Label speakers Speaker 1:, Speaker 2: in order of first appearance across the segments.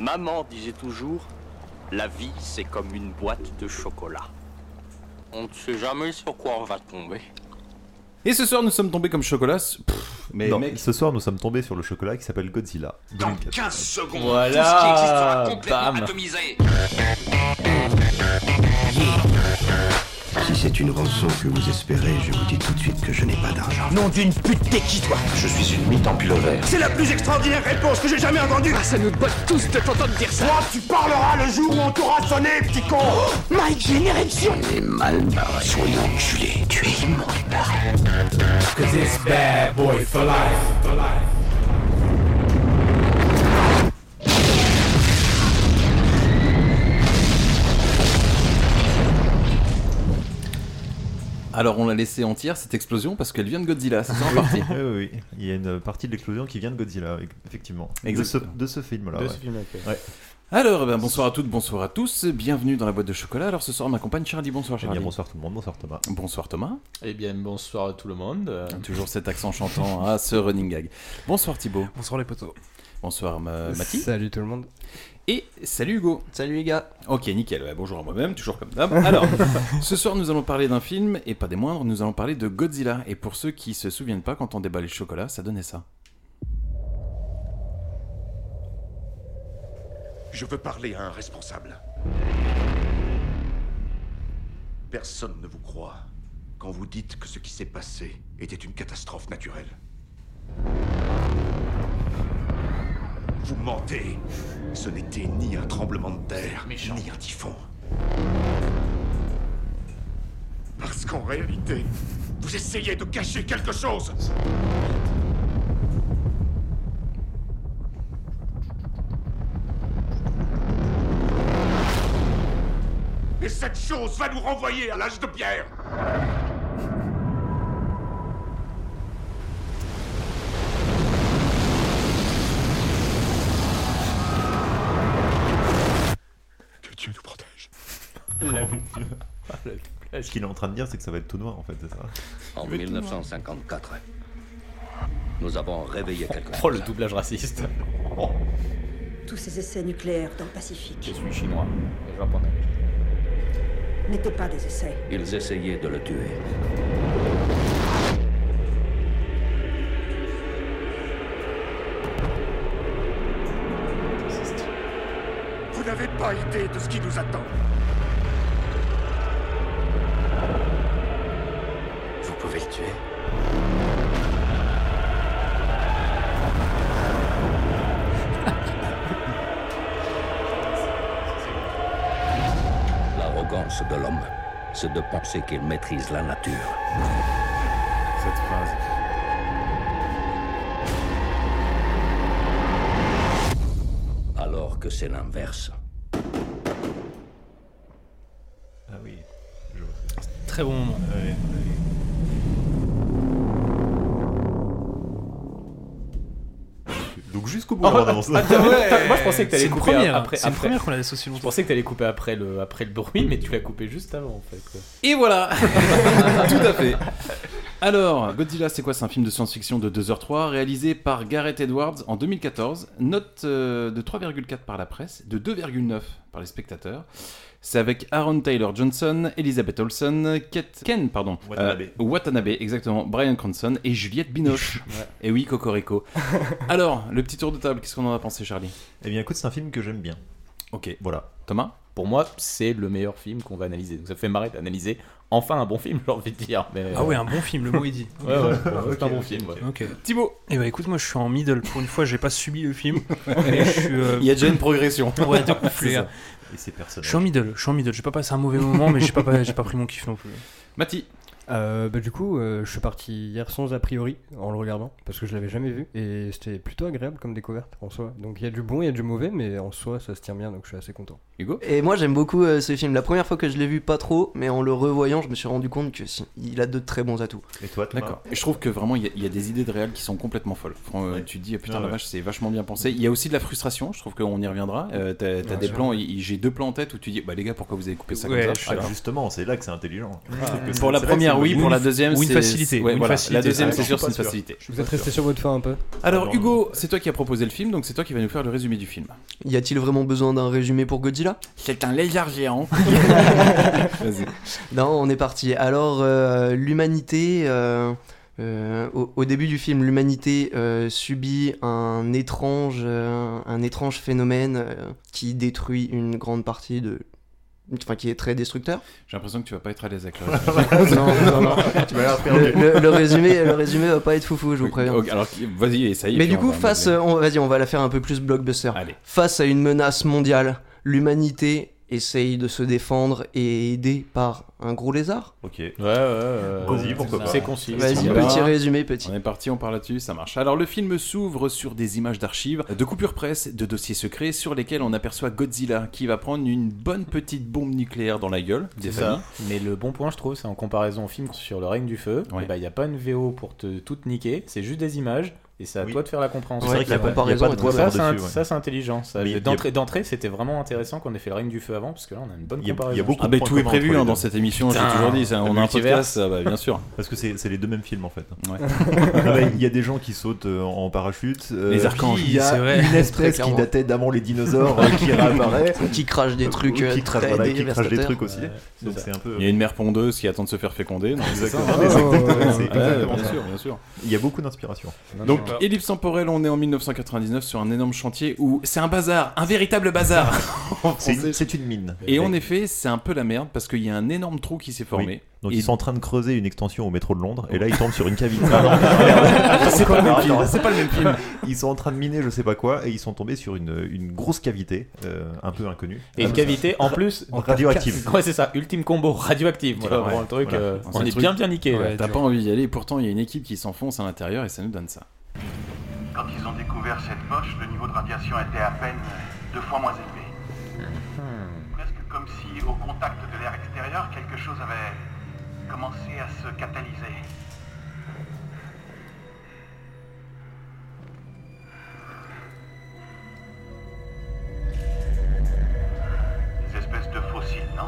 Speaker 1: Maman disait toujours, la vie c'est comme une boîte de chocolat. On ne sait jamais sur quoi on va tomber.
Speaker 2: Et ce soir, nous sommes tombés comme chocolat. Pff, mais
Speaker 3: non,
Speaker 2: mec,
Speaker 3: ce soir, nous sommes tombés sur le chocolat qui s'appelle Godzilla.
Speaker 4: Dans
Speaker 3: 2004.
Speaker 4: 15 secondes, tout ce qui existe sera
Speaker 5: Voilà,
Speaker 4: complètement
Speaker 5: bam.
Speaker 4: atomisé.
Speaker 6: Si c'est une rançon que vous espérez, je vous dis tout de suite que je n'ai pas d'argent.
Speaker 7: Nom d'une pute, t'es qui toi
Speaker 6: Je suis une mythe en pullover.
Speaker 7: C'est la plus extraordinaire réponse que j'ai jamais entendue Ah, ça nous botte tous de t'entendre dire ça Toi, tu parleras le jour où on t'aura sonné, petit con Mike, j'ai une érection
Speaker 6: C'est mal barré. Soyons enculé. Tu es immonde.
Speaker 2: alors on l'a laissé entière cette explosion parce qu'elle vient de Godzilla, c'est ça en partie.
Speaker 3: Oui, oui, oui. Il y a une partie de l'explosion qui vient de Godzilla, e-, effectivement. De ce,
Speaker 2: Exactement.
Speaker 3: de ce film-là.
Speaker 5: De
Speaker 3: ouais.
Speaker 5: ce film, ok.
Speaker 2: Alors, eh ben, bonsoir à toutes, bonsoir à tous, bienvenue dans la boîte de chocolat. Alors ce soir, on m'accompagne Charlie, bonsoir
Speaker 3: Eh bien,
Speaker 2: Charlie.
Speaker 3: bonsoir tout le monde, bonsoir Thomas.
Speaker 2: Bonsoir Thomas,
Speaker 5: Eh bien, bonsoir à tout le monde. Euh,
Speaker 2: toujours cet accent chantant hein, à ce running gag. Bonsoir Thibaut,
Speaker 8: Bonsoir les potos.
Speaker 2: bonsoir Ma- Mathis,
Speaker 8: Salut tout le monde.
Speaker 2: et salut Hugo.
Speaker 8: Salut les gars.
Speaker 2: Ok, nickel. Ouais, bonjour à moi-même, toujours comme d'hab. Alors, ce soir, nous allons parler d'un film, et pas des moindres, nous allons parler de Godzilla. Et pour ceux qui se souviennent pas, quand on déballait le chocolat, ça donnait ça.
Speaker 4: Je veux parler à un responsable.
Speaker 6: Personne ne vous croit quand vous dites que ce qui s'est passé était une catastrophe naturelle.
Speaker 4: Vous mentez.
Speaker 6: Ce n'était ni un tremblement de terre, ni un typhon.
Speaker 4: Parce qu'en réalité, vous essayez de cacher quelque chose. Et cette chose va nous renvoyer à l'âge de pierre. Que Dieu nous protège.
Speaker 3: Ce qu'il est en train de dire, c'est que ça va être tout noir en fait, c'est ça
Speaker 1: En 1954, nous avons réveillé quelque
Speaker 5: Oh, le doublage raciste.
Speaker 9: Tous ces essais nucléaires dans le Pacifique
Speaker 5: Je suis chinois et japonais.
Speaker 9: n'étaient pas des essais.
Speaker 1: Ils essayaient de le tuer.
Speaker 4: Vous n'avez pas idée de ce qui nous attend.
Speaker 1: Vous pouvez le tuer L'arrogance de l'homme, c'est de penser qu'il maîtrise la nature.
Speaker 8: Cette phrase.
Speaker 1: alors que c'est l'inverse.
Speaker 3: Ah oui.
Speaker 5: Très bon moment.
Speaker 3: Donc jusqu'au
Speaker 2: Oh,
Speaker 3: bout, on avance.
Speaker 5: Moi, je pensais que t'allais
Speaker 8: C'est une
Speaker 5: couper
Speaker 10: hein.
Speaker 8: première.
Speaker 5: après.
Speaker 8: C'est une
Speaker 5: après.
Speaker 8: première qu'on la laisse aussi
Speaker 5: Je
Speaker 8: longtemps.
Speaker 5: pensais que t'allais couper après le, après le bruit, mais tu l'as coupé juste avant en fait. quoi.
Speaker 2: Et voilà Tout à fait alors, Godzilla, c'est quoi C'est un film de science-fiction de 2h03 réalisé par Gareth Edwards en 2014, note euh, de 3,4 par la presse, de 2,9 par les spectateurs. C'est avec Aaron Taylor Johnson, Elizabeth Olsen, Kate- Ken, pardon,
Speaker 3: Watanabe.
Speaker 2: euh, Watanabe, exactement, Brian Cranston et Juliette Binoche. Et oui, Cocorico. Alors, le petit tour de table, qu'est-ce qu'on en a pensé, Charlie
Speaker 3: Eh bien, écoute, c'est un film que j'aime bien.
Speaker 2: Ok.
Speaker 3: Voilà.
Speaker 2: Thomas
Speaker 5: Pour moi, c'est le meilleur film qu'on va analyser. Donc ça fait marrer d'analyser enfin un bon film, j'ai envie de dire. Mais...
Speaker 8: Ah ouais, un bon film, le mot est dit.
Speaker 5: Ouais, ouais, bon, c'est un bon film. ouais.
Speaker 8: Ok.
Speaker 2: Thibaut
Speaker 8: Et bah écoute, moi je suis en middle. Pour une fois, j'ai pas subi le film. Mais je suis. euh,
Speaker 2: Il y a déjà une progression.
Speaker 8: Ouais, de ouf, les gars.
Speaker 3: Et
Speaker 8: Je suis
Speaker 3: c'est
Speaker 8: en
Speaker 3: personnel.
Speaker 8: middle, je suis en middle. J'ai pas passé un mauvais moment, mais j'ai pas, pas- j'ai pas pris mon kiff non plus.
Speaker 2: Mathis
Speaker 10: Euh, bah, du coup, euh, je suis parti hier sans a priori en le regardant parce que je l'avais jamais vu et c'était plutôt agréable comme découverte en soi. Donc il y a du bon, il y a du mauvais, mais en soi ça se tient bien donc je suis assez content.
Speaker 2: Hugo
Speaker 11: Et moi j'aime beaucoup euh, ce film. La première fois que je l'ai vu, pas trop, mais en le revoyant, je me suis rendu compte que si- il a de très bons atouts.
Speaker 3: Et toi, Thomas
Speaker 2: D'accord. Et Je trouve que vraiment, il y a- il y, a des idées de réel qui sont complètement folles. Fran- euh,
Speaker 3: Ouais.
Speaker 2: Tu te dis, ah, putain,
Speaker 3: Ah
Speaker 2: la
Speaker 3: ouais.
Speaker 2: vache, c'est vachement bien pensé. Il y a aussi de la frustration, je trouve qu'on y reviendra. Euh, t'as t'as
Speaker 8: Ouais,
Speaker 2: des
Speaker 8: sûr.
Speaker 2: plans, il- j'ai deux plans en tête où tu dis, bah les gars, pourquoi vous avez coupé ça
Speaker 8: Ouais, je
Speaker 2: comme ça
Speaker 8: suis
Speaker 3: Ah,
Speaker 2: Alors, Ah,
Speaker 3: justement, c'est là que c'est intelligent. Je trouve
Speaker 2: Pour
Speaker 3: que c'est-
Speaker 2: la
Speaker 3: c'est là que
Speaker 2: première première, oui,
Speaker 8: Ou
Speaker 2: pour
Speaker 8: une-
Speaker 2: la deuxième,
Speaker 8: ou une
Speaker 2: c'est-
Speaker 8: facilité,
Speaker 2: ouais,
Speaker 8: ou une
Speaker 2: voilà.
Speaker 8: facilité.
Speaker 2: La deuxième,
Speaker 8: Ah,
Speaker 2: c'est
Speaker 8: je suis
Speaker 2: sûr,
Speaker 8: pas
Speaker 2: c'est une
Speaker 8: sûr.
Speaker 2: facilité.
Speaker 10: Vous êtes resté sur votre fin un peu
Speaker 2: Alors, Hugo, c'est toi qui as proposé le film, donc c'est toi qui vas nous faire le résumé du film.
Speaker 11: Y a-t-il vraiment besoin d'un résumé pour Godzilla
Speaker 2: C'est un lézard géant.
Speaker 11: non, on est parti. Alors, euh, l'humanité, euh, euh, au, au début du film, l'humanité euh, subit un étrange, euh, un étrange phénomène euh, qui détruit une grande partie de. Enfin, qui est très destructeur.
Speaker 2: J'ai l'impression que tu vas pas être à l'aise avec le
Speaker 11: non, non, non. le, le- le résumé, le résumé va pas être foufou, je vous préviens.
Speaker 2: Ok, Alors, qui- vas-y, essaye. et
Speaker 11: Mais
Speaker 2: puis
Speaker 11: du
Speaker 2: on
Speaker 11: coup,
Speaker 2: va-
Speaker 11: face, euh, on, vas-y, on va la faire un peu plus blockbuster. Face à une menace mondiale, l'humanité essaye de se défendre et est aidée par un gros lézard.
Speaker 3: Ok.
Speaker 5: Ouais, ouais, ouais.
Speaker 2: Vas-y, pourquoi pas.
Speaker 5: C'est concis.
Speaker 11: Vas-y,
Speaker 2: Voilà.
Speaker 11: petit résumé, petit.
Speaker 2: On est parti, on part là-dessus, ça marche. Alors le film s'ouvre sur des images d'archives, de coupures presse, de dossiers secrets sur lesquels on aperçoit Godzilla qui va prendre une bonne petite bombe nucléaire dans la gueule des
Speaker 5: C'est ça.
Speaker 2: familles.
Speaker 5: Mais le bon point, je trouve, c'est en comparaison au film sur le règne du feu, eh ben, il n'y a pas une VO pour te toute niquer, c'est juste des images. Et c'est à toi de faire la compréhension.
Speaker 11: C'est vrai Ouais, qu'il y a la pas- comparaison
Speaker 5: il y a pas de
Speaker 11: est
Speaker 5: voix.
Speaker 11: très
Speaker 5: Ça, c'est un-
Speaker 11: dessus, ouais.
Speaker 5: ça, c'est intelligent. ça.
Speaker 11: Mais il y a-
Speaker 5: D'entrée, d'entrée, c'était vraiment intéressant qu'on ait fait le règne du feu avant, parce que là, on a une bonne
Speaker 3: Il y a-
Speaker 5: comparaison.
Speaker 3: il y a beaucoup
Speaker 2: Ah,
Speaker 3: de
Speaker 2: bah,
Speaker 3: points
Speaker 2: tout est
Speaker 3: communs
Speaker 2: prévu,
Speaker 3: entre
Speaker 2: hein,
Speaker 3: les
Speaker 2: dans
Speaker 3: deux.
Speaker 2: cette émission, j'ai toujours dit, ça,
Speaker 3: Le
Speaker 2: on a un
Speaker 3: multivers.
Speaker 2: podcast, ça, bah, bien sûr.
Speaker 3: Parce que c'est c'est les deux mêmes films en fait. Bah, Il y a des gens qui sautent euh, en parachute. euh,
Speaker 2: Les archanges.
Speaker 3: puis Il y a
Speaker 2: C'est vrai.
Speaker 3: une espèce
Speaker 2: Très
Speaker 3: qui
Speaker 2: clairement.
Speaker 3: datait d'avant les dinosaures euh, qui réapparaît.
Speaker 11: Qui crache des trucs,
Speaker 3: Ou
Speaker 11: euh,
Speaker 3: Qui crache,
Speaker 11: très
Speaker 3: voilà, qui
Speaker 11: dégueulasses
Speaker 3: crache des
Speaker 11: à terre.
Speaker 3: trucs aussi.
Speaker 11: Ouais,
Speaker 2: euh, C'est
Speaker 3: Donc
Speaker 2: ça.
Speaker 3: c'est un peu.
Speaker 2: Il y a une mère pondeuse qui attend de se faire féconder. non, c'est ça.
Speaker 3: Exactement. C'est exactement- c'est
Speaker 2: Ouais,
Speaker 3: exactement
Speaker 2: bien
Speaker 3: ça.
Speaker 2: sûr, bien sûr.
Speaker 3: Il y a beaucoup d'inspiration.
Speaker 2: Donc, ellipse temporelle, on est en 1999 sur un énorme chantier où c'est un bazar, un véritable bazar. en
Speaker 3: C'est une-
Speaker 2: français.
Speaker 3: c'est une mine.
Speaker 2: Et en effet, c'est un peu la merde parce qu'il y a un énorme trou qui s'est formé.
Speaker 3: Oui. Donc
Speaker 2: Et-
Speaker 3: ils sont en train de creuser une extension au métro de Londres et là ils tombent sur une cavité.
Speaker 2: Ah, non, merde. C'est pas le même film,
Speaker 3: Attends.
Speaker 2: c'est pas le même film.
Speaker 3: Ils sont en train de miner je sais pas quoi et ils sont tombés sur une, une grosse cavité euh, un peu inconnue.
Speaker 5: Et une cavité en plus
Speaker 3: radioactive.
Speaker 5: Ouais, c'est ça, ultime combo radioactive. Tu vois,
Speaker 2: Ouais.
Speaker 5: vraiment, le truc,
Speaker 2: Voilà.
Speaker 5: euh,
Speaker 2: C'est
Speaker 5: on
Speaker 2: un
Speaker 5: est
Speaker 2: truc-
Speaker 5: bien bien niqué.
Speaker 2: Ouais, T'as pas envie d'y aller, et pourtant il y a une équipe qui s'enfonce à l'intérieur et ça nous donne ça.
Speaker 12: Quand ils ont découvert cette poche, le niveau de radiation était à peine deux fois moins élevé. Presque comme si, au contact de l'air extérieur, quelque chose avait commencé à se catalyser. Des espèces de fossiles, non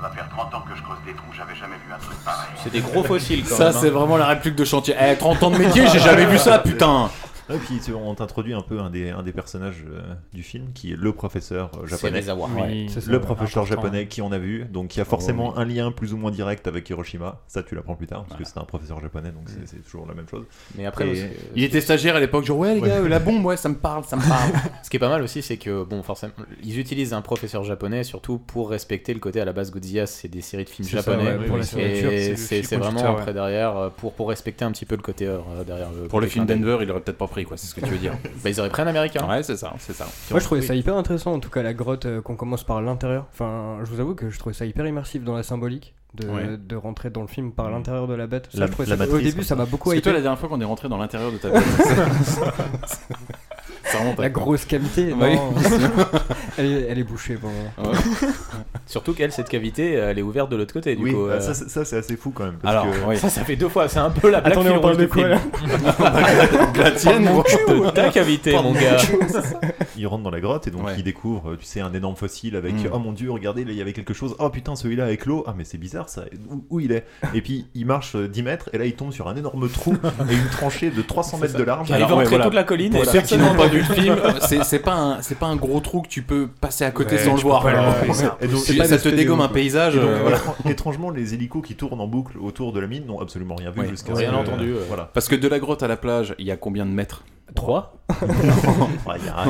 Speaker 12: Ça va faire 30 ans que je creuse des trous, j'avais jamais vu un truc pareil.
Speaker 5: C'est des gros fossiles, quand
Speaker 2: Ça,
Speaker 5: même, hein.
Speaker 2: c'est vraiment la réplique de chantier. Eh, 30 ans de métier, j'ai jamais vu ça, putain
Speaker 3: Et puis tu- on t'introduit un peu un des, un des personnages euh, du film qui est le professeur euh,
Speaker 5: C'est
Speaker 3: japonais.
Speaker 5: Miyazawa. Oui, c'est ça, Oh
Speaker 3: le
Speaker 5: ouais.
Speaker 3: professeur
Speaker 5: Important.
Speaker 3: japonais qui on a vu, donc il y a forcément un lien plus ou moins direct avec Hiroshima. Ça tu l'apprends plus tard parce que c'est un professeur japonais donc
Speaker 5: Mm.
Speaker 3: c'est- c'est toujours la même chose.
Speaker 5: Mais après,
Speaker 3: Et-
Speaker 5: aussi, euh,
Speaker 2: Il était stagiaire à l'époque, genre ouais les gars, euh,
Speaker 5: Ouais.
Speaker 2: la bombe, ouais, ça me parle, ça me parle.
Speaker 5: Ce qui est pas mal aussi, c'est que, bon, forcément, ils utilisent un professeur japonais surtout pour respecter le côté à la base Godzilla, c'est des séries de films
Speaker 8: C'est ça,
Speaker 5: japonais.
Speaker 8: ouais, pour la signature, c'est
Speaker 5: et
Speaker 8: le
Speaker 5: c'est
Speaker 8: fil
Speaker 5: c'est
Speaker 8: conducteur,
Speaker 5: vraiment
Speaker 8: ouais.
Speaker 5: après derrière, euh, pour, pour respecter un petit peu le côté euh, derrière. Le
Speaker 2: Pour le
Speaker 5: côté
Speaker 2: film
Speaker 5: clin d'œil.
Speaker 2: Denver, il aurait peut-être pas pris quoi, c'est ce que tu veux dire.
Speaker 5: Bah, ils auraient pris un américain.
Speaker 2: Ouais, c'est ça, c'est ça.
Speaker 10: Moi je trouvais ça hyper intéressant, en tout cas la grotte euh, qu'on commence par l'intérieur. Enfin, je vous avoue que je trouvais ça hyper immersif dans la symbolique de,
Speaker 2: Ouais. Mm.
Speaker 10: de rentrer dans le film par l'intérieur de la bête. Ça,
Speaker 2: La-
Speaker 10: je trouvais
Speaker 2: la
Speaker 10: ça- au
Speaker 2: matrice,
Speaker 10: début
Speaker 2: quoi.
Speaker 10: ça m'a beaucoup
Speaker 2: Parce que toi,
Speaker 10: hypé.
Speaker 2: la dernière fois qu'on est rentré dans l'intérieur de ta bête, ça remonte à
Speaker 10: La
Speaker 2: quand
Speaker 10: grosse cavité,
Speaker 2: Oui.
Speaker 10: non. elle, est, elle est bouchée pour moi.
Speaker 5: Surtout qu'elle, cette cavité, euh, elle est ouverte de l'autre côté, du
Speaker 3: Oui,
Speaker 5: coup.
Speaker 3: bah,
Speaker 5: euh,
Speaker 3: ça, c'est- ça, c'est assez fou quand même.
Speaker 5: Alors, oui. ça, ça fait deux fois, c'est un peu la blague
Speaker 3: Attendez,
Speaker 5: fil
Speaker 3: on parle
Speaker 5: rouge
Speaker 3: de
Speaker 5: du
Speaker 3: quoi,
Speaker 5: film.
Speaker 3: là
Speaker 5: De la tienne,
Speaker 3: Pas de
Speaker 5: ou
Speaker 3: cul,
Speaker 5: de ta cavité,
Speaker 3: Pas de
Speaker 5: mon gars.
Speaker 3: cul, c'est ça. Il rentre dans la grotte et donc
Speaker 2: Ouais.
Speaker 3: il découvre, euh, tu sais, un énorme fossile avec
Speaker 2: Mm.
Speaker 3: oh mon dieu, regardez, là il y avait quelque chose. Oh putain, celui-là avec l'eau. Ah mais c'est bizarre ça. Où, où il est Et puis il marche euh, 10 mètres et là il tombe sur un énorme trou et une tranchée de 300 mètres de large.
Speaker 2: Alors, ouais, voilà. Pour ceux qui n'ont pas vu le film, c'est-
Speaker 3: c'est
Speaker 2: c'est pas un c'est pas un gros trou que tu peux passer à côté
Speaker 3: Ouais,
Speaker 2: sans le
Speaker 3: tu peux
Speaker 2: voir.
Speaker 3: pas le
Speaker 2: quoi.
Speaker 3: louper, ça.
Speaker 2: Et
Speaker 3: Euh, Et donc,
Speaker 2: si
Speaker 3: c'est pas
Speaker 2: ça te
Speaker 3: une
Speaker 2: dégomme un
Speaker 3: espèce de-
Speaker 2: paysage.
Speaker 3: Et donc,
Speaker 2: euh, voilà.
Speaker 3: étran- Étrangement, les hélicos qui tournent en boucle autour de la mine n'ont absolument rien vu
Speaker 2: Oui,
Speaker 3: jusqu'à
Speaker 2: rien
Speaker 3: ce que-
Speaker 2: entendu. euh,
Speaker 3: Voilà.
Speaker 2: Parce que de la grotte à la plage, il y a combien de mètres
Speaker 5: 3
Speaker 3: Il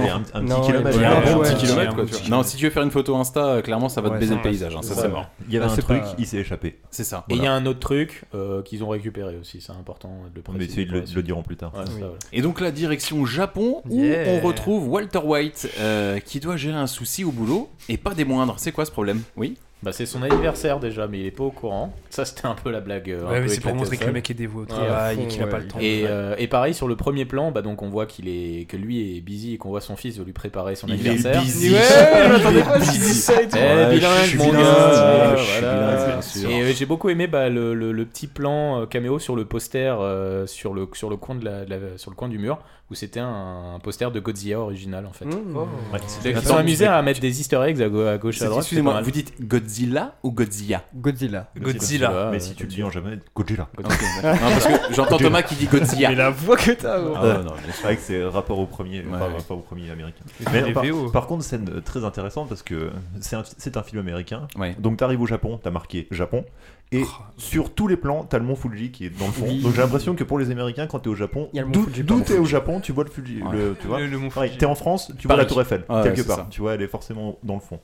Speaker 3: y a un, un- un petit
Speaker 2: Non,
Speaker 3: kilomètre.
Speaker 2: il y a un bon petit
Speaker 3: Ouais.
Speaker 2: kilomètre, quoi, tu vois. Non, si tu veux faire une photo Insta, euh, clairement, ça va te
Speaker 5: Ouais,
Speaker 2: baiser
Speaker 5: ça,
Speaker 2: le paysage. hein, Ça,
Speaker 5: c'est
Speaker 2: c'est Ah,
Speaker 5: ça.
Speaker 2: mort.
Speaker 3: Il y avait un truc, il s'est échappé.
Speaker 2: C'est ça.
Speaker 5: Et il y a un autre truc euh, qu'ils ont récupéré aussi, c'est important de le
Speaker 3: On va
Speaker 5: préciser.
Speaker 3: essayer de le, de le dire en plus tard.
Speaker 5: Ouais, ça, voilà.
Speaker 2: Et donc la direction Japon où
Speaker 5: Yeah.
Speaker 2: on retrouve Walter White euh, qui doit gérer un souci au boulot et pas des moindres. C'est quoi ce problème Oui.
Speaker 5: Bah c'est son anniversaire déjà, mais il est pas au courant. Ça c'était un peu la blague. euh, un
Speaker 8: Ouais,
Speaker 5: peu
Speaker 8: mais c'est pour
Speaker 5: éclatée
Speaker 8: montrer que
Speaker 5: folle.
Speaker 8: le mec est dévoué au
Speaker 10: Ah,
Speaker 5: Ouais,
Speaker 8: travail
Speaker 5: à
Speaker 8: et qu'il a pas le temps.
Speaker 5: Et,
Speaker 8: Ouais.
Speaker 5: euh, et pareil sur le premier plan, bah donc on voit qu'il est que lui est busy et qu'on voit son fils lui préparer son
Speaker 2: Il est
Speaker 5: anniversaire.
Speaker 2: busy. Ouais, je m'attendais pas à ce qu'il dise ça et tout. Ouais,
Speaker 5: Eh, bilingue,
Speaker 2: je suis
Speaker 5: mon
Speaker 2: bilingue,
Speaker 5: gars,
Speaker 2: je suis
Speaker 5: voilà.
Speaker 2: bilingue, bien sûr.
Speaker 5: Et euh, j'ai beaucoup aimé bah, le, le- le petit plan euh, caméo sur le poster euh, sur le sur le coin de la, de la- sur le coin du mur où c'était un, un poster de Godzilla original en fait.
Speaker 2: Oh.
Speaker 10: Mm.
Speaker 5: Ils se sont amusés à mettre des Easter eggs à, gau- à gauche à droite. c'est pas
Speaker 2: Excusez-moi,
Speaker 5: mal.
Speaker 2: vous dites Godzilla ou Godzilla
Speaker 10: Godzilla.
Speaker 3: Godzilla. Mais si tu le dis en japonais, Godzilla.
Speaker 2: Ok, d'accord. Non, parce que j'entends Thomas qui dit Godzilla.
Speaker 3: Mais
Speaker 2: Mais la voix que t'as, gros.
Speaker 3: Ah ouais, non, mais c'est vrai que c'est rapport au premier, enfin, rapport au premier américain.
Speaker 2: Et
Speaker 3: Mais
Speaker 2: les
Speaker 3: par,
Speaker 2: VO.
Speaker 3: par contre, scène euh, très intéressante parce que c'est un, c'est un film américain.
Speaker 2: Ouais.
Speaker 3: Donc t'arrives au Japon, t'as marqué Japon. Et
Speaker 2: Ah.
Speaker 3: sur tous les plans, t'as le mont Fuji qui est dans le fond.
Speaker 2: Oui.
Speaker 3: Donc j'ai l'impression que pour les Américains, quand t'es au Japon,
Speaker 2: Il y a le mont
Speaker 3: d'où
Speaker 2: Fuji,
Speaker 3: d'où
Speaker 2: pardon.
Speaker 3: t'es au Japon, tu vois le Fuji.
Speaker 2: Ouais.
Speaker 3: le- tu vois.
Speaker 2: Le- le mont
Speaker 3: Pareil,
Speaker 2: Fuji.
Speaker 3: T'es en France, tu vois
Speaker 5: Paris.
Speaker 3: la Tour Eiffel
Speaker 5: Ouais,
Speaker 3: quelque
Speaker 5: c'est
Speaker 3: part.
Speaker 5: ça.
Speaker 3: Tu vois, elle est forcément dans le fond.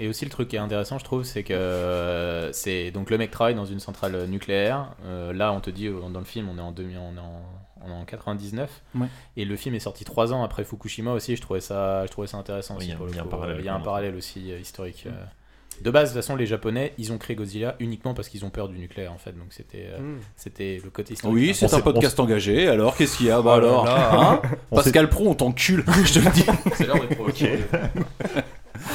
Speaker 5: Et aussi le truc qui est intéressant, je trouve, c'est que euh, c'est donc le mec travaille dans une centrale nucléaire. Euh, là, on te dit euh, dans le film, on est en 2000, on est en, on est en 99.
Speaker 2: Ouais.
Speaker 5: Et le film est sorti trois ans après Fukushima aussi. Je trouvais ça, je trouvais ça intéressant. aussi,
Speaker 3: il y a-
Speaker 5: pour le
Speaker 3: il y a un
Speaker 5: coup.
Speaker 3: parallèle
Speaker 5: Il y a un
Speaker 3: vraiment.
Speaker 5: parallèle aussi euh, historique. euh. De base, de toute façon, les Japonais, ils ont créé Godzilla uniquement parce qu'ils ont peur du nucléaire, en fait. Donc c'était, euh,
Speaker 2: Mm.
Speaker 5: c'était le côté historique.
Speaker 2: Oui, c'est un podcast engagé, alors qu'est-ce qu'il y a Bah alors, hein Pascal Pro, on t'encule, je te le dis.
Speaker 5: C'est l'heure des provocations.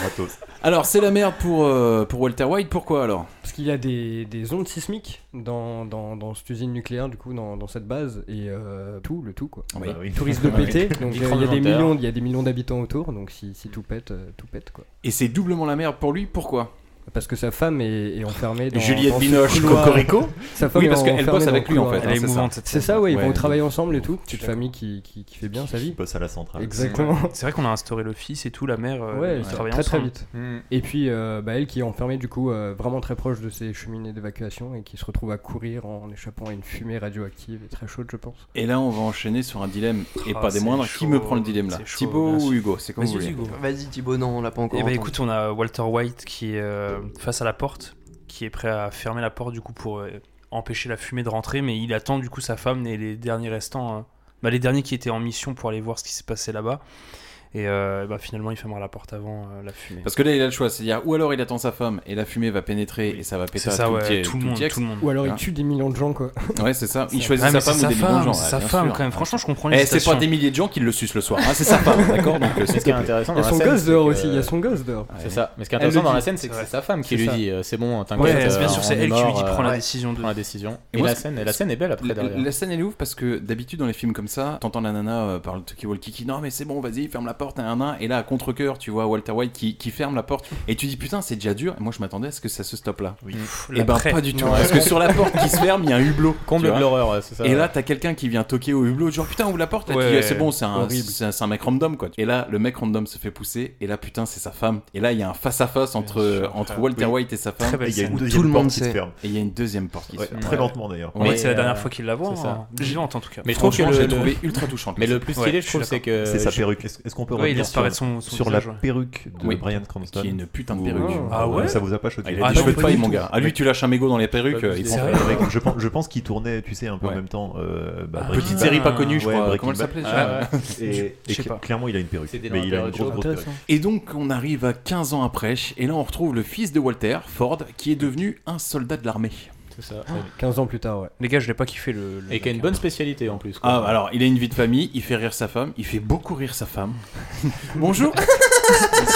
Speaker 3: Ratos.
Speaker 2: Alors, c'est la merde pour, euh, pour Walter White, pourquoi alors
Speaker 10: Parce qu'il y a des, des ondes sismiques dans, dans, dans cette usine nucléaire, du coup, dans, dans cette base, et euh, tout, le tout, quoi.
Speaker 2: Oui. Bah oui.
Speaker 10: Tout risque de
Speaker 2: Oui.
Speaker 10: péter, donc euh, il y, a
Speaker 2: Micro-inventeur.
Speaker 10: des millions- il y a des millions d'habitants autour, donc si, si tout pète, euh, tout pète, quoi.
Speaker 2: Et c'est doublement la merde pour lui, pourquoi
Speaker 10: Parce que sa femme est, est enfermée dans
Speaker 2: Juliette
Speaker 10: dans ce euh,
Speaker 2: Binoche,
Speaker 10: couloir.
Speaker 2: Cocorico
Speaker 10: Sa femme
Speaker 2: Oui,
Speaker 10: est
Speaker 2: parce qu'elle
Speaker 10: enfermée
Speaker 2: bosse
Speaker 10: dans
Speaker 2: avec
Speaker 10: le
Speaker 2: lui, en
Speaker 10: couloir.
Speaker 2: fait, hein, Elle est c'est ça. mouvante, cette
Speaker 10: C'est ça, ouais, ils
Speaker 2: femme.
Speaker 10: vont
Speaker 2: Ouais.
Speaker 10: travailler ensemble et tout. Petite famille qui, qui, qui fait bien sa vie.
Speaker 3: bosse à la centrale.
Speaker 10: Exactement.
Speaker 8: C'est vrai qu'on a instauré le fils et tout, la mère. euh,
Speaker 10: Ouais,
Speaker 8: ils
Speaker 10: ça-
Speaker 8: travaillent
Speaker 10: très très
Speaker 8: ensemble.
Speaker 10: vite.
Speaker 5: Mm.
Speaker 10: Et puis euh, bah, elle qui est enfermée du coup euh, vraiment très proche de ces cheminées d'évacuation et qui se retrouve à courir en échappant à une fumée radioactive et très chaude je pense.
Speaker 2: Et là, on va enchaîner sur un dilemme, et
Speaker 10: Ah,
Speaker 2: pas des
Speaker 10: c'est
Speaker 2: moindres. Qui
Speaker 10: chaud,
Speaker 2: me prend le dilemme là
Speaker 10: c'est chaud,
Speaker 2: Thibaut
Speaker 8: bien sûr.
Speaker 2: ou Hugo C'est comme vous
Speaker 8: Vas-y,
Speaker 2: voulez.
Speaker 8: Hugo.
Speaker 11: Vas-y Thibaut, non, on l'a pas encore.
Speaker 5: Eh
Speaker 8: Et bah
Speaker 5: ben,
Speaker 11: entendu.
Speaker 8: écoute, on a Walter White qui est euh, face à la porte, qui est prêt à fermer la porte du coup pour euh, empêcher la fumée de rentrer, mais il attend du coup sa femme et les derniers restants, hein. bah, les derniers qui étaient en mission pour aller voir ce qui s'est passé là-bas. Et euh, bah, finalement, il fermera la porte avant euh, la fumée.
Speaker 2: Parce que là, il a le choix, c'est-à-dire ou alors il attend sa femme et la fumée va pénétrer et ça va péter
Speaker 8: C'est
Speaker 2: à
Speaker 8: ça,
Speaker 2: tout,
Speaker 8: ouais,
Speaker 2: le,
Speaker 8: tout le monde, tout le monde.
Speaker 10: Ou alors il
Speaker 2: Hein
Speaker 10: tue des millions de gens quoi.
Speaker 2: Ouais, c'est ça. Il
Speaker 8: C'est-
Speaker 2: choisit
Speaker 8: Ah,
Speaker 2: sa
Speaker 8: mais
Speaker 2: femme
Speaker 8: c'est
Speaker 2: ou
Speaker 8: sa
Speaker 2: des millions de
Speaker 8: femme,
Speaker 2: gens.
Speaker 8: c'est
Speaker 2: ouais,
Speaker 8: sa
Speaker 2: bien
Speaker 8: femme,
Speaker 2: sûr.
Speaker 8: quand même. Franchement, je comprends
Speaker 2: Eh, c'est
Speaker 8: l'hésitation.
Speaker 2: pas des milliers de gens qui le sucent le soir. hein, c'est sa femme, d'accord Donc, euh,
Speaker 5: Mais
Speaker 2: c'est
Speaker 5: ce qui est
Speaker 2: pas-
Speaker 5: intéressant
Speaker 10: Il y a
Speaker 5: dans la
Speaker 10: son
Speaker 5: scène,
Speaker 10: gosse
Speaker 5: c'est
Speaker 10: dehors
Speaker 5: que-
Speaker 10: aussi, il y a son gosse dehors.
Speaker 5: C'est ça. Mais ce qui est
Speaker 10: Elle le
Speaker 5: intéressant dans
Speaker 10: dit.
Speaker 5: la scène, c'est que c'est sa femme qui lui
Speaker 10: ça.
Speaker 5: dit euh, C'est bon,
Speaker 2: Ouais, bien
Speaker 5: t'inquiète. euh,
Speaker 2: sûr, c'est
Speaker 5: on
Speaker 2: elle
Speaker 5: est
Speaker 2: qui lui
Speaker 5: mort,
Speaker 2: dit,
Speaker 5: euh,
Speaker 2: prends la
Speaker 5: ouais.
Speaker 8: décision de-
Speaker 5: Prends la décision.
Speaker 2: Et
Speaker 5: Et,
Speaker 2: moi,
Speaker 5: la,
Speaker 2: c'est-
Speaker 5: scène, et la scène est belle après
Speaker 2: La-
Speaker 5: derrière.
Speaker 2: La scène elle est ouf parce que d'habitude dans les films comme ça, t'entends la nana euh, par le talkie-walkie qui non mais c'est bon vas-y ferme la porte à un nain et là à contre cœur tu vois Walter White qui, qui ferme la porte et tu dis putain c'est déjà dur et moi je m'attendais à ce que ça se stoppe là. Et ben
Speaker 5: L'après.
Speaker 2: pas du tout
Speaker 5: Ouais.
Speaker 2: parce que sur la porte qui se ferme il y a un hublot.
Speaker 5: Comble
Speaker 2: tu vois.
Speaker 5: de l'horreur, ouais, c'est ça,
Speaker 2: Et là
Speaker 5: ouais.
Speaker 2: t'as quelqu'un qui vient toquer au hublot genre putain ouvre la porte là, tu
Speaker 5: Ouais.
Speaker 2: dis, ah, c'est bon c'est un,
Speaker 5: Horrible.
Speaker 2: c'est un- c'est un mec random quoi. Et là le mec random se fait pousser et là putain c'est sa femme et là il y a un face à face entre entre Walter
Speaker 3: Oui.
Speaker 2: White et sa femme
Speaker 3: Très belle Et il y a une
Speaker 2: où
Speaker 3: deuxième
Speaker 2: tout le
Speaker 3: porte
Speaker 2: monde
Speaker 3: qui se
Speaker 2: sait.
Speaker 3: ferme.
Speaker 2: Et il y a une deuxième porte qui se
Speaker 3: Ouais,
Speaker 2: ferme.
Speaker 3: très lentement, d'ailleurs.
Speaker 8: Mais c'est la dernière fois qu'il la voit, hein, vivante, en tout cas.
Speaker 5: Mais je trouve que
Speaker 8: Franchement,
Speaker 5: le-
Speaker 8: je l'ai
Speaker 5: le-
Speaker 8: trouvée ultra touchante,
Speaker 5: Mais
Speaker 8: la
Speaker 5: le
Speaker 8: scène.
Speaker 5: plus
Speaker 8: Ouais,
Speaker 5: stylé,
Speaker 8: je
Speaker 5: je
Speaker 8: suis
Speaker 5: trouve, c'est que.
Speaker 8: d'accord.
Speaker 2: Euh,
Speaker 3: C'est sa
Speaker 5: je-
Speaker 3: perruque. Est-ce est-ce qu'on peut
Speaker 8: Ouais,
Speaker 3: revenir
Speaker 8: il laisse
Speaker 3: sur,
Speaker 8: paraître son- son
Speaker 3: sur
Speaker 8: visage,
Speaker 3: la
Speaker 8: ouais.
Speaker 3: perruque de
Speaker 2: Oui.
Speaker 3: Brian Cranston
Speaker 2: Qui est une putain de perruque.
Speaker 3: Ah ouais Ça vous a pas choqué
Speaker 2: Oh. Ah, il a des cheveux de paille, mon gars. Ah, lui, tu lâches un mégot dans les perruques. euh, il s'en fait.
Speaker 3: Avec- je pense, je pense qu'il tournait, tu sais, un peu en même temps. euh, bah,
Speaker 2: Ah,
Speaker 3: Breaking
Speaker 2: petite
Speaker 3: Bad.
Speaker 2: série pas connue, je
Speaker 3: Ouais,
Speaker 2: crois.
Speaker 3: Breaking
Speaker 2: Comment elle
Speaker 3: Bad.
Speaker 2: s'appelait
Speaker 3: Ah,
Speaker 2: ça
Speaker 3: ouais. Et, et cl- clairement, il a une perruque. Mais il a une grosse, grosse perruque.
Speaker 2: Et donc, on arrive à 15 ans après, et là, on retrouve le fils de Walter, Ford, qui est devenu un soldat de l'armée.
Speaker 5: C'est ça.
Speaker 10: 15 ans plus tard ouais.
Speaker 8: Les gars, je l'ai pas kiffé le. le
Speaker 10: Mmh.
Speaker 5: Et qui a une bonne spécialité en plus.
Speaker 2: Ah, alors, il a une vie de famille, il fait rire sa femme, il fait beaucoup rire sa femme. Bonjour Je te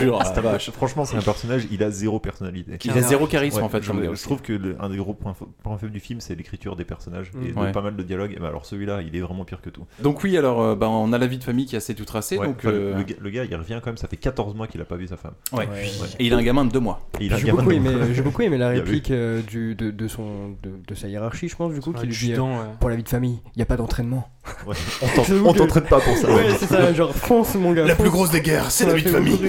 Speaker 2: jure,
Speaker 3: C'est un-
Speaker 2: ah, vache.
Speaker 3: Franchement, c'est un personnage, il a zéro personnalité.
Speaker 2: Il a zéro charisme, en fait,
Speaker 3: Je,
Speaker 2: comme gars
Speaker 3: je
Speaker 2: aussi.
Speaker 3: trouve que le- un des gros points, fa- points faibles du film, c'est l'écriture des personnages et
Speaker 2: Mm. Ouais.
Speaker 3: de pas mal de dialogues. Et ben alors celui-là, il est vraiment pire que tout.
Speaker 2: Donc, oui, alors, euh, bah, on a la vie de famille qui est assez tout tracée.
Speaker 3: Ouais,
Speaker 2: donc,
Speaker 3: enfin,
Speaker 2: euh,
Speaker 3: le, gars- le gars, il revient quand même, ça fait 14 mois qu'il a pas vu sa femme.
Speaker 2: Ouais. Et il a un gamin de deux mois.
Speaker 3: Et il a un
Speaker 10: J'ai
Speaker 3: gamin
Speaker 10: beaucoup,
Speaker 3: de deux
Speaker 10: aimé-
Speaker 3: mois.
Speaker 10: j'ai beaucoup aimé la
Speaker 3: Il y a eu-
Speaker 10: réplique euh, du, de, de son, de, de sa hiérarchie, je pense, du coup,
Speaker 8: Son
Speaker 10: qui lui dit
Speaker 8: adjudant,
Speaker 10: euh,
Speaker 8: ouais.
Speaker 10: Pour la vie de famille, il n'y a pas d'entraînement.
Speaker 3: Ouais, on t'en-
Speaker 10: J'avoue
Speaker 3: on
Speaker 10: que-
Speaker 3: t'entraîne pas pour ça.
Speaker 10: Ouais, c'est ça, genre fonce, mon gars. fonce.
Speaker 3: Ah,
Speaker 10: Ça m'a fait beaucoup rire.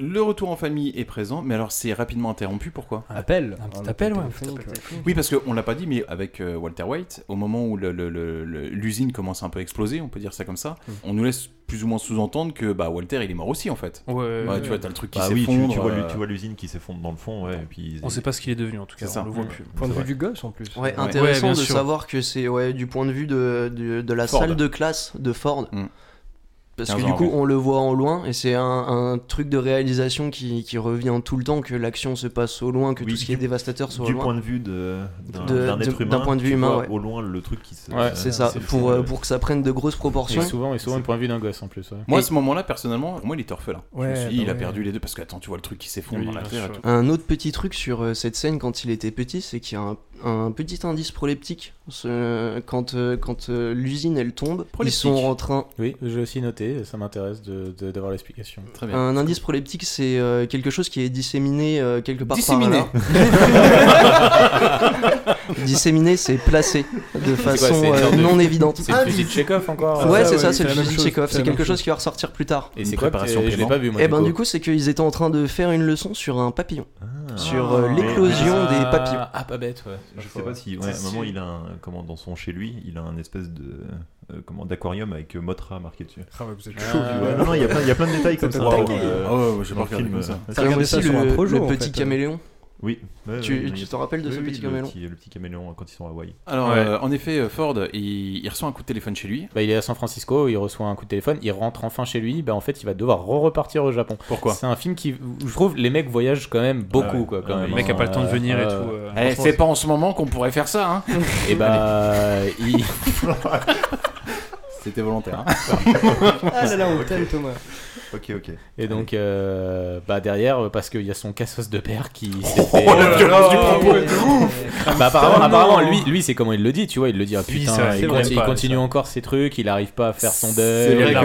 Speaker 2: Le retour en famille est présent, mais alors c'est rapidement interrompu. Pourquoi
Speaker 10: Appel. Un
Speaker 8: petit appel, ouais.
Speaker 10: téléphonique, ouais.
Speaker 3: Mm.
Speaker 2: Oui, parce qu'on l'a pas dit, mais avec euh, Walter White, au moment où le- le- le- le- l'usine commence un peu à exploser, on peut dire ça comme ça,
Speaker 3: Mm.
Speaker 2: on nous laisse plus ou moins sous-entendre que bah, Walter il est mort aussi en fait. tu vois, t'as le truc qui
Speaker 3: Bah oui, tu-
Speaker 2: s'effondre.
Speaker 3: tu vois l'u-
Speaker 2: euh,
Speaker 3: tu vois l'usine qui s'effondre dans le fond, ouais, et puis
Speaker 8: On sait pas ce qu'il est devenu en tout cas,
Speaker 3: C'est ça.
Speaker 8: on le voit
Speaker 3: Mm.
Speaker 8: plus.
Speaker 10: Point de
Speaker 3: C'est vrai.
Speaker 10: vue du gosse en plus.
Speaker 11: Ouais,
Speaker 8: Ouais,
Speaker 11: intéressant
Speaker 8: bien
Speaker 11: de
Speaker 8: sûr.
Speaker 11: savoir que c'est ouais, du point de vue de, de, de la
Speaker 2: Ford.
Speaker 11: salle de classe de Ford.
Speaker 3: Mm.
Speaker 11: Parce que
Speaker 2: 15
Speaker 11: du
Speaker 2: ans,
Speaker 11: coup,
Speaker 2: ouais.
Speaker 11: on le voit en loin, et c'est un, un truc de réalisation qui, qui revient tout le temps, que l'action se passe au loin, que tout ce qui est dévastateur soit au
Speaker 3: du
Speaker 11: loin.
Speaker 3: point de vue de- d'un
Speaker 11: De-
Speaker 3: d'un être
Speaker 11: de-
Speaker 3: humain,
Speaker 11: d'un point de vue
Speaker 3: tu
Speaker 11: humain,
Speaker 3: vois
Speaker 11: ouais.
Speaker 3: au loin le truc qui se.
Speaker 5: Ouais.
Speaker 11: C'est ça,
Speaker 5: C'est-
Speaker 11: pour, euh, pour que ça prenne de grosses
Speaker 5: Et
Speaker 11: proportions.
Speaker 5: souvent, et souvent, le point de vue d'un gosse en plus. ouais.
Speaker 2: Moi, à ce moment-là, personnellement, moi, il était orphelin. je me
Speaker 11: Ouais,
Speaker 2: suis dit,
Speaker 11: bah
Speaker 2: il a
Speaker 11: ouais.
Speaker 2: perdu les deux parce que attends, tu vois le truc qui s'effondre
Speaker 5: Oui,
Speaker 2: dans la
Speaker 5: bien
Speaker 2: terre. et
Speaker 5: sûr.
Speaker 2: tout.
Speaker 11: Un autre petit truc sur euh, cette scène quand il était petit, c'est qu'il y a un, un petit indice proleptique. Ce- quand euh, quand euh, l'usine elle tombe, ils
Speaker 5: Proleptique.
Speaker 11: sont en train.
Speaker 5: Oui, j'ai aussi noté c'est Ça m'intéresse de- de- d'avoir l'explication. Très
Speaker 11: Un indice proleptique, c'est euh, quelque chose qui est disséminé euh, quelque part
Speaker 5: Disséminé.
Speaker 11: par là. disséminé, c'est placé de
Speaker 5: quoi,
Speaker 11: façon
Speaker 5: c'est une
Speaker 11: euh,
Speaker 5: sorte de-
Speaker 11: non évidente.
Speaker 5: c'est le Ah, fusil du- de Chekhov encore,
Speaker 11: Ouais,
Speaker 5: euh,
Speaker 11: c'est
Speaker 5: ouais,
Speaker 11: ça,
Speaker 5: oui,
Speaker 11: c'est le
Speaker 5: c'est la
Speaker 11: fusil
Speaker 5: même
Speaker 11: de
Speaker 5: chose,
Speaker 11: Chekhov.
Speaker 5: c'est la
Speaker 11: C'est quelque
Speaker 5: même
Speaker 11: chose
Speaker 5: chose.
Speaker 11: qui va ressortir plus tard.
Speaker 5: Et c'est quoi Préparation que- je l'ai piment. pas vu, moi,
Speaker 11: Eh
Speaker 5: du
Speaker 11: ben
Speaker 5: coup.
Speaker 11: du coup, c'est qu'ils étaient en train de faire une leçon sur un papillon, sur euh,
Speaker 5: Ah.
Speaker 11: l'éclosion
Speaker 5: Ah.
Speaker 11: des papillons.
Speaker 5: Ah, pas bête, ouais.
Speaker 3: Je sais pas si, ouais, à un moment, il a un, comment, dans son chez lui, il a un espèce de, euh, comment, d'aquarium avec euh, Motra marqué dessus.
Speaker 10: Ah ouais, vous êtes
Speaker 3: Ah,
Speaker 10: chaud, tu vois.
Speaker 3: Non, non, il y a plein, il y a plein de détails comme ça.
Speaker 10: Wow.
Speaker 3: dans le-
Speaker 10: Ah ouais, ouais, j'ai
Speaker 3: dans le
Speaker 10: pas regardé
Speaker 3: film,
Speaker 10: comme ça.
Speaker 3: euh,
Speaker 11: T'as regardé ça sur un projo, le petit
Speaker 3: fait.
Speaker 11: caméléon
Speaker 3: Oui. Ouais, ouais,
Speaker 11: Tu- tu
Speaker 3: Euh, il y a-
Speaker 11: te rappelles de ce
Speaker 3: oui,
Speaker 11: petit
Speaker 3: oui,
Speaker 11: caméléon
Speaker 3: le petit, le petit caméléon euh, quand ils sont à Hawaï.
Speaker 2: Alors, euh, en effet, euh, Ford, il, il reçoit un coup de téléphone chez lui.
Speaker 5: Bah, il est à San Francisco, il reçoit un coup de téléphone, il rentre enfin chez lui, bah, en fait il va devoir repartir au Japon.
Speaker 2: Pourquoi
Speaker 5: C'est un film qui, où je trouve, les mecs voyagent quand même beaucoup.
Speaker 2: Ah ouais.
Speaker 5: quoi,
Speaker 2: Ah
Speaker 5: quand
Speaker 2: ouais,
Speaker 5: même,
Speaker 2: le mec
Speaker 5: hein.
Speaker 2: a pas le temps de venir et tout, euh, Eh, franchement, c'est pas en ce moment qu'on pourrait faire ça, hein.
Speaker 5: Et bah. il-
Speaker 2: C'était volontaire. hein.
Speaker 10: Ah là là, on t'aime, Thomas.
Speaker 3: Ok, ok.
Speaker 5: Et donc, euh, bah derrière, euh, parce qu'il y a son cassos de père qui s'est fait.
Speaker 7: Oh, la
Speaker 5: euh,
Speaker 7: violence du propos
Speaker 5: ouais.
Speaker 7: est ouf
Speaker 5: Bah, apparemment,
Speaker 7: Putain,
Speaker 5: apparemment
Speaker 7: non.
Speaker 5: lui, lui c'est comment il le dit, tu vois, il le dit, ah,
Speaker 2: Si,
Speaker 5: putain,
Speaker 2: c'est vrai,
Speaker 5: il,
Speaker 2: c'est vrai,
Speaker 5: conti-
Speaker 2: pas,
Speaker 5: il continue encore ses trucs, il arrive pas à faire son
Speaker 2: C'est
Speaker 5: deuil.
Speaker 2: vrai,
Speaker 5: il
Speaker 2: que,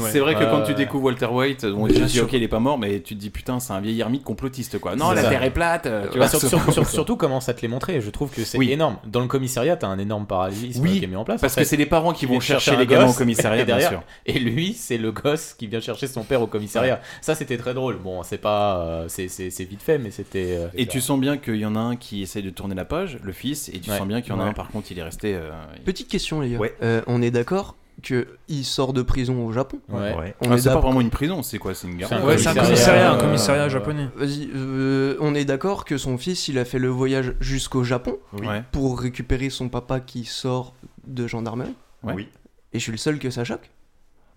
Speaker 5: a-
Speaker 2: c'est vrai que quand
Speaker 5: Ouais.
Speaker 2: tu découvres Walter White, on
Speaker 5: Bien
Speaker 2: te dit
Speaker 5: sûr.
Speaker 2: ok, il est pas mort, mais tu te dis putain, c'est un vieil ermite complotiste quoi. Non,
Speaker 5: C'est
Speaker 2: la
Speaker 5: ça.
Speaker 2: terre est plate. euh,
Speaker 5: Tu vois,
Speaker 2: c'est
Speaker 5: sur- sur- sur-
Speaker 2: vraiment ça.
Speaker 5: surtout comment ça te l'est montré, je trouve que c'est
Speaker 2: Oui.
Speaker 5: énorme. Dans le commissariat, t'as un énorme parallélisme euh,
Speaker 2: Oui,
Speaker 5: qui est mis en place.
Speaker 2: parce
Speaker 5: en
Speaker 2: que
Speaker 5: fait.
Speaker 2: c'est les parents qui
Speaker 5: Tu
Speaker 2: vont
Speaker 5: viens
Speaker 2: chercher
Speaker 5: chercher
Speaker 2: les
Speaker 5: un
Speaker 2: gamins au
Speaker 5: gosse,
Speaker 2: commissariat,
Speaker 5: et derrière-
Speaker 2: bien sûr.
Speaker 5: Et lui, c'est le gosse qui vient chercher son père au commissariat. Ça, c'était très drôle. Bon, c'est pas, euh, c'est c'est- c'est vite fait, mais c'était. euh,
Speaker 2: Et tu sens bien qu'il y en a un qui essaye de tourner la page, le fils, et tu
Speaker 5: Ouais.
Speaker 2: sens bien qu'il y en a
Speaker 5: Ouais.
Speaker 2: un par contre, il est resté. euh, il-
Speaker 11: Petite question, les gars. Euh, on est d'accord que il sort de prison au Japon.
Speaker 2: Ouais. Ouais.
Speaker 11: On
Speaker 2: Ah,
Speaker 11: est
Speaker 2: c'est pas
Speaker 11: d'accord-
Speaker 2: vraiment une prison, c'est quoi C'est une garde
Speaker 8: Ouais, c'est un commissariat, euh, un commissariat japonais.
Speaker 11: Vas-y, euh, on est d'accord que son fils, il a fait le voyage jusqu'au Japon
Speaker 2: Oui. Ouais.
Speaker 11: pour récupérer son papa qui sort de gendarmerie.
Speaker 2: Ouais.
Speaker 3: Oui.
Speaker 11: Et je suis le seul que ça choque.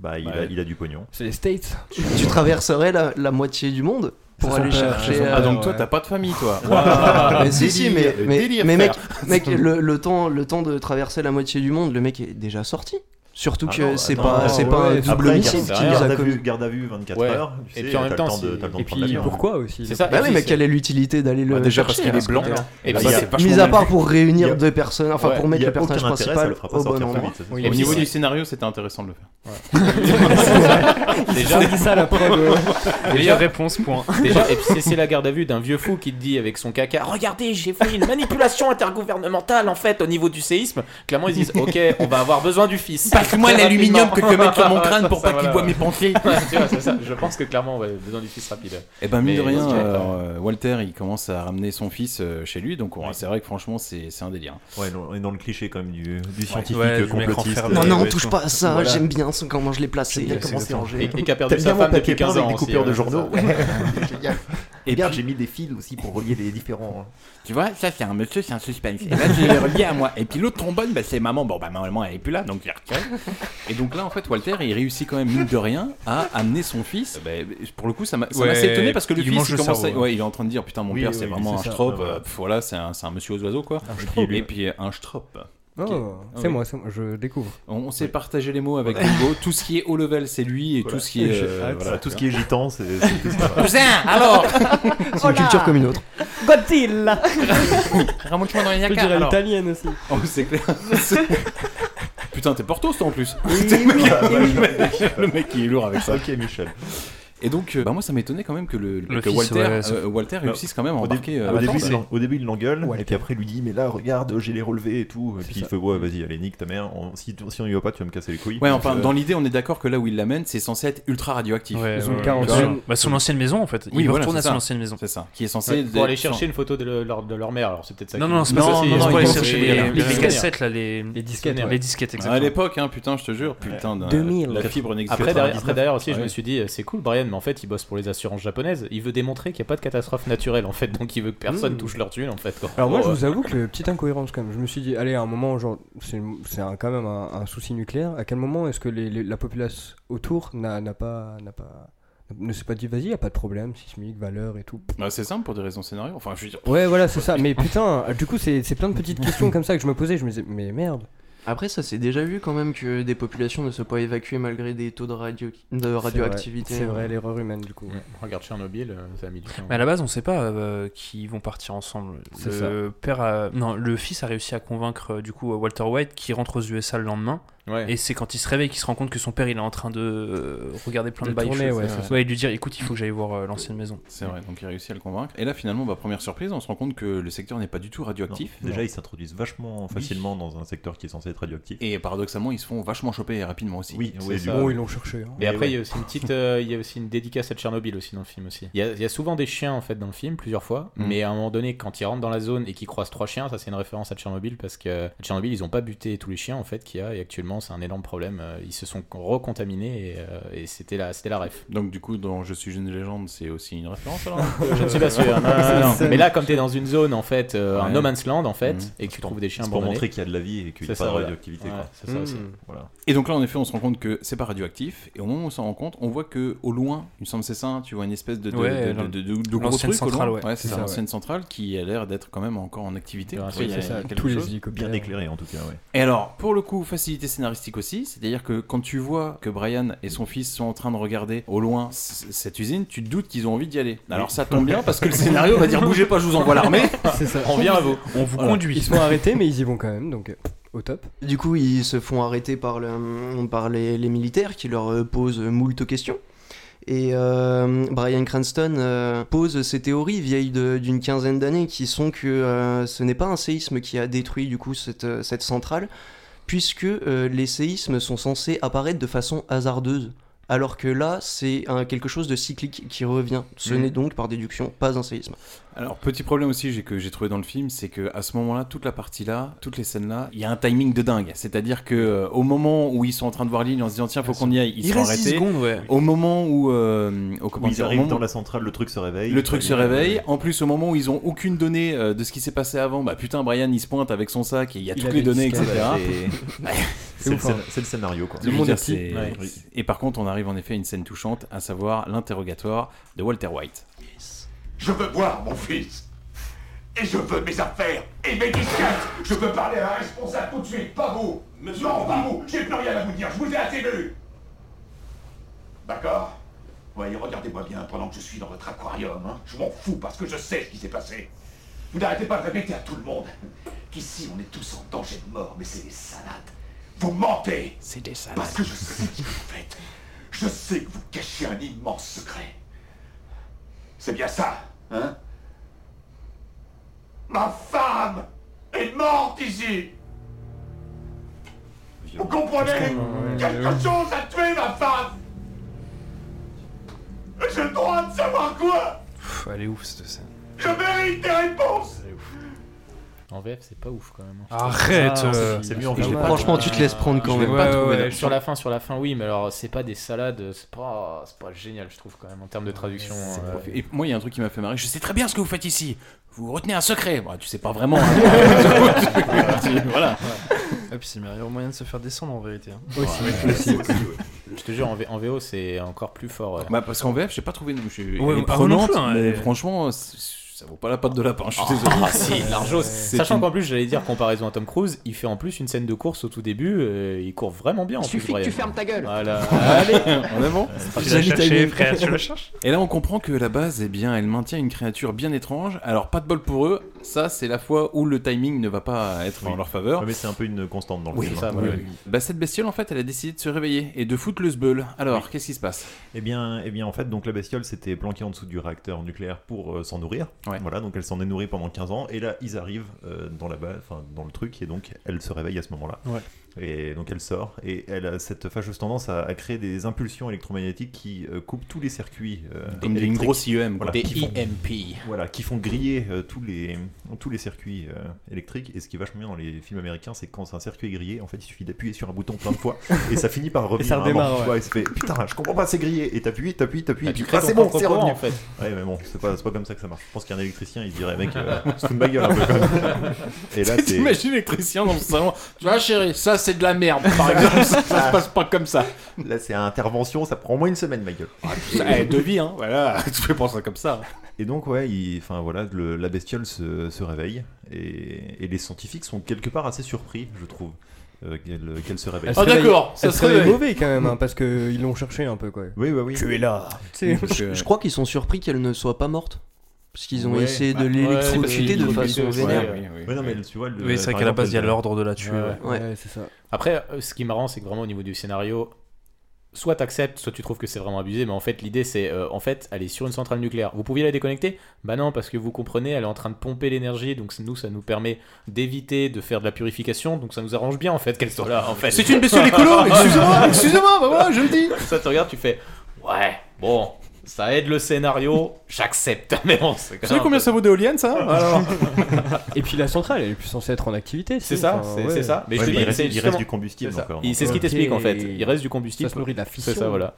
Speaker 3: Bah, il, a, il a du pognon.
Speaker 10: C'est les States.
Speaker 11: Tu traverserais la, la moitié du monde pour
Speaker 2: Ça
Speaker 11: aller
Speaker 2: sent pas- ça
Speaker 11: chercher.
Speaker 2: sent pas-
Speaker 11: euh,
Speaker 2: Ah, donc toi, t'as pas de famille, toi.
Speaker 11: Waouh. Mais si,
Speaker 2: Délire,
Speaker 11: si, mais, mais,
Speaker 2: délire,
Speaker 11: mais mec,
Speaker 2: frère.
Speaker 11: mec le, le temps, le temps de traverser la moitié du monde, le mec est déjà sorti. Surtout
Speaker 3: Ah
Speaker 11: que
Speaker 3: non,
Speaker 11: c'est
Speaker 3: non,
Speaker 11: pas,
Speaker 3: non,
Speaker 11: c'est
Speaker 3: ouais,
Speaker 11: pas un
Speaker 3: ouais,
Speaker 11: double
Speaker 3: après,
Speaker 11: homicide
Speaker 3: garde-
Speaker 11: qui nous
Speaker 3: garde
Speaker 11: a
Speaker 3: à vue-
Speaker 11: commis.
Speaker 3: garde à vue 24 heures, tu
Speaker 5: et
Speaker 3: sais,
Speaker 5: puis
Speaker 3: t'as
Speaker 5: en même
Speaker 3: le
Speaker 5: temps,
Speaker 3: temps de-
Speaker 5: c'est-
Speaker 3: t'as le temps de
Speaker 5: et
Speaker 3: prendre l'avion.
Speaker 10: Pourquoi aussi
Speaker 5: C'est ça.
Speaker 11: Bah
Speaker 5: et
Speaker 11: oui,
Speaker 5: puis
Speaker 11: mais
Speaker 5: c'est-
Speaker 11: quelle est l'utilité d'aller le
Speaker 5: Bah, déjà parce
Speaker 11: chercher hein.
Speaker 5: qu'il est blanc. Et
Speaker 11: Et
Speaker 5: puis c'est vachement
Speaker 11: mis
Speaker 5: bien
Speaker 11: à part
Speaker 5: fait.
Speaker 11: pour
Speaker 5: Il y
Speaker 11: réunir
Speaker 5: a-
Speaker 11: deux personnes, enfin
Speaker 5: Ouais.
Speaker 11: pour mettre
Speaker 5: Il y a
Speaker 11: le personnage
Speaker 5: aucun intérêt,
Speaker 11: principal
Speaker 5: ça le fera pas
Speaker 11: au bon
Speaker 5: sortir très
Speaker 11: endroit.
Speaker 5: vite, ça, c'est
Speaker 2: Au
Speaker 5: sûr.
Speaker 2: niveau
Speaker 5: c'est-
Speaker 2: du scénario, c'était intéressant de le
Speaker 5: Ouais.
Speaker 2: faire.
Speaker 5: Déjà,
Speaker 8: Déjà, réponse, point.
Speaker 5: Déjà, et puis c'est- c'est la garde à vue d'un vieux fou qui te dit avec son caca Regardez, j'ai fait une manipulation intergouvernementale en fait au niveau du séisme. Clairement, ils disent Ok, on va avoir besoin du fils.
Speaker 2: Passe-moi
Speaker 5: Très
Speaker 2: l'aluminium
Speaker 5: rapidement.
Speaker 2: que je vais mettre sur mon
Speaker 5: Ouais,
Speaker 2: crâne
Speaker 5: ça,
Speaker 2: pour
Speaker 5: ça,
Speaker 2: pas qu'il
Speaker 5: voilà,
Speaker 2: voie
Speaker 5: ouais.
Speaker 2: mes pensées.
Speaker 5: Ouais, tu vois, c'est ça. Je pense que clairement, ouais, besoin du fils rapide.
Speaker 2: Et ben mine de
Speaker 5: Mais-
Speaker 2: rien,
Speaker 5: Ouais.
Speaker 2: euh, Walter, il commence à ramener son fils euh, chez lui, donc on- c'est vrai que franchement, c'est c'est un délire.
Speaker 3: Ouais, non, on est dans le cliché quand même du, du scientifique
Speaker 2: Ouais,
Speaker 3: euh,
Speaker 2: du mec
Speaker 3: complotiste.
Speaker 2: enfermé.
Speaker 3: euh,
Speaker 11: Non, non, on
Speaker 3: ouais,
Speaker 11: touche
Speaker 3: tout.
Speaker 11: pas à ça,
Speaker 3: Voilà.
Speaker 11: j'aime bien son- comment je l'ai placé,
Speaker 3: J'aime bien
Speaker 11: comment
Speaker 3: ses
Speaker 11: c'est
Speaker 3: enfants.
Speaker 11: rangé.
Speaker 5: Et- et qui a perdu sa
Speaker 3: bien mon
Speaker 5: femme
Speaker 3: papier
Speaker 5: depuis 15
Speaker 3: peint
Speaker 5: ans
Speaker 3: Avec des
Speaker 5: aussi,
Speaker 3: coupures de
Speaker 5: ouais,
Speaker 3: journaux.
Speaker 5: c'est ça.
Speaker 3: Ouais.
Speaker 11: Génial.
Speaker 3: Regarde, j'ai mis des fils aussi pour relier les différents.
Speaker 2: Tu vois, ça c'est un monsieur, c'est un suspense. Et là, je l'ai relié à moi. Et puis l'autre trombone, bah, c'est maman. Bon, bah, normalement, elle est plus là, donc je l'ai retiré. Et donc là, en fait, Walter, il réussit quand même, mine de rien, à amener son fils. Bah, pour le coup, ça m'a ça m'a
Speaker 8: Ouais,
Speaker 2: assez étonné parce que le
Speaker 8: il
Speaker 2: fils,
Speaker 8: mange
Speaker 2: il
Speaker 8: le
Speaker 2: commence
Speaker 8: cerveau,
Speaker 2: à-
Speaker 8: ouais.
Speaker 2: ouais, il est en train de dire Putain, mon
Speaker 8: Oui,
Speaker 2: père,
Speaker 8: oui,
Speaker 2: c'est
Speaker 8: oui,
Speaker 2: vraiment
Speaker 8: c'est
Speaker 2: un
Speaker 8: ça.
Speaker 2: strop.
Speaker 8: Ouais, ouais.
Speaker 2: euh, pff, voilà, c'est un, c'est un monsieur aux oiseaux, quoi.
Speaker 8: Un strop.
Speaker 2: Et puis un strop.
Speaker 10: Oh,
Speaker 2: Ok.
Speaker 10: c'est
Speaker 2: Ouais.
Speaker 10: moi, c'est moi, je découvre.
Speaker 2: On, on s'est partagé les mots avec Hugo. Tout ce qui est haut level, c'est lui, et
Speaker 3: Voilà.
Speaker 2: tout ce qui est.
Speaker 3: Je-
Speaker 2: euh,
Speaker 3: ah,
Speaker 2: voilà.
Speaker 3: tout ce qui est gitan, c'est. c'est tout ça.
Speaker 2: alors
Speaker 11: C'est une culture comme une autre.
Speaker 2: Godzilla Remonte-moi dans les
Speaker 10: Je
Speaker 2: Niagara,
Speaker 10: peux dire à
Speaker 2: alors.
Speaker 10: l'italienne aussi.
Speaker 2: Oh, c'est clair. C'est- Putain, t'es portos, toi, en plus. le mec, il est lourd avec ça.
Speaker 3: Ok, Michel.
Speaker 2: Et donc, euh, bah, moi, ça m'étonnait quand même que, le,
Speaker 3: Le
Speaker 2: que
Speaker 3: fils,
Speaker 2: Walter,
Speaker 3: ouais, c'est-
Speaker 2: euh, Walter
Speaker 3: Non,
Speaker 2: réussisse quand même à
Speaker 3: au dé-
Speaker 2: embarquer. euh,
Speaker 3: au, début,
Speaker 2: Ford.
Speaker 3: il l'en- au début, il l'engueule,
Speaker 2: Walter.
Speaker 3: et puis après, il lui dit Mais là, regarde, j'ai les relevés et tout. Et puis il fait Ouais, vas-y, allez, nique ta mère. On- si, si on y va pas, tu vas me casser les couilles.
Speaker 2: Ouais,
Speaker 3: Donc,
Speaker 2: enfin,
Speaker 3: euh,
Speaker 2: dans l'idée, on est d'accord que là où il l'amène, c'est censé être ultra radioactif.
Speaker 8: Ouais, Zone ouais, ouais. 41.
Speaker 2: Tu vois.
Speaker 8: Bah, son ancienne maison, en fait. Il
Speaker 2: Oui,
Speaker 8: va
Speaker 2: voilà,
Speaker 8: retourner à
Speaker 2: c'est
Speaker 8: son
Speaker 2: ça.
Speaker 8: ancienne maison.
Speaker 2: C'est ça. Qui est censé
Speaker 5: Pour aller
Speaker 2: être-
Speaker 5: chercher une photo de, le- leur, de leur mère, alors c'est peut-être ça.
Speaker 8: Non,
Speaker 5: qui-
Speaker 8: non, c'est pas ça, c'est
Speaker 5: non,
Speaker 8: c'est pour
Speaker 5: non,
Speaker 8: aller
Speaker 5: ils
Speaker 8: chercher
Speaker 5: sont-
Speaker 8: les,
Speaker 5: les-
Speaker 8: les
Speaker 5: les
Speaker 8: cassettes, là, les, Les
Speaker 10: Ah,
Speaker 8: disquettes,
Speaker 2: À
Speaker 8: exactement.
Speaker 2: l'époque, hein, putain, je te jure, putain, d'un- la fibre n'existe
Speaker 5: Après, derrière, après, derrière aussi,
Speaker 2: Ah
Speaker 5: je me
Speaker 2: oui.
Speaker 5: suis dit, euh, c'est cool, Brian, mais en fait, il bosse pour les assurances japonaises. Il veut démontrer qu'il n'y a pas de catastrophe naturelle, en fait. Donc, il veut que personne
Speaker 10: Mm.
Speaker 5: touche leur tuile, en fait. quoi.
Speaker 10: Alors moi,
Speaker 5: Oh,
Speaker 10: je vous
Speaker 5: euh,
Speaker 10: avoue que petite incohérence quand même. Je me suis dit, allez, à un moment, genre, c'est c'est un- quand même un, un souci nucléaire. À quel moment est-ce que les- les- la populace autour n'a n'a pas, n'a pas, ne s'est pas dit, vas-y, y a pas de problème, sismique, valeur et tout.
Speaker 2: Bah, c'est simple pour des raisons scénario. Enfin, je veux dire.
Speaker 10: Ouais, voilà, c'est ça. Mais putain, du coup, c'est c'est plein de petites questions comme ça que je me posais. Je me disais, mais merde.
Speaker 11: Après, ça s'est déjà vu quand même que des populations ne soient pas évacuées malgré des taux de, radio... de radioactivité. hein.
Speaker 10: C'est vrai, l'erreur humaine du coup.
Speaker 5: Regarde Tchernobyl, euh, ça a mis du temps.
Speaker 8: Mais à la base, on sait pas euh, qui vont partir ensemble.
Speaker 5: C'est
Speaker 8: Le père, a- non, le fils a réussi à convaincre euh, du coup Walter White qui rentre aux USA le lendemain.
Speaker 5: Ouais.
Speaker 8: Et c'est quand il se réveille qu'il se rend compte que son père il est en train de euh, regarder plein de,
Speaker 10: De
Speaker 8: bails.
Speaker 10: tourner,
Speaker 8: chauds.
Speaker 10: Bah, ouais, c'est ça.
Speaker 8: et lui dire écoute, il faut que j'aille voir euh, l'ancienne maison.
Speaker 2: C'est vrai, donc il réussit à le convaincre. Et là, finalement, bah, première surprise, on se rend compte que le secteur n'est pas du tout radioactif.
Speaker 3: euh, Non. Déjà, ils s'introduisent vachement facilement dans un secteur qui est censé être radioactif.
Speaker 2: Et paradoxalement, ils se font vachement choper rapidement aussi.
Speaker 3: Oui,
Speaker 2: C'est
Speaker 3: oui,
Speaker 2: ça.
Speaker 3: du coup.
Speaker 10: hein.
Speaker 5: Et après, il y a aussi une petite, euh, il y a aussi une dédicace à Tchernobyl aussi dans le film aussi. Il y a, il y a souvent des chiens en fait dans le film plusieurs fois,
Speaker 2: Mm.
Speaker 5: mais à un moment donné, quand ils rentrent dans la zone et qu'ils croisent trois chiens, ça c'est une référence à Tchernobyl parce que euh, à Tchernobyl ils ont pas buté tous les chiens en fait qu'il y a et actuellement c'est un énorme problème. Euh, Ils se sont recontaminés et, euh, et c'était la, c'était la ref.
Speaker 2: Donc du coup, dans Je suis une légende, c'est aussi une référence alors
Speaker 3: Euh,
Speaker 5: Je ne suis pas sûr. non, non, non. Mais là, comme tu es dans une zone en fait, euh, un
Speaker 2: Ouais.
Speaker 5: no man's land en fait,
Speaker 2: Mm.
Speaker 5: et que tu trouves des chiens
Speaker 3: C'est pour
Speaker 5: abandonnés.
Speaker 3: montrer qu'il y a de la vie et qu'il n'y
Speaker 5: C'est
Speaker 3: a
Speaker 5: ça,
Speaker 3: pas de
Speaker 5: voilà.
Speaker 3: radioactivité.
Speaker 5: Ouais,
Speaker 3: quoi.
Speaker 5: c'est ça aussi.
Speaker 3: Voilà.
Speaker 2: Et donc là, en effet, on se rend compte que c'est pas radioactif. Et au moment où on s'en rend compte, on voit que au loin, il me semble que c'est ça, hein, tu vois une espèce de, de,
Speaker 8: Ouais,
Speaker 2: de- de- de- de
Speaker 8: l'ancienne
Speaker 2: gros truc. au loin.
Speaker 8: centrale, ouais.
Speaker 2: c'est
Speaker 8: C'est
Speaker 2: ça,
Speaker 8: ça,
Speaker 2: l'ancienne centrale qui a l'air d'être quand même encore en activité.
Speaker 3: Ouais,
Speaker 2: Tu vois,
Speaker 3: c'est
Speaker 2: il y a-
Speaker 3: ça,
Speaker 2: il y a quelque
Speaker 3: tous les
Speaker 2: chose.
Speaker 3: hélicoptères. Bien éclairé, en tout cas, ouais.
Speaker 2: Et alors, pour le coup, facilité scénaristique aussi, c'est-à-dire que quand tu vois que Brian et son fils sont en train de regarder au loin c- cette usine, tu te doutes qu'ils ont envie d'y aller. Alors ça tombe bien parce que le scénario va dire bougez pas, je vous envoie l'armée.
Speaker 10: C'est ça.
Speaker 2: On vient à vous.
Speaker 10: On vous
Speaker 2: Voilà.
Speaker 10: conduit. Ils sont arrêtés, mais ils y vont quand même, donc euh, au top.
Speaker 11: Du coup, ils se font arrêter par, le- par les, les militaires qui leur euh, posent moult questions. Et euh, Brian Cranston euh, pose ses théories vieilles de- d'une quinzaine d'années qui sont que euh, ce n'est pas un séisme qui a détruit du coup cette, euh, cette centrale, puisque euh, les séismes sont censés apparaître de façon hasardeuse. Alors que là, c'est un- quelque chose de cyclique qui revient. Ce
Speaker 5: Mm.
Speaker 2: Mhm.
Speaker 11: n'est donc, par déduction, pas un séisme.
Speaker 2: Alors, petit problème aussi j'ai- que j'ai trouvé dans le film, c'est que à ce moment-là, toute la partie-là, toutes les scènes-là, il y a un timing de dingue. C'est-à-dire que euh, au moment où ils sont en train de voir l'île en se disant tiens, faut qu'on y aille, ils
Speaker 8: Il
Speaker 2: sont
Speaker 8: reste dix
Speaker 2: arrêtés.
Speaker 8: secondes, ouais.
Speaker 2: Au moment où, euh, au-
Speaker 3: Où
Speaker 2: comment
Speaker 3: ils
Speaker 2: dire, au
Speaker 3: arrivent
Speaker 2: moment-
Speaker 3: dans la centrale, le truc se réveille.
Speaker 2: le truc se réveille. En plus, au moment où ils ont aucune donnée euh, de ce qui s'est passé avant, bah putain, Brian il se pointe avec son sac et il y a
Speaker 3: Il
Speaker 2: toutes
Speaker 3: avait
Speaker 2: les données,
Speaker 3: une
Speaker 2: etc.
Speaker 3: scale, c'est- C'est le
Speaker 2: ouf, hein.
Speaker 3: scén- c'est le scénario, quoi.
Speaker 2: Je veux
Speaker 3: Le monde
Speaker 2: dire,
Speaker 3: est petit.
Speaker 2: c'est-
Speaker 3: Ouais.
Speaker 2: Oui. Et par contre, on arrive en effet à une scène touchante, à savoir l'interrogatoire de Walter White.
Speaker 4: Je veux boire, mon fils. Et je veux mes affaires et mes disquettes. Je veux parler à un responsable tout de suite, pas vous. Monsieur non, pas vous. J'ai plus rien à vous dire. Je vous ai assez lu. D'accord Voyez, regardez-moi bien pendant que je suis dans votre aquarium. hein. Je m'en fous parce que je sais ce qui s'est passé. Vous n'arrêtez pas de répéter à tout le monde qu'ici on est tous en danger de mort, mais c'est des salades. Vous mentez C'est des salades. Parce que je sais ce que vous faites. Je sais que vous cachez un immense secret. C'est bien ça, hein Ma femme est morte ici Vous comprenez Quelque chose a tué ma femme J'ai le droit de savoir quoi
Speaker 8: Pff, elle est ouf cette scène.
Speaker 4: Je mérite des réponses
Speaker 5: En VF, c'est pas ouf quand même.
Speaker 8: Arrête,
Speaker 5: Ah,
Speaker 8: euh,
Speaker 5: si, si,
Speaker 8: c'est
Speaker 5: si,
Speaker 8: mieux en
Speaker 5: je l'ai
Speaker 8: VF.
Speaker 5: pas
Speaker 8: Franchement,
Speaker 5: trouvé.
Speaker 8: tu te laisses prendre quand
Speaker 5: Je
Speaker 8: même.
Speaker 5: l'ai pas
Speaker 8: Ouais,
Speaker 5: trouvé.
Speaker 8: ouais, ouais.
Speaker 5: Euh, Sur la fin, sur la fin, oui, mais alors c'est pas des salades, c'est pas, c'est pas génial, je trouve quand même en termes de traduction. euh,
Speaker 2: Et moi, il y a un truc qui m'a fait marrer. Je sais très bien ce que vous faites ici. Vous retenez un secret. Bah, tu sais pas vraiment. hein. voilà.
Speaker 8: Ah, puis c'est le meilleur moyen de se faire descendre en vérité. hein.
Speaker 5: Ouais, Je te jure, en, V- en VO, c'est encore plus fort. ouais.
Speaker 2: Bah, parce qu'en VF, j'ai pas trouvé. Je suis
Speaker 5: Ouais,
Speaker 2: elle est
Speaker 5: ah, moi non
Speaker 2: prenante,
Speaker 5: plus, hein,
Speaker 2: mais
Speaker 5: elle-
Speaker 2: franchement, c'est- ça vaut pas la patte de lapin. Je suis
Speaker 5: Ah,
Speaker 2: désolé.
Speaker 5: ah, si, l'argent.
Speaker 2: C'est
Speaker 5: Sachant
Speaker 2: une-
Speaker 5: qu'en plus, j'allais dire comparaison à Tom Cruise, il fait en plus une scène de course au tout début. euh, il court vraiment bien. En
Speaker 2: Suffit
Speaker 5: plus,
Speaker 2: que
Speaker 5: Brian.
Speaker 2: tu fermes ta gueule.
Speaker 5: Voilà.
Speaker 2: Allez,
Speaker 5: Allez,
Speaker 2: en avant.
Speaker 5: Tu l'as cherché, frère, tu l'as
Speaker 8: cherché.
Speaker 2: Et là, on comprend que la base, eh bien, elle maintient une créature bien étrange. Alors, pas de bol pour eux. Ça, c'est la fois où le timing ne va pas être en
Speaker 3: Oui.
Speaker 2: leur faveur.
Speaker 3: Ouais, mais c'est un peu une constante dans le
Speaker 2: Oui,
Speaker 3: film.
Speaker 2: ça,
Speaker 3: hein.
Speaker 2: voilà. Bah, cette bestiole, en fait, elle a décidé de se réveiller et de foutre le sbeul. Alors, qu'est-ce qui se passe
Speaker 3: Eh bien, eh bien, en fait, donc la bestiole s'était planquée en dessous du réacteur nucléaire pour euh, s'en nourrir. Voilà, donc elle s'en est nourrie pendant 15 ans. Et là, ils arrivent euh, dans, la ba- enfin, dans le truc et donc elle se réveille à ce moment-là.
Speaker 8: Ouais.
Speaker 3: Et donc elle sort et elle a cette fâcheuse tendance à, à créer des impulsions électromagnétiques qui euh, coupent tous les circuits. euh,
Speaker 2: Comme une
Speaker 3: électriques.
Speaker 2: grosse IEM, quoi. Des
Speaker 3: qui font-
Speaker 2: IMP.
Speaker 3: Voilà, qui font griller euh, tous, les, tous les circuits euh, électriques. Et ce qui est vachement bien dans les films américains, c'est que quand un circuit est grillé, en fait, il suffit d'appuyer sur un bouton plein de fois et ça finit par
Speaker 10: Et
Speaker 3: revenir.
Speaker 10: ça
Speaker 3: à un
Speaker 10: redémarre,
Speaker 3: moment, tu
Speaker 10: ouais.
Speaker 3: vois, et ça fait, putain, je comprends pas, c'est grillé. Et t'appuies, t'appuies, t'appuies.
Speaker 5: Bah,
Speaker 3: et
Speaker 5: tu
Speaker 3: puis,
Speaker 5: crées
Speaker 3: ah,
Speaker 5: ton
Speaker 3: c'est bon,
Speaker 5: propre
Speaker 3: c'est
Speaker 5: courant,
Speaker 3: revenu.
Speaker 5: en fait.
Speaker 3: Ouais, mais bon, c'est pas, c'est pas comme ça que ça marche. Je pense qu'un électricien, il se dirait, mec, euh, se fout de ma gueule un peu quand même. Et là, t'es.
Speaker 2: T'imagines l'électricien dans le salon Tu vois, chérie, ça, c'est de la merde, par exemple. ça, ça se passe pas comme ça.
Speaker 3: Là, c'est à intervention, ça prend au moins une semaine, ma gueule.
Speaker 2: Ça, eh, devis, hein, voilà, tu fais penser comme ça. hein.
Speaker 3: Et donc, ouais, il- enfin voilà, le- la bestiole se, se réveille et, et les scientifiques sont quelque part assez surpris, je trouve. euh, qu'elle qu'elle se réveille.
Speaker 2: Ah,
Speaker 10: Elle se réveille- elle se réveille mauvais quand même, hein, parce qu'ils l'ont cherché un peu quoi.
Speaker 3: Oui, oui, oui. Tu es là.
Speaker 10: Tu sais,
Speaker 11: Je, je crois qu'ils sont surpris qu'elle ne soit pas morte. Parce qu'ils ont
Speaker 3: Ouais.
Speaker 11: essayé de
Speaker 3: Bah,
Speaker 11: l'électrocuter de façon vénère.
Speaker 3: Ouais, non, mais tu vois, le-
Speaker 8: Oui, c'est vrai
Speaker 3: par
Speaker 8: qu'à la
Speaker 3: exemple,
Speaker 8: base, il y a
Speaker 3: le-
Speaker 8: l'ordre de la tuer.
Speaker 11: ouais. Ouais. Ouais,
Speaker 10: c'est ça.
Speaker 5: Après, euh, ce qui est marrant, c'est que vraiment au niveau du scénario, soit t'acceptes, soit tu trouves que c'est vraiment abusé, mais en fait, l'idée c'est, euh, en fait, elle est sur une centrale nucléaire. Vous pouviez la déconnecter Bah non, parce que vous comprenez, elle est en train de pomper l'énergie, donc nous, ça nous permet d'éviter de faire de la purification, donc ça nous arrange bien en fait qu'elle soit là, en fait.
Speaker 7: C'est une bestiole écolo, excusez-moi, excusez-moi, bah voilà, je le dis.
Speaker 5: Ça te regarde, tu fais, ouais, bon, ça aide le scénario, j'accepte, mais bon, c'est quand
Speaker 10: savez
Speaker 5: même un peu-
Speaker 10: ça vaut d'éoliennes ça
Speaker 5: Alors.
Speaker 10: Et puis la centrale, elle est plus censée être en activité. si,
Speaker 5: C'est ça,
Speaker 10: enfin,
Speaker 5: c'est
Speaker 10: ouais.
Speaker 5: c'est ça. Mais je te dis, c'est justement- c'est ça.
Speaker 3: hein.
Speaker 5: Il- C'est ce qui t'explique en fait. Il reste du combustible. C'est ça, voilà.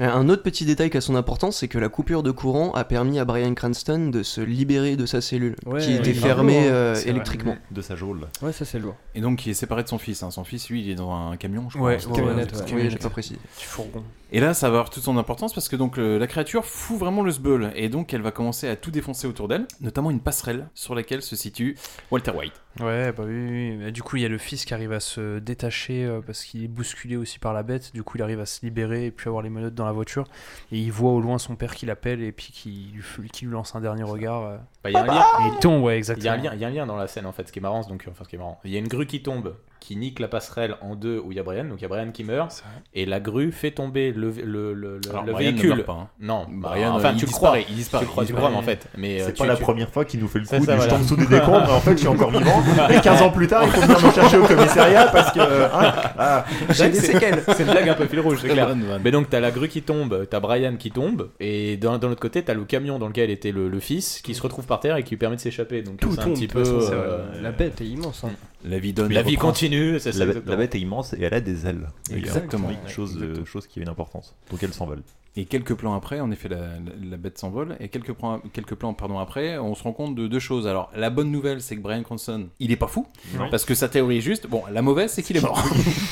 Speaker 11: Euh, Un autre petit détail qui a son importance, c'est que la coupure de courant a permis à Brian Cranston de se libérer de sa cellule, qui était fermée euh, électriquement.
Speaker 3: De sa geôle.
Speaker 10: Ouais, ça c'est lourd.
Speaker 2: Et donc, il est séparé de son fils. hein. Son fils, lui, il est dans un camion, je crois.
Speaker 11: Ouais,
Speaker 2: C'est
Speaker 11: ouais,
Speaker 2: ça,
Speaker 11: ouais,
Speaker 2: c'est
Speaker 11: ouais.
Speaker 2: ça.
Speaker 11: Oui, j'ai pas précisé.
Speaker 8: Petit fourgon.
Speaker 2: Et là, ça va avoir toute son importance parce que donc le- la créature fout vraiment le sbeul et donc elle va commencer à tout défoncer autour d'elle, notamment une passerelle sur laquelle se situe Walter White.
Speaker 8: Ouais, bah oui, oui, oui. Mais du coup, il y a le fils qui arrive à se détacher euh, parce qu'il est bousculé aussi par la bête. Du coup, il arrive à se libérer et puis avoir les menottes dans la voiture. Et il voit au loin son père qui l'appelle et puis qui lui, f- qui lui lance un dernier regard. euh.
Speaker 5: Bah, il y a un
Speaker 8: Papa
Speaker 5: lien.
Speaker 10: Ah,
Speaker 8: Et Il tombe, ouais,
Speaker 5: Il y a
Speaker 8: exactement.
Speaker 5: un lien, il y a un lien dans la scène en fait, ce qui est marrant, donc enfin ce qui est marrant. Il y a une grue qui tombe, qui nique la passerelle en deux où il y a Brian, donc il y a Brian qui meurt, et la grue fait tomber le, le, le, le-
Speaker 2: Alors,
Speaker 5: le
Speaker 2: Brian
Speaker 5: véhicule.
Speaker 2: ne meurt pas, hein.
Speaker 5: Non, bah,
Speaker 2: Brian,
Speaker 5: enfin
Speaker 2: euh, il
Speaker 5: tu le
Speaker 2: disparaît,
Speaker 5: crois,
Speaker 2: il disparaît,
Speaker 5: tu le crois,
Speaker 2: il
Speaker 5: tu le crois, mais en
Speaker 2: disparaît.
Speaker 5: fait. Mais
Speaker 3: C'est
Speaker 5: euh,
Speaker 3: pas
Speaker 5: tu-
Speaker 3: la
Speaker 5: tu-
Speaker 3: première fois qu'il nous fait le
Speaker 5: C'est
Speaker 3: coup
Speaker 5: ça,
Speaker 3: du je
Speaker 5: voilà.
Speaker 3: tombe sous des décombres et en fait je suis encore vivant et 15 ans plus tard il faut venir me chercher au commissariat parce que euh, hein, ah,
Speaker 5: C'est-
Speaker 3: j'ai des
Speaker 5: c'est-
Speaker 3: séquelles
Speaker 5: C'est une blague un peu fil rouge, c'est
Speaker 3: Très
Speaker 5: clair.
Speaker 3: bonne vanne.
Speaker 5: Mais donc, t'as la grue qui tombe, t'as Brian qui tombe, et d'un d'un autre côté, t'as le camion dans lequel était le, le fils qui se retrouve par terre et qui lui permet de s'échapper. Donc,
Speaker 10: Tout
Speaker 5: c'est un
Speaker 10: tombe,
Speaker 5: petit
Speaker 10: de
Speaker 5: peu.
Speaker 10: toute façon, c'est vrai.
Speaker 5: euh,
Speaker 10: La bête est immense. hein.
Speaker 2: La vie donne.
Speaker 5: La vie continue, c'est ça,
Speaker 3: la, bête-
Speaker 5: exactement.
Speaker 3: la bête est immense et elle a des ailes
Speaker 2: Exactement.
Speaker 3: Oui, chose, euh, chose qui a une importance donc elle s'envole
Speaker 2: Et quelques plans après, en effet, la, la- la bête s'envole. Et quelques plans, quelques plans pardon, après, on se rend compte de deux choses. Alors, la bonne nouvelle, c'est que Brian Cranston, il est pas fou,
Speaker 3: Non.
Speaker 2: parce que sa théorie est juste. Bon, la mauvaise, c'est qu'il est mort.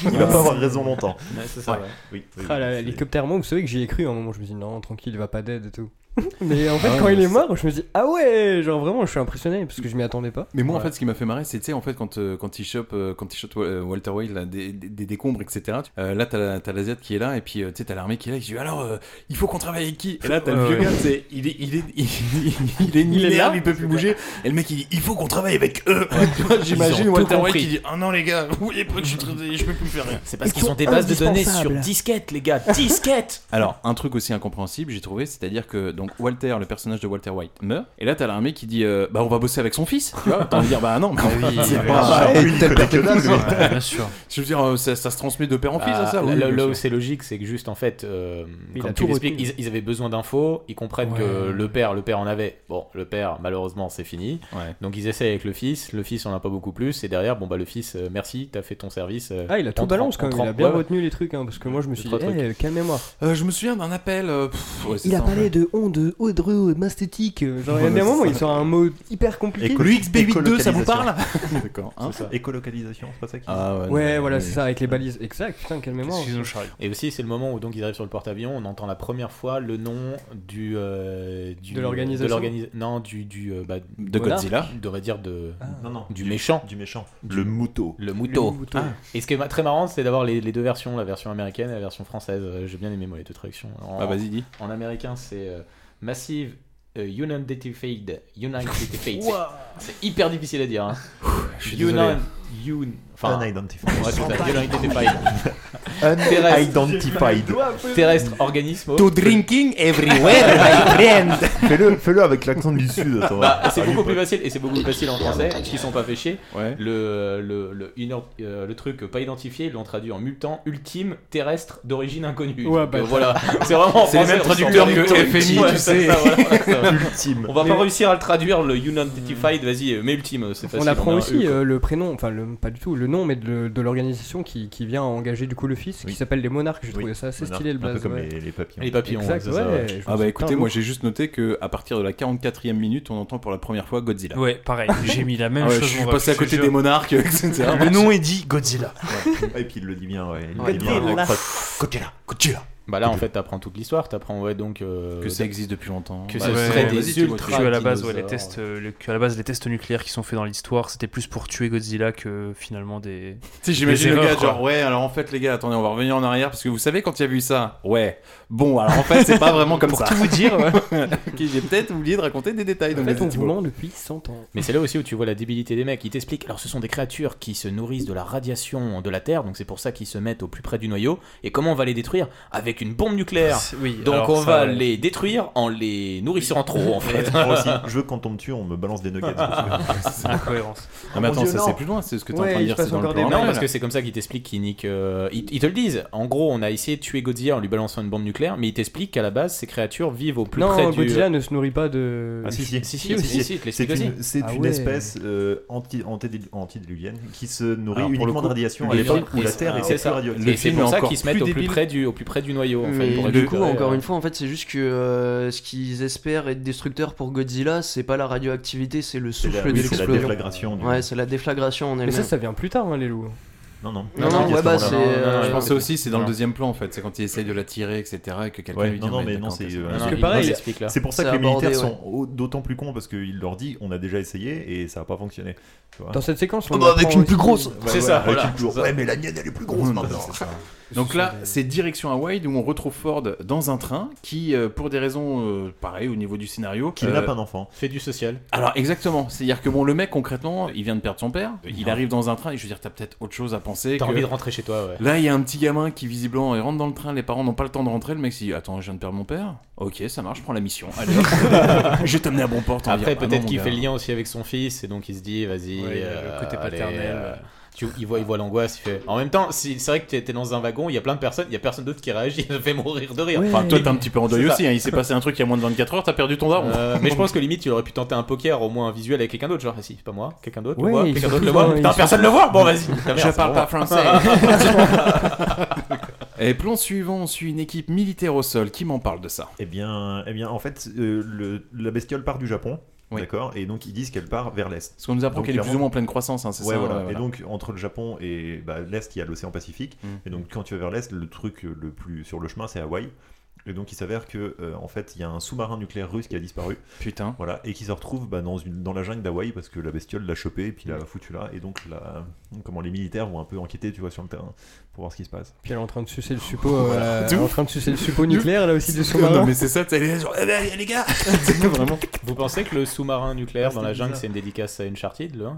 Speaker 3: Il va pas avoir raison longtemps.
Speaker 5: Ouais, c'est ça, ouais.
Speaker 3: Oui, oui,
Speaker 10: Ah,
Speaker 3: oui,
Speaker 10: la-
Speaker 3: c'est-
Speaker 10: L'hélicoptère moi, vous savez que j'y ai cru à un moment, je me dis non, tranquille, il va pas dead et tout. Mais en fait,
Speaker 2: Ah,
Speaker 10: quand
Speaker 2: mais
Speaker 10: il est mort, je me dis ah ouais, genre vraiment, je suis impressionné parce que je m'y attendais pas.
Speaker 2: Mais moi,
Speaker 10: Ouais.
Speaker 2: en fait, ce qui m'a fait marrer, c'est, tu sais, en fait, quand, euh, quand il chope, euh, quand il chope Wa- euh, Walter White, là, des, des- des décombres, etc. tu- euh, là, t'as, la- t'as l'Asiate qui est là, et puis, euh, tu sais, t'as l'armée qui est là, et je dis, alors, euh, il faut qu'on travaille avec qui Et là, t'as le
Speaker 8: Ouais,
Speaker 2: vieux
Speaker 8: ouais.
Speaker 2: gars, c'est, il est, il est, il, il- il est ni
Speaker 8: Il est là,
Speaker 2: il peut plus bouger. Et le mec, il dit, il faut qu'on travaille avec eux. Tu vois, J'imagine
Speaker 5: Ils ont tout
Speaker 2: Walter White
Speaker 5: compris.
Speaker 2: qui dit, ah non, les gars, vous voulez pas que je, tra- je peux plus faire rien.
Speaker 5: C'est parce qu'ils ont des bases de données sur disquette, les gars, disquette
Speaker 2: Alors, un truc aussi incompréhensible, j'ai trouvé, c'est-à-dire que donc Walter, le personnage de Walter White, meurt, et là t'as l'armée qui dit euh, Bah, on va bosser avec son fils Tu vois, t'as envie de dire Bah, non, mais
Speaker 3: Ah,
Speaker 2: c'est
Speaker 5: oui,
Speaker 2: pas
Speaker 5: bien sûr.
Speaker 2: ah, une
Speaker 5: Tel
Speaker 2: telle
Speaker 5: personnage,
Speaker 2: personne.
Speaker 5: oui. Ouais, bien sûr.
Speaker 2: Je veux dire, euh, ça, ça se transmet de père en fils,
Speaker 5: Ah,
Speaker 2: hein, ça
Speaker 5: là,
Speaker 2: oui,
Speaker 5: là-
Speaker 2: bien
Speaker 5: là
Speaker 2: sûr.
Speaker 5: où c'est logique, c'est que juste en fait, euh,
Speaker 2: Il a
Speaker 5: comme tu
Speaker 2: tout
Speaker 5: l'expliques,
Speaker 2: retenu.
Speaker 5: ils, ils avaient besoin d'infos, ils comprennent que
Speaker 2: Ouais.
Speaker 5: le père, le père en avait. Bon, le père, malheureusement, c'est fini. Donc ils essayent avec le fils, le fils en a pas beaucoup plus, et derrière, bon bah le fils, euh, merci, t'as fait ton service. euh,
Speaker 10: Ah, il a tout
Speaker 5: on te
Speaker 10: balance
Speaker 5: rend- on
Speaker 10: quand
Speaker 5: te
Speaker 10: même, il
Speaker 5: rend-
Speaker 10: a bien
Speaker 5: ouais, ouais.
Speaker 10: retenu les trucs, hein, parce que moi je me suis dit,
Speaker 5: trois trucs.
Speaker 10: eh, quelle mémoire.
Speaker 2: Euh, je me souviens d'un appel. euh, pff, ouais, c'est ça, en fait.
Speaker 10: de ondes de masthétique. euh, Genre, il y a
Speaker 2: Ouais,
Speaker 10: bien un
Speaker 2: c'est
Speaker 10: moment,
Speaker 2: ça.
Speaker 10: il sort un mot hyper compliqué.
Speaker 3: Écolo- écolocalisation.
Speaker 2: D'accord. hein.
Speaker 3: C'est ça. Écolocalisation, c'est pas ça qui
Speaker 10: Ah, ouais, voilà, c'est ça, avec les balises. Exact, putain, quelle mémoire.
Speaker 5: Et aussi, c'est le moment où donc ils arrivent sur le porte-avions, on entend la première fois le nom du. euh, du
Speaker 10: De l'organisation
Speaker 5: de l'organisa- Non, du. du euh, bah,
Speaker 2: De Godzilla.
Speaker 5: de- On va dire de.
Speaker 10: Ah.
Speaker 3: Non, non,
Speaker 5: Du, méchant.
Speaker 3: Du méchant.
Speaker 5: Du-
Speaker 3: Le mouton.
Speaker 5: Le mouton.
Speaker 3: Le mouton. Ah.
Speaker 5: Et ce qui est ma- très marrant, c'est d'avoir les, les deux versions, la version américaine et la version française. Euh, J'ai bien aimé, moi, les deux traductions. En-
Speaker 2: Ah, vas-y, dis.
Speaker 5: En américain, c'est euh, Massive. euh, Unidentified, Unidentified.
Speaker 2: Ouah.
Speaker 5: c'est hyper difficile à dire. Hein.
Speaker 3: Je suis
Speaker 5: Uni-
Speaker 3: désolé.
Speaker 5: Un- enfin,
Speaker 2: Ah,
Speaker 3: Unidentified.
Speaker 5: ouais, c'est ça, Unidentified.
Speaker 3: Unidentified.
Speaker 5: Terrestre, terrestre organisme.
Speaker 3: To drinking
Speaker 2: everywhere, my friend.
Speaker 3: Fais-le fais avec l'accent du sud. attends.
Speaker 5: Bah, c'est
Speaker 3: Ah,
Speaker 5: beaucoup
Speaker 3: oui,
Speaker 5: plus facile et c'est beaucoup plus facile en français parce qu'ils sont pas fait chier.
Speaker 2: Ouais.
Speaker 5: Le, le, le, inor- euh, le truc pas identifié, ils l'ont traduit en mutant ultime terrestre d'origine inconnue.
Speaker 2: Ouais,
Speaker 5: Donc,
Speaker 2: bah,
Speaker 5: euh, voilà, c'est vraiment en
Speaker 2: c'est les
Speaker 5: français,
Speaker 2: mêmes
Speaker 5: on s'en
Speaker 2: traducteurs
Speaker 5: fout.
Speaker 2: que
Speaker 5: Ouais,
Speaker 2: FMI,
Speaker 5: ouais,
Speaker 2: tu
Speaker 5: c'est ça,
Speaker 2: sais.
Speaker 5: voilà, c'est ça.
Speaker 2: Ultime.
Speaker 5: On va pas
Speaker 2: Mais-
Speaker 5: réussir à le traduire le unidentified, vas-y, mais ultime, c'est facile.
Speaker 10: on apprend
Speaker 5: a un
Speaker 10: aussi
Speaker 5: E, quoi.
Speaker 10: euh, le prénom, enfin le- pas du tout le nom, mais de, de l'organisation qui, qui vient engager du coup le fils, qui s'appelle les Monarques. J'ai
Speaker 3: Oui,
Speaker 10: trouvé ça assez
Speaker 3: Monarques,
Speaker 10: stylé le
Speaker 3: un peu
Speaker 10: blaze.
Speaker 3: comme
Speaker 10: ouais.
Speaker 3: les- les papillons.
Speaker 10: Exact, ouais, je me suis
Speaker 2: Ah
Speaker 10: dit,
Speaker 2: bah écoutez,
Speaker 10: putain,
Speaker 2: moi
Speaker 10: lourd.
Speaker 2: j'ai juste noté que à partir de la 44e minute, on entend pour la première fois Godzilla.
Speaker 8: Ouais, pareil, j'ai mis la même
Speaker 2: Ah ouais,
Speaker 8: chose,
Speaker 2: Je suis
Speaker 8: mon ref,
Speaker 2: passé à
Speaker 8: je te
Speaker 2: côté
Speaker 8: jure.
Speaker 2: des monarques, etc.
Speaker 8: Le nom est dit, Godzilla.
Speaker 3: Ouais. Et puis il le dit bien, ouais. Il le dit bien.
Speaker 2: Godzilla.
Speaker 3: Godzilla. Godzilla.
Speaker 5: Bah là, en fait, t'apprends toute l'histoire, t'apprends ouais, donc euh,
Speaker 2: Que ça existe depuis longtemps.
Speaker 5: Que
Speaker 2: Bah,
Speaker 5: ce
Speaker 2: ouais,
Speaker 5: serait
Speaker 2: ouais, vas-y,
Speaker 5: des
Speaker 2: tu vois,
Speaker 5: ultra
Speaker 2: tu vois,
Speaker 8: à la base, ouais, les
Speaker 5: dinosaures.
Speaker 8: tests, euh, le- que à la base, les tests nucléaires qui sont faits dans l'histoire, c'était plus pour tuer Godzilla que finalement des.
Speaker 2: Tu sais, j'imagine
Speaker 8: des
Speaker 2: le gars,
Speaker 8: erreurs, quoi.
Speaker 2: genre, ouais, alors en fait, les gars, attendez, on va revenir en arrière parce que vous savez, quand il y a vu ça, ouais, bon, alors en fait, c'est pas vraiment comme
Speaker 5: Pour
Speaker 2: ça.
Speaker 5: tout vous dire, ouais.
Speaker 2: Ok, j'ai peut-être oublié de raconter des détails. donc
Speaker 5: fait,
Speaker 2: vas-y,
Speaker 5: on
Speaker 2: Thibaut.
Speaker 5: vous ment
Speaker 10: depuis 100 ans.
Speaker 5: Mais c'est là aussi où tu vois la débilité des mecs. Ils t'expliquent, alors ce sont des créatures qui se nourrissent de la radiation de la Terre, donc c'est pour ça qu'ils se mettent au plus près du noyau. Et comment on va les détruire Avec une bombe nucléaire.
Speaker 8: Ah, C'est- oui,
Speaker 5: donc
Speaker 8: alors
Speaker 5: on
Speaker 8: ça,
Speaker 5: va
Speaker 8: ouais.
Speaker 5: les détruire en les nourrissant en trop, en fait.
Speaker 3: Moi aussi, je veux que quand on me tue, on me balance des nuggets.
Speaker 5: C'est incohérence.
Speaker 2: Non, mais attends, ça c'est plus loin, c'est ce que t'es en train de dire, c'est dans le plan.
Speaker 5: Non, parce que c'est comme ça qu'ils t'expliquent qu'ils niquent. euh, ils, ils te le disent. En gros, on a essayé de tuer Godzilla en lui balançant une bombe nucléaire, mais ils t'expliquent qu'à la base, ces créatures vivent au plus
Speaker 10: non,
Speaker 5: près du.
Speaker 10: Godzilla ne se nourrit pas de.
Speaker 3: Ah, si, si, Ah,
Speaker 5: si, si, si, si, te
Speaker 3: c'est
Speaker 5: l'explique
Speaker 3: une,
Speaker 5: aussi.
Speaker 3: c'est
Speaker 10: Ah
Speaker 3: une
Speaker 10: ouais.
Speaker 3: espèce euh, anti, antidil- antidiluvienne qui se nourrit
Speaker 5: Alors, pour le
Speaker 3: uniquement
Speaker 5: coup,
Speaker 3: de radiation à
Speaker 5: les
Speaker 3: l'époque
Speaker 5: films-
Speaker 3: où la
Speaker 5: et-
Speaker 3: Terre
Speaker 5: et
Speaker 3: était
Speaker 5: Ah, c'est
Speaker 3: plus
Speaker 5: ça.
Speaker 3: radioactive.
Speaker 5: Et c'est pour ça qu'ils se mettent au plus près du, au plus près du noyau. En fait,
Speaker 11: Mais
Speaker 5: pour
Speaker 11: du coup,
Speaker 5: récupérer,
Speaker 11: encore
Speaker 5: euh,
Speaker 11: une fois, en fait, c'est juste que euh, ce qu'ils espèrent être destructeur pour Godzilla, c'est pas la radioactivité, c'est le
Speaker 3: la-
Speaker 11: souffle
Speaker 3: oui,
Speaker 11: de
Speaker 3: c'est la
Speaker 11: l'explosion.
Speaker 3: déflagration du-
Speaker 11: Ouais, c'est la déflagration en elle-même.
Speaker 10: Mais ça, ça vient plus tard, hein, les loups.
Speaker 3: Non, non.
Speaker 11: Non, non, ouais, bah, c'est. euh,
Speaker 2: Je pensais aussi, c'est dans le deuxième plan en fait, c'est quand il essaye de la tirer, etc. et que quelqu'un
Speaker 3: Ouais,
Speaker 2: lui dit
Speaker 3: non, non, mais
Speaker 2: d'accord,
Speaker 3: non, c'est.
Speaker 2: ok,
Speaker 3: euh,
Speaker 2: bon.
Speaker 3: c'est-
Speaker 10: que pareil,
Speaker 3: c'est-
Speaker 10: il explique, là.
Speaker 3: c'est pour ça
Speaker 10: C'est
Speaker 3: que les
Speaker 10: abordé,
Speaker 3: militaires
Speaker 10: ouais.
Speaker 3: sont au- d'autant plus cons parce qu'il leur dit on a déjà essayé et ça n'a pas fonctionné. tu vois.
Speaker 10: Dans cette séquence, on
Speaker 3: Ah bah,
Speaker 10: apprend aussi-
Speaker 3: Ouais,
Speaker 2: C'est
Speaker 3: ouais,
Speaker 2: ça,
Speaker 3: avec
Speaker 2: voilà.
Speaker 3: une plus grosse. Ouais, mais la mienne, elle est plus grosse maintenant.
Speaker 2: Donc là, c'est direction Hawaï où on retrouve Ford dans un train qui, euh, pour des raisons euh, pareilles au niveau du scénario,
Speaker 3: Kidnappe
Speaker 2: euh,
Speaker 3: un enfant.
Speaker 5: Fait du social.
Speaker 2: Alors exactement, c'est-à-dire que bon, le mec concrètement, il vient de perdre son père, il arrive dans un train et je veux dire, t'as peut-être autre chose à penser.
Speaker 5: T'as
Speaker 2: que-
Speaker 5: envie de rentrer chez toi, ouais.
Speaker 2: Là, il y a un petit gamin qui visiblement il rentre dans le train, les parents n'ont pas le temps de rentrer, le mec s'est dit attends, je viens de perdre mon père. Ok, ça marche, je prends la mission. Allez, je vais t'amener à bon port. t'en
Speaker 5: Après,
Speaker 2: viens. Ah non,
Speaker 5: peut-être
Speaker 2: mon
Speaker 5: qu'il
Speaker 2: gars.
Speaker 5: fait le lien aussi avec son fils, et donc il se dit, vas-y.
Speaker 2: Ouais,
Speaker 5: euh,
Speaker 2: le côté
Speaker 5: allez,
Speaker 2: paternel,
Speaker 5: euh,
Speaker 2: ouais.
Speaker 5: tu, il voit, il voit l'angoisse. Il fait. En même temps, si- c'est vrai que t'es t'es dans un wagon, il y a plein de personnes, il y a personne d'autre qui réagit. Ça fait mourir de rire.
Speaker 2: Enfin, toi, t'es un petit peu en deuil
Speaker 5: C'est ça.
Speaker 2: aussi. hein, Il s'est passé un truc il y a moins de 24 heures, t'as perdu ton daron.
Speaker 5: Euh, mais je pense que limite, il aurait pu tenter un poker, au moins un visuel avec quelqu'un d'autre. Genre, ah, si, c'est pas moi, quelqu'un d'autre, le
Speaker 2: Ouais,
Speaker 5: voit,
Speaker 2: ils
Speaker 5: quelqu'un
Speaker 2: sont
Speaker 5: d'autre
Speaker 2: tous
Speaker 5: le voit.
Speaker 2: dans-
Speaker 5: Putain,
Speaker 2: ils sont
Speaker 5: personne
Speaker 2: tous-
Speaker 5: le voit. Bon, vas-y. Ta
Speaker 2: Je
Speaker 5: mère,
Speaker 2: parle
Speaker 5: hein, c'est
Speaker 2: pas
Speaker 5: bon.
Speaker 2: français. Et plan suivant, on suit une équipe militaire au sol. Qui m'en parle de ça
Speaker 3: Eh bien, eh bien, en fait, euh, le- la bestiole part du Japon. D'accord, et donc ils disent qu'elle part vers l'est.
Speaker 2: Parce qu'on nous apprend
Speaker 3: Donc,
Speaker 2: qu'elle est plus
Speaker 3: clairement-
Speaker 2: ou moins en pleine croissance, hein, c'est
Speaker 3: Ouais,
Speaker 2: ça,
Speaker 3: voilà.
Speaker 2: ouais, voilà.
Speaker 3: Et donc entre le Japon et bah, l'est, il y a l'océan Pacifique.
Speaker 2: Mm.
Speaker 3: Et donc quand tu vas vers l'est, le truc le plus sur le chemin, c'est Hawaï. Et donc il s'avère que euh, en fait, il y a un sous-marin nucléaire russe qui a disparu.
Speaker 2: Putain.
Speaker 3: Voilà, et qui se retrouve bah, dans une dans la jungle d'Hawaï parce que la bestiole l'a chopé et puis
Speaker 2: Mm.
Speaker 3: l'a foutu là. Et donc là, comment les militaires vont un peu enquêter, tu vois, sur le terrain pour voir ce qui se passe.
Speaker 10: Puis elle est en train de sucer le suppôt, euh,
Speaker 3: Voilà.
Speaker 10: elle
Speaker 3: De
Speaker 10: est en
Speaker 3: ouf.
Speaker 10: train de sucer le suppôt
Speaker 3: De ouf.
Speaker 10: nucléaire là aussi de son
Speaker 3: Non,
Speaker 10: marin.
Speaker 3: mais c'est
Speaker 2: ça, t'es les gens, ben, les gars Vraiment.
Speaker 5: Vous pensez que le sous-marin nucléaire
Speaker 3: Ah,
Speaker 5: dans la
Speaker 3: c'était
Speaker 5: jungle,
Speaker 3: bizarre.
Speaker 5: c'est une dédicace à une chartide, le 1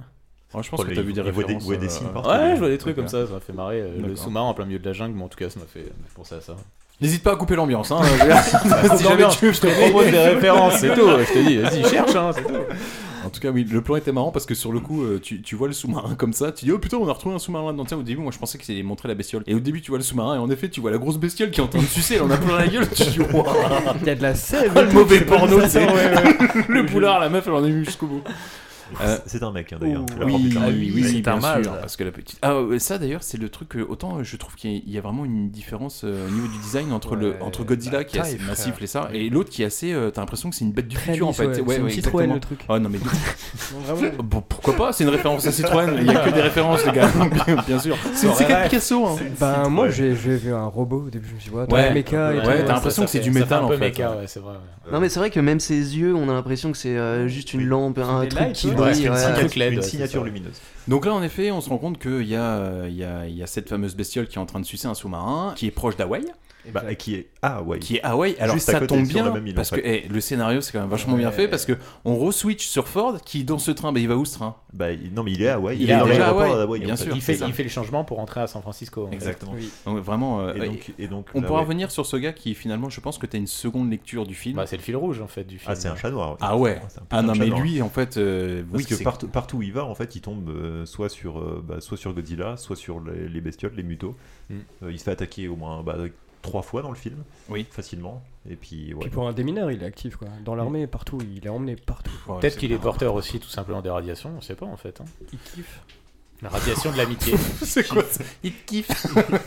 Speaker 2: Ouais, je pense Oh, que t'as il- vu des il voit des- références, voit des euh, signes partout.
Speaker 5: Ouais, je vois des trucs
Speaker 2: Ok.
Speaker 5: comme ça, ça m'a fait marrer. euh, Le
Speaker 2: D'accord.
Speaker 5: sous-marin en plein milieu de la jungle, mais en tout cas, ça m'a fait m'a fait penser à ça.
Speaker 2: N'hésite pas à couper l'ambiance. Hein,
Speaker 5: Coupe l'ambiance, je te propose des références, c'est tout, je te dis, vas-y, cherche, hein, c'est tout.
Speaker 2: En tout cas, oui, le plan était marrant parce que sur le coup, euh, tu, tu vois le sous-marin comme ça, tu dis oh putain, on a retrouvé un sous-marin là-dedans. Tiens, au début, moi je pensais qu'il allait montrer la bestiole. Et au début, tu vois le sous-marin et en effet, tu vois la grosse bestiole qui est en train de sucer, elle en a plein la gueule. Tu dis Waouh.
Speaker 10: Il y a de la sève.
Speaker 2: Ah, Le mauvais porno,
Speaker 10: c'est
Speaker 2: c'est
Speaker 10: ça, ouais, ouais.
Speaker 2: le boulard, la meuf, elle en est venue jusqu'au bout.
Speaker 3: Euh, c'est un mec hein, d'ailleurs.
Speaker 2: Ouh,
Speaker 3: Tu l'apprends
Speaker 2: oui,
Speaker 3: plus tard.
Speaker 2: ah oui, oui,
Speaker 3: C'est
Speaker 2: bien
Speaker 3: un mâle.
Speaker 2: sûr, parce que la petite. Ah, euh, ça d'ailleurs, c'est le truc. euh, Autant euh, je trouve qu'il y a- il y a vraiment une différence euh, au niveau du design entre le entre Godzilla qui est
Speaker 10: taille,
Speaker 2: assez
Speaker 10: frère.
Speaker 2: massif et ça, et l'autre qui est assez. euh, T'as l'impression que c'est une bête du
Speaker 10: Très
Speaker 2: futur en
Speaker 10: lisse,
Speaker 2: fait.
Speaker 10: ouais. C'est une Citroën,
Speaker 2: exactement.
Speaker 10: le truc.
Speaker 2: Ah non mais.
Speaker 10: vraiment.
Speaker 2: Bon, pourquoi pas C'est une référence à Citroën. Il y a que des références les gars. Bien- bien sûr. C'est une C4 Picasso. hein.
Speaker 10: Ben moi j'ai j'ai vu un robot au début, je me suis dit, ouais,
Speaker 2: Ouais.
Speaker 10: un méca et
Speaker 2: Ouais,
Speaker 10: tout.
Speaker 2: t'as l'impression que c'est du métal en fait.
Speaker 5: ouais, c'est vrai.
Speaker 11: Euh, Non mais c'est vrai que même ses yeux, on a l'impression que c'est euh, juste une lampe, un
Speaker 10: des
Speaker 11: truc
Speaker 10: lights,
Speaker 11: qui
Speaker 10: ouais.
Speaker 11: brille.
Speaker 10: Ouais,
Speaker 11: ouais.
Speaker 3: une signature lumineuse.
Speaker 2: Donc là, en effet, on se rend compte qu'il y, a, euh, il y, a, il y a cette fameuse bestiole qui est en train de sucer un sous-marin, qui est proche d'Hawaï.
Speaker 3: Bah, et qui est à Hawaï.
Speaker 2: Qui est Hawaï. Alors
Speaker 3: Juste à
Speaker 2: ça
Speaker 3: côté,
Speaker 2: tombe
Speaker 3: sur la
Speaker 2: bien
Speaker 3: même île, en
Speaker 2: parce que
Speaker 3: fait.
Speaker 2: eh, le scénario c'est quand même vachement bien
Speaker 3: Ouais.
Speaker 2: fait parce que on re-switch sur Ford qui dans ce train, bah, il va où ce train
Speaker 3: Bah, il- non mais il est à Hawaï.
Speaker 2: Il est
Speaker 3: dans
Speaker 2: déjà à
Speaker 3: l'aéroport
Speaker 2: Hawaï,
Speaker 3: d'Hawaï, en
Speaker 2: bien sûr.
Speaker 5: Il fait,
Speaker 2: c'est ça.
Speaker 5: il fait le changement pour rentrer à San Francisco. en fait.
Speaker 2: Exactement. Donc vraiment. euh,
Speaker 5: Et
Speaker 2: ouais.
Speaker 5: donc- et donc,
Speaker 2: on
Speaker 5: là,
Speaker 2: pourra
Speaker 5: ouais.
Speaker 2: revenir sur ce gars qui finalement, je pense que tu as une seconde lecture du film.
Speaker 5: Bah, c'est le fil rouge en fait du film.
Speaker 3: Ah, c'est un chat noir. oui.
Speaker 2: Ah ouais.
Speaker 3: C'est un putain
Speaker 2: Ah non
Speaker 3: de
Speaker 2: mais
Speaker 3: chat noir.
Speaker 2: lui en fait, euh,
Speaker 3: Parce
Speaker 2: oui,
Speaker 3: que
Speaker 2: c'est-
Speaker 3: partout, partout où il va, en fait, il tombe euh, soit, sur, euh, bah, soit sur Godzilla, soit sur les, les bestioles, les mutos.
Speaker 5: Mm.
Speaker 3: Euh, il se fait attaquer au moins bah, trois fois dans le film,
Speaker 2: oui.
Speaker 3: facilement. Et puis, ouais.
Speaker 10: Puis pour un démineur, il est actif quoi. Dans l'armée, partout, il est emmené partout.
Speaker 5: Peut-être qu'il est porteur aussi tout simplement des radiations, on sait pas en fait. hein.
Speaker 10: Il kiffe.
Speaker 5: La radiation de l'amitié.
Speaker 2: C'est quoi ça Il te kiffe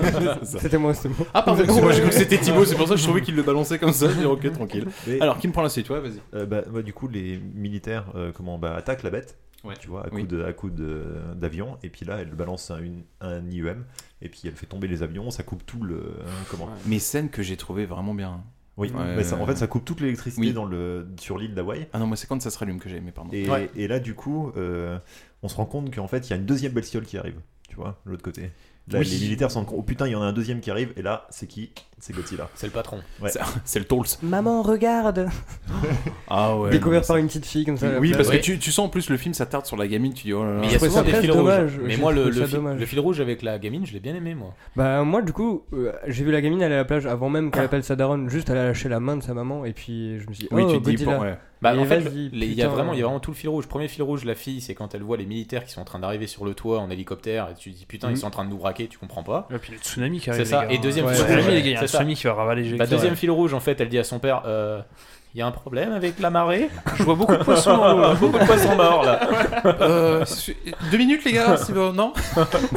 Speaker 10: C'était moi, c'était moi.
Speaker 2: Ah pardon, c'est moi j'ai cru que c'était Thibaut, c'est pour ça que je trouvais qu'il le balançait comme ça. Je dis ok tranquille.
Speaker 3: Mais-
Speaker 2: Alors qui me prend la suite, ouais vas-y.
Speaker 3: Euh, bah, bah, du coup, les militaires euh, comment, bah, attaquent la bête. tu vois, à
Speaker 2: Oui.
Speaker 3: coup de- à coup de- d'avion. et puis là, elle balance un, une- un IEM, et puis elle fait tomber les avions, ça coupe tout le. hein, Comment
Speaker 2: Mais scène que j'ai trouvé vraiment bien.
Speaker 3: Oui,
Speaker 2: Ouais,
Speaker 3: mais ça- en
Speaker 2: ouais,
Speaker 3: fait,
Speaker 2: ouais.
Speaker 3: ça coupe toute l'électricité
Speaker 2: Oui.
Speaker 3: dans le, sur l'île d'Hawaï.
Speaker 2: Ah non, moi c'est quand ça se rallume que j'ai aimé, pardon.
Speaker 3: Et, et là, du coup, euh, on se rend compte qu'en fait, il y a une deuxième bestiole qui arrive, tu vois, de l'autre côté. Là,
Speaker 2: Oui.
Speaker 3: les militaires se rendent compte, oh putain, il y en a un deuxième qui arrive, et là, c'est qui C'est Godzilla.
Speaker 5: C'est le patron.
Speaker 3: Ouais.
Speaker 2: C'est le Tolls.
Speaker 11: Maman, regarde
Speaker 2: Ah ouais. non,
Speaker 10: Découvert
Speaker 2: mais
Speaker 10: par
Speaker 2: ça-
Speaker 10: une petite fille comme ça.
Speaker 2: Oui,
Speaker 10: après.
Speaker 2: parce que tu, tu sens en plus le film, ça tarde sur la gamine, tu dis oh là là.
Speaker 5: Mais il y a souvent des fils rouges.
Speaker 10: dommage,
Speaker 5: Mais
Speaker 10: j'ai
Speaker 5: moi, le,
Speaker 10: trouvé
Speaker 5: le,
Speaker 10: ça
Speaker 5: fil,
Speaker 10: dommage.
Speaker 5: le fil rouge avec la gamine, je l'ai bien aimé, moi.
Speaker 10: Bah moi du coup, euh, j'ai vu la gamine aller à la plage avant même qu'elle appelle sa daronne, juste elle a lâché la main de sa maman et puis je me suis dit,
Speaker 5: Oui,
Speaker 10: oh,
Speaker 5: tu te dis,
Speaker 10: Godzilla.
Speaker 5: bon, ouais. Bah,
Speaker 10: Et
Speaker 5: en fait,
Speaker 10: vas-y,
Speaker 5: le- les- il y a
Speaker 10: putain.
Speaker 5: vraiment, il y a vraiment tout le fil rouge. Premier fil rouge, la fille, c'est quand elle voit les militaires qui sont en train d'arriver sur le toit en hélicoptère, et tu te dis putain, ils
Speaker 8: Mhm.
Speaker 5: sont en train de nous braquer, tu comprends pas.
Speaker 8: Et puis le tsunami qui
Speaker 5: C'est
Speaker 8: arrive,
Speaker 5: ça.
Speaker 8: les gars.
Speaker 5: Et deuxième
Speaker 8: Ouais,
Speaker 5: fil
Speaker 8: ouais,
Speaker 5: rouge,
Speaker 8: ouais, il y a un
Speaker 5: c'est ça.
Speaker 8: tsunami qui va ravaler les
Speaker 5: Bah,
Speaker 8: collecteurs,
Speaker 5: deuxième
Speaker 8: ouais.
Speaker 5: fil rouge, en fait, elle dit à son père, euh, il y a un problème avec la marée.
Speaker 8: Je vois beaucoup de poissons hein, dans l'eau, là.
Speaker 5: beaucoup de poissons morts là.
Speaker 2: Euh, deux minutes, les gars, si vous- non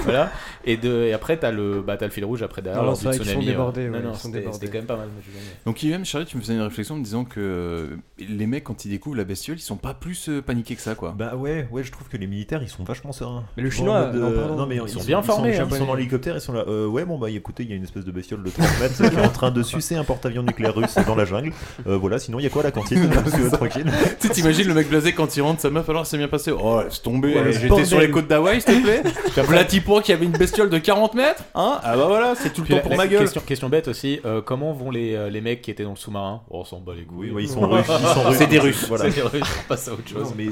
Speaker 5: Voilà. Et, de, et après, t'as le, bah, t'as le fil rouge après derrière.
Speaker 10: Non,
Speaker 5: lors du
Speaker 10: c'est vrai qu'ils sont
Speaker 5: tsunami, euh.
Speaker 10: débordés,
Speaker 5: Non,
Speaker 10: ouais,
Speaker 5: non,
Speaker 10: ils sont
Speaker 5: c'était
Speaker 10: débordés.
Speaker 5: c'était quand même pas mal. moi, j'ai bien aimé.
Speaker 2: Donc IEM, Charlie, tu me faisais une réflexion en me disant que euh, les mecs, quand ils découvrent la bestiole, ils sont pas plus euh, paniqués que ça, quoi.
Speaker 3: Bah ouais, ouais, je trouve que les militaires, ils sont vachement sereins.
Speaker 10: Mais le
Speaker 3: Tu vois,
Speaker 10: chinois,
Speaker 3: en mode,
Speaker 10: non,
Speaker 3: euh,
Speaker 10: pardon.
Speaker 3: non, mais
Speaker 10: Ils sont
Speaker 3: ils
Speaker 10: bien
Speaker 3: ils
Speaker 10: formés,
Speaker 3: Ils
Speaker 10: hein.
Speaker 3: sont, dans l'hélicoptère, ils sont là. euh, ouais, bon bah écoutez, il y a une espèce de bestiole de 30 mètres qui est en train de sucer un porte-avions nucléaire russe dans la jungle. Euh, voilà, sinon il y a quoi à la cantine Parce que, Tranquille.
Speaker 2: Tu sais, t'imagines le mec blasé quand il rentre, sa meuf, alors c'est bien passé. Oh, laisse tomber,
Speaker 3: Ouais, le
Speaker 2: j'étais
Speaker 3: bordel.
Speaker 2: sur les côtes d'Hawaï, s'il te plaît.
Speaker 5: après-
Speaker 2: Voilà pour qui avait une bestiole de 40 mètres, hein Ah bah voilà, c'est tout le
Speaker 5: Puis
Speaker 2: temps
Speaker 5: la-
Speaker 2: pour
Speaker 5: la
Speaker 2: ma gueule.
Speaker 5: Question, question bête aussi, euh, comment vont les, euh, les mecs qui étaient dans le sous-marin Oh, On s'en bat les couilles.
Speaker 3: Oui, ouais, ils sont russes. ils sont russes.
Speaker 2: C'est des Russes,
Speaker 3: Voilà.
Speaker 5: C'est des Russes, on passe à autre chose.
Speaker 3: Non, mais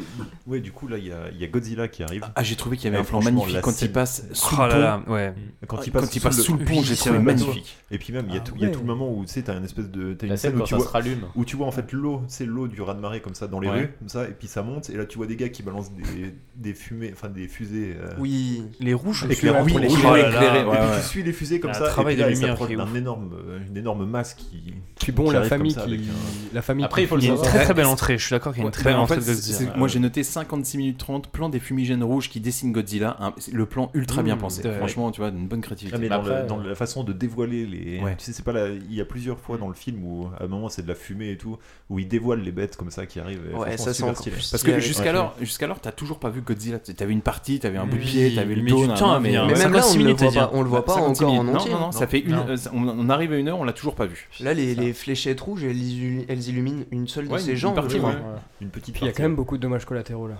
Speaker 3: ouais, du coup, là, il y, a- il y a Godzilla qui arrive.
Speaker 2: Ah, j'ai trouvé qu'il y avait
Speaker 3: Et
Speaker 2: un plan
Speaker 3: franchement,
Speaker 2: magnifique
Speaker 3: la
Speaker 2: quand il
Speaker 3: scène-
Speaker 2: passe sous
Speaker 8: Oh
Speaker 2: le
Speaker 8: là
Speaker 2: pont.
Speaker 8: là, ouais.
Speaker 3: Quand il
Speaker 2: Ah,
Speaker 3: passe,
Speaker 2: quand il passe sous le pont, j'ai trouvé magnifique.
Speaker 3: Et puis même, il y a, tout,
Speaker 10: Ah
Speaker 3: il y a
Speaker 10: ouais.
Speaker 3: tout le moment où tu sais, t'as une espèce de. T'as
Speaker 5: La
Speaker 3: une
Speaker 5: scène
Speaker 3: scène,
Speaker 5: quand
Speaker 3: où, tu
Speaker 5: ça
Speaker 3: vois,
Speaker 5: se rallume.
Speaker 3: où tu vois en fait l'eau, c'est l'eau du raz-de-marée comme ça dans les
Speaker 5: Ouais.
Speaker 3: rues, comme ça, et puis ça monte, et là tu vois des gars qui balancent des, des fumées, enfin des fusées. euh,
Speaker 11: Oui.
Speaker 8: Les rouges,
Speaker 3: éclairant
Speaker 8: oui,
Speaker 3: tous les
Speaker 8: rouges,
Speaker 3: chemins.
Speaker 8: oh là là.
Speaker 3: Et puis tu suis les fusées comme
Speaker 8: Il y a un
Speaker 3: ça, et
Speaker 8: travail
Speaker 3: puis là,
Speaker 8: de
Speaker 3: ils
Speaker 8: lumière
Speaker 3: s'approchent
Speaker 8: qui est
Speaker 3: d'un énorme, euh, une énorme masse qui.
Speaker 10: Puis bon, la
Speaker 3: arrive comme
Speaker 10: famille
Speaker 3: ça
Speaker 10: qui,
Speaker 3: avec un-
Speaker 10: la famille.
Speaker 5: Après, il faut le
Speaker 8: Il y a une
Speaker 5: savoir.
Speaker 8: très très belle entrée, je suis d'accord qu'il y a
Speaker 2: Ouais,
Speaker 8: une très
Speaker 2: bah,
Speaker 8: belle
Speaker 2: en
Speaker 8: entrée
Speaker 2: fait,
Speaker 8: de
Speaker 2: c'est-
Speaker 8: Godzilla.
Speaker 2: c'est- moi j'ai noté 56 minutes 30, plan des fumigènes rouges qui dessinent Godzilla, un- c'est le plan ultra bien
Speaker 8: Mmh,
Speaker 2: pensé.
Speaker 8: ouais.
Speaker 2: Franchement, tu vois, une bonne
Speaker 3: Ah,
Speaker 2: créativité.
Speaker 3: mais
Speaker 5: Mais
Speaker 3: dans, le-
Speaker 5: après,
Speaker 3: dans
Speaker 5: euh,
Speaker 3: la façon de dévoiler les.
Speaker 2: Ouais.
Speaker 3: Tu sais, c'est pas la- Il y a plusieurs fois dans le film où à un moment c'est de la fumée et tout, où ils dévoilent les bêtes comme ça qui arrivent. et
Speaker 11: Ouais,
Speaker 3: franchement,
Speaker 11: ça, c'est
Speaker 3: super
Speaker 11: encore
Speaker 3: stylé.
Speaker 11: plus
Speaker 2: Parce
Speaker 11: Ouais,
Speaker 2: que
Speaker 11: ouais.
Speaker 2: jusqu'alors, jusqu'alors, t'as toujours pas vu Godzilla. T'avais une partie, t'avais un bout de
Speaker 8: Oui,
Speaker 2: pied, t'avais
Speaker 8: il
Speaker 2: le
Speaker 8: met du
Speaker 2: dos,
Speaker 8: temps à
Speaker 2: mais-
Speaker 8: venir,
Speaker 2: mais
Speaker 8: ouais.
Speaker 2: même-
Speaker 11: Même là, on 56 ne le minutes, voit t'as pas, dit. on le voit pas
Speaker 2: 56
Speaker 11: encore en
Speaker 2: minutes.
Speaker 11: entier.
Speaker 2: Non, non, non, ça fait une,
Speaker 8: Non.
Speaker 2: euh, ça- on, on arrive à une heure, on l'a toujours pas vu.
Speaker 11: Là, les,
Speaker 5: ça.
Speaker 11: les fléchettes rouges, elles, illu- elles illuminent une seule
Speaker 2: Ouais,
Speaker 11: de
Speaker 2: une-
Speaker 11: ces
Speaker 2: une
Speaker 11: jambes.
Speaker 2: partie,
Speaker 11: je crois.
Speaker 2: ouais.
Speaker 3: Une petite.
Speaker 10: Puis il y a
Speaker 3: partie.
Speaker 10: quand même beaucoup de dommages collatéraux là.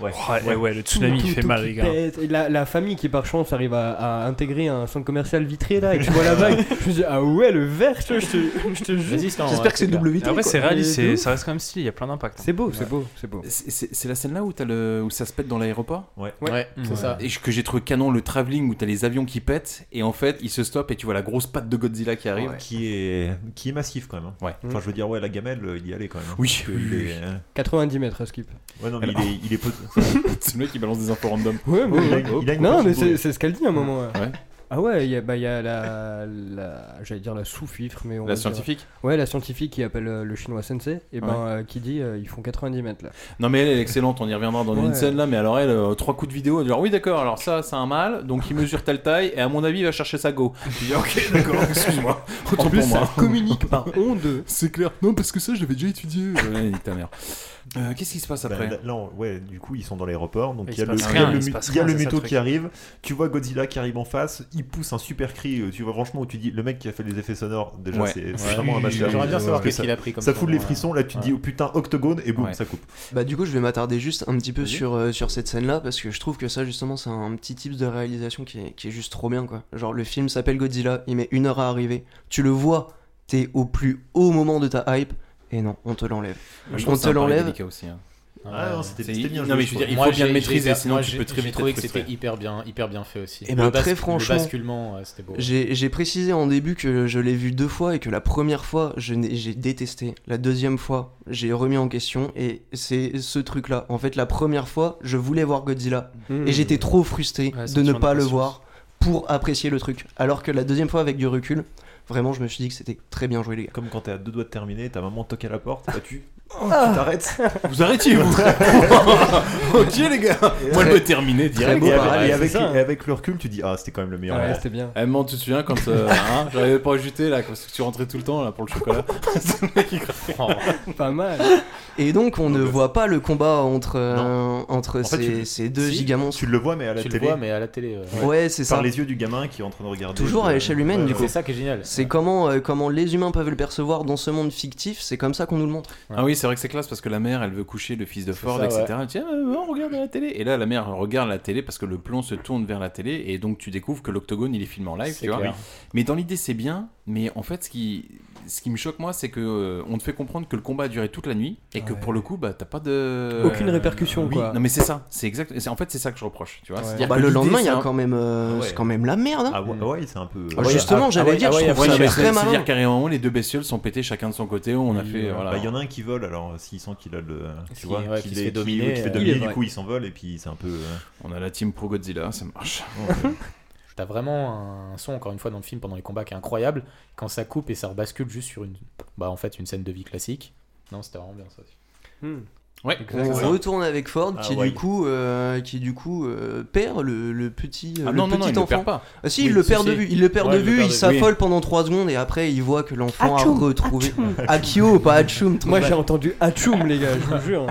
Speaker 3: Ouais.
Speaker 8: Ouais, ouais, ouais, le tsunami
Speaker 10: Tout,
Speaker 8: il fait
Speaker 10: tout
Speaker 8: mal,
Speaker 10: qui
Speaker 8: les gars.
Speaker 10: pète. Et la, la famille qui par chance arrive à, à intégrer un centre commercial vitré là et tu vois la vague. je me dis ah ouais le vert, tu vois, je te, je te jure.
Speaker 5: Vas-y, c'est en-
Speaker 11: J'espère que c'est
Speaker 5: clair.
Speaker 11: double vitré.
Speaker 8: Après,
Speaker 11: quoi.
Speaker 8: c'est réaliste,
Speaker 10: Mais de
Speaker 8: c'est-
Speaker 10: ouf.
Speaker 8: ça reste quand même stylé, il y a plein d'impacts. hein.
Speaker 10: C'est beau, c'est beau, c'est beau.
Speaker 2: C'est- C'est c'est la scène là où, t'as le, où ça se pète dans l'aéroport
Speaker 3: Ouais.
Speaker 5: Ouais, c'est
Speaker 10: Ouais.
Speaker 5: ça.
Speaker 2: et je- que j'ai trouvé canon le travelling où t'as les avions qui pètent et en fait ils se stoppent et tu vois la grosse patte de Godzilla qui arrive.
Speaker 3: Qui est, qui est massif quand même. hein.
Speaker 2: Ouais.
Speaker 3: Enfin, je veux dire, ouais, la gamelle, euh, il y allait quand même. hein.
Speaker 2: Oui,
Speaker 3: Parce que
Speaker 2: oui,
Speaker 3: il
Speaker 2: oui.
Speaker 3: est- hein.
Speaker 10: 90 mètres à skip.
Speaker 3: Ouais, non, mais
Speaker 2: Alors-
Speaker 3: il est, il est pot-
Speaker 2: C'est le mec qui balance des infos random.
Speaker 10: Ouais, mais
Speaker 3: il a- il a une
Speaker 10: non,
Speaker 3: petite
Speaker 10: mais
Speaker 3: boule.
Speaker 10: c'est c'est ce qu'elle dit à un moment. ouais.
Speaker 2: Ouais.
Speaker 10: Ah ouais, il y a, bah, il y a la, la- j'allais dire la sous-fifre, mais on va
Speaker 2: La
Speaker 10: dire-
Speaker 2: scientifique
Speaker 10: Ouais, la scientifique qui appelle euh, le chinois sensei, et ben
Speaker 2: Ouais.
Speaker 10: euh, qui dit euh, ils font 90 mètres là.
Speaker 2: Non mais elle, elle est excellente, on y reviendra dans une
Speaker 10: Ouais.
Speaker 2: scène là, mais alors elle, euh, trois coups de vidéo, elle dit alors oui d'accord, alors ça c'est un mâle, donc il mesure telle taille, et à mon avis il va chercher sa go. Je dis ok d'accord, excuse-moi, autant
Speaker 10: En plus,
Speaker 2: pour moi.
Speaker 10: ça communique par onde.
Speaker 2: C'est clair, non parce que ça je l'avais déjà étudié. Ouais, nique ta mère. Euh, Qu'est-ce qui se passe
Speaker 3: Bah,
Speaker 2: après
Speaker 3: là, là, on- ouais, du coup, ils sont dans l'aéroport, donc
Speaker 8: Il
Speaker 3: il y a
Speaker 8: se
Speaker 3: le,
Speaker 8: passe
Speaker 3: il y a
Speaker 8: rien,
Speaker 3: le
Speaker 8: il se
Speaker 3: mu-
Speaker 8: passe
Speaker 3: il y a
Speaker 8: rien,
Speaker 3: le
Speaker 8: c'est ça,
Speaker 3: muto
Speaker 8: le truc.
Speaker 3: qui arrive. Tu vois Godzilla qui arrive en face, il pousse un super cri. euh, Tu vois, franchement, où tu dis, le mec qui a fait les effets sonores, déjà,
Speaker 2: Ouais.
Speaker 3: c'est c'est
Speaker 5: Ouais.
Speaker 3: vraiment un master.
Speaker 5: J'aimerais bien savoir
Speaker 3: Parce que
Speaker 5: qu'est-ce qu'il a pris comme
Speaker 3: Ça fout les
Speaker 5: tournant,
Speaker 3: frissons, là tu te
Speaker 5: ouais.
Speaker 3: dis oh putain octogone et boum
Speaker 2: Ouais.
Speaker 3: ça coupe.
Speaker 11: Bah du coup je vais m'attarder juste un petit peu
Speaker 2: Vas-y.
Speaker 11: sur, euh, sur cette scène là parce que je trouve que ça justement c'est un petit tips de réalisation qui est, qui est juste trop bien quoi. Genre le film s'appelle Godzilla, il met une heure à arriver, tu le vois, t'es au plus haut moment de ta hype et non on te l'enlève.
Speaker 2: Je
Speaker 11: on
Speaker 2: pense que c'est
Speaker 11: te
Speaker 2: un pari
Speaker 11: l'enlève.
Speaker 2: délicat aussi. hein.
Speaker 3: Ah non c'était
Speaker 2: C'est-
Speaker 3: c'était bien
Speaker 2: non,
Speaker 3: joué,
Speaker 2: mais
Speaker 3: je
Speaker 2: je veux
Speaker 3: trouve.
Speaker 2: dire, il
Speaker 5: Moi,
Speaker 2: faut bien
Speaker 5: j'ai-
Speaker 2: le maîtriser,
Speaker 5: j'ai-
Speaker 2: sinon
Speaker 5: moi,
Speaker 2: tu
Speaker 5: j'ai-
Speaker 2: peux très
Speaker 5: J'ai
Speaker 2: vite
Speaker 5: trouvé
Speaker 2: être
Speaker 5: que c'était
Speaker 2: frustré.
Speaker 5: hyper bien, hyper bien fait aussi.
Speaker 11: Eh ben,
Speaker 5: Le bas-
Speaker 11: très franchement,
Speaker 5: le basculement, ouais, c'était beau.
Speaker 11: J'ai j'ai précisé en début que je l'ai vu deux fois et que la première fois je n'ai- j'ai détesté, la deuxième fois j'ai remis en question et c'est ce truc là. En fait la première fois je voulais voir Godzilla
Speaker 10: Hmm.
Speaker 11: et j'étais trop frustré
Speaker 8: Ouais,
Speaker 11: de ne
Speaker 8: sentiment
Speaker 11: pas le
Speaker 8: d'impatience.
Speaker 11: voir pour apprécier le truc. Alors que la deuxième fois, avec du recul, vraiment, je me suis dit que c'était très bien joué, les gars.
Speaker 3: Comme quand t'es à deux doigts de terminer, ta maman toque à la porte, bah, tu oh, tu t'arrêtes.
Speaker 2: Vous arrêtiez vous Ok les gars, moi je
Speaker 11: Très-
Speaker 2: vais terminer direct.
Speaker 3: Et
Speaker 11: beau,
Speaker 3: avec-
Speaker 11: pareil,
Speaker 3: et
Speaker 11: c'est
Speaker 3: avec-
Speaker 10: ça.
Speaker 3: et avec le recul tu dis ah c'était quand même le meilleur.
Speaker 10: Ouais,
Speaker 3: moment.
Speaker 10: c'était bien.
Speaker 2: Eh man, tu te souviens quand euh, hein, j'arrivais pas à ajouter là, parce que tu rentrais tout le temps là pour le chocolat.
Speaker 5: Oh.
Speaker 10: Pas mal.
Speaker 11: Et donc, on ne voit pas le combat entre, euh, entre
Speaker 3: En fait,
Speaker 11: ces,
Speaker 3: tu-
Speaker 11: ces deux
Speaker 3: si,
Speaker 11: gigamons.
Speaker 3: Tu le vois, mais à la
Speaker 11: Tu le
Speaker 3: télé.
Speaker 11: vois, mais à la
Speaker 5: télé, euh, ouais.
Speaker 11: Ouais, c'est
Speaker 3: Par
Speaker 11: ça.
Speaker 3: les yeux du gamin qui est en train de regarder.
Speaker 11: Toujours à
Speaker 3: euh,
Speaker 11: échelle humaine,
Speaker 3: ouais,
Speaker 11: du
Speaker 3: ouais.
Speaker 11: coup. C'est comment, euh, comment les humains peuvent le percevoir dans ce monde fictif, c'est comme ça qu'on nous le montre.
Speaker 2: Ah oui, c'est vrai que c'est classe parce que la mère, elle veut coucher le fils de Ford,
Speaker 11: ça,
Speaker 2: etc.
Speaker 11: ouais.
Speaker 2: Tiens, euh, on regarde la télé. Et là, la mère regarde la télé parce que le plan se tourne vers la télé et donc tu découvres que l'octogone il est filmé en live,
Speaker 5: C'est
Speaker 2: tu vois.
Speaker 5: clair.
Speaker 2: Mais dans l'idée, c'est bien. Mais en fait, ce qui, ce qui me choque moi, c'est que euh, on te fait comprendre que le combat a duré toute la nuit et que pour le coup, bah t'as pas de
Speaker 10: Aucune répercussion,
Speaker 2: Oui,
Speaker 10: quoi.
Speaker 2: Non, mais c'est ça. C'est exact. c'est- En fait, c'est ça que je reproche, tu vois. C'est-à-dire
Speaker 11: Bah,
Speaker 2: que
Speaker 11: le
Speaker 2: l'idée,
Speaker 11: lendemain, il y a
Speaker 2: c'est un-
Speaker 11: quand même, euh,
Speaker 2: Ah ouais.
Speaker 11: c'est quand même la merde. hein.
Speaker 3: Ah ouais, ouais, c'est un peu.
Speaker 11: Ah, justement, j'allais dire, je trouve ça très malin. Bah,
Speaker 2: C'est-à-dire carrément, les deux bestioles sont pétées chacun de son côté. On a fait.
Speaker 3: Bah, Il
Speaker 2: voilà.
Speaker 3: y en a un qui vole, alors euh, s'il sent qu'il a le. Tu
Speaker 2: Qui-
Speaker 3: vois,
Speaker 2: ouais,
Speaker 3: qu'il
Speaker 2: qui se
Speaker 3: est-
Speaker 2: fait dominer,
Speaker 3: qui fait
Speaker 2: euh,
Speaker 3: dominer,
Speaker 2: il est
Speaker 3: du
Speaker 2: vrai.
Speaker 3: coup il s'envole et puis c'est un peu. euh,
Speaker 2: On a la team Pro Godzilla, ça marche.
Speaker 5: T'as vraiment un son, encore une fois, dans le film pendant les combats qui est incroyable. Quand ça coupe et ça rebascule juste sur une, bah, en fait, une scène de vie classique. Non, c'était vraiment bien ça.
Speaker 10: Hmm.
Speaker 2: Ouais,
Speaker 11: On retourne avec Ford
Speaker 2: Ah
Speaker 11: qui,
Speaker 5: ouais.
Speaker 11: du coup, euh, qui du coup euh, perd le, le petit, euh,
Speaker 2: Ah
Speaker 11: le
Speaker 2: non, non, non,
Speaker 11: petit
Speaker 2: il le
Speaker 11: enfant.
Speaker 2: perd pas.
Speaker 11: Ah si,
Speaker 2: Oui,
Speaker 11: il le
Speaker 2: si,
Speaker 11: perd
Speaker 2: si.
Speaker 11: de vue. Il le perd
Speaker 2: Ouais,
Speaker 11: de
Speaker 2: il le
Speaker 11: vue,
Speaker 2: perd
Speaker 11: il
Speaker 2: de vue.
Speaker 11: s'affole pendant 3 secondes et après il voit que l'enfant a
Speaker 10: Atchoum,
Speaker 11: retrouvé.
Speaker 10: atchoum.
Speaker 11: Akio, pas Achoum. ton
Speaker 10: Moi,
Speaker 11: bâtard.
Speaker 10: j'ai entendu Hachoum, les gars, je vous jure.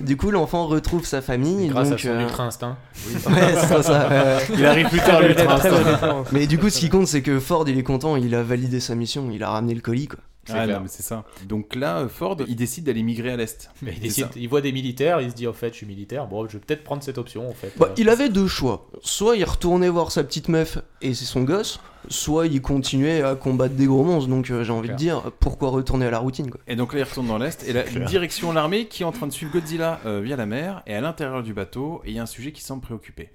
Speaker 11: Du coup, l'enfant retrouve sa famille.
Speaker 5: Grâce
Speaker 11: donc, euh,
Speaker 5: à son ultra instinct.
Speaker 11: ouais, c'est ça, ça, ouais, ouais.
Speaker 5: Il arrive plus tard, l'ultra Très belle instinct. référence.
Speaker 11: Mais du coup, ce qui compte, c'est que Ford, il est content, il a validé sa mission, il a ramené le colis, quoi.
Speaker 2: Ah non, mais c'est ça. Donc là, euh, Ford, il décide d'aller migrer à l'Est.
Speaker 5: Mais il,
Speaker 2: C'est
Speaker 5: décide-
Speaker 2: ça.
Speaker 5: il voit des militaires, il se dit oh, en fait je suis militaire, bon je vais peut-être prendre cette option en fait.
Speaker 11: Bah,
Speaker 5: Euh,
Speaker 11: il avait deux choix. Soit il retournait voir sa petite meuf et c'est son gosse, soit il continuait à combattre des gros monstres. Donc euh, j'ai envie de dire, pourquoi retourner à la routine quoi
Speaker 2: Et donc là, il retourne dans l'Est. Et là,
Speaker 11: Claire.
Speaker 2: direction l'armée qui est en train de suivre Godzilla euh, via la mer. Et à l'intérieur du bateau, il y a un sujet qui semble préoccupé.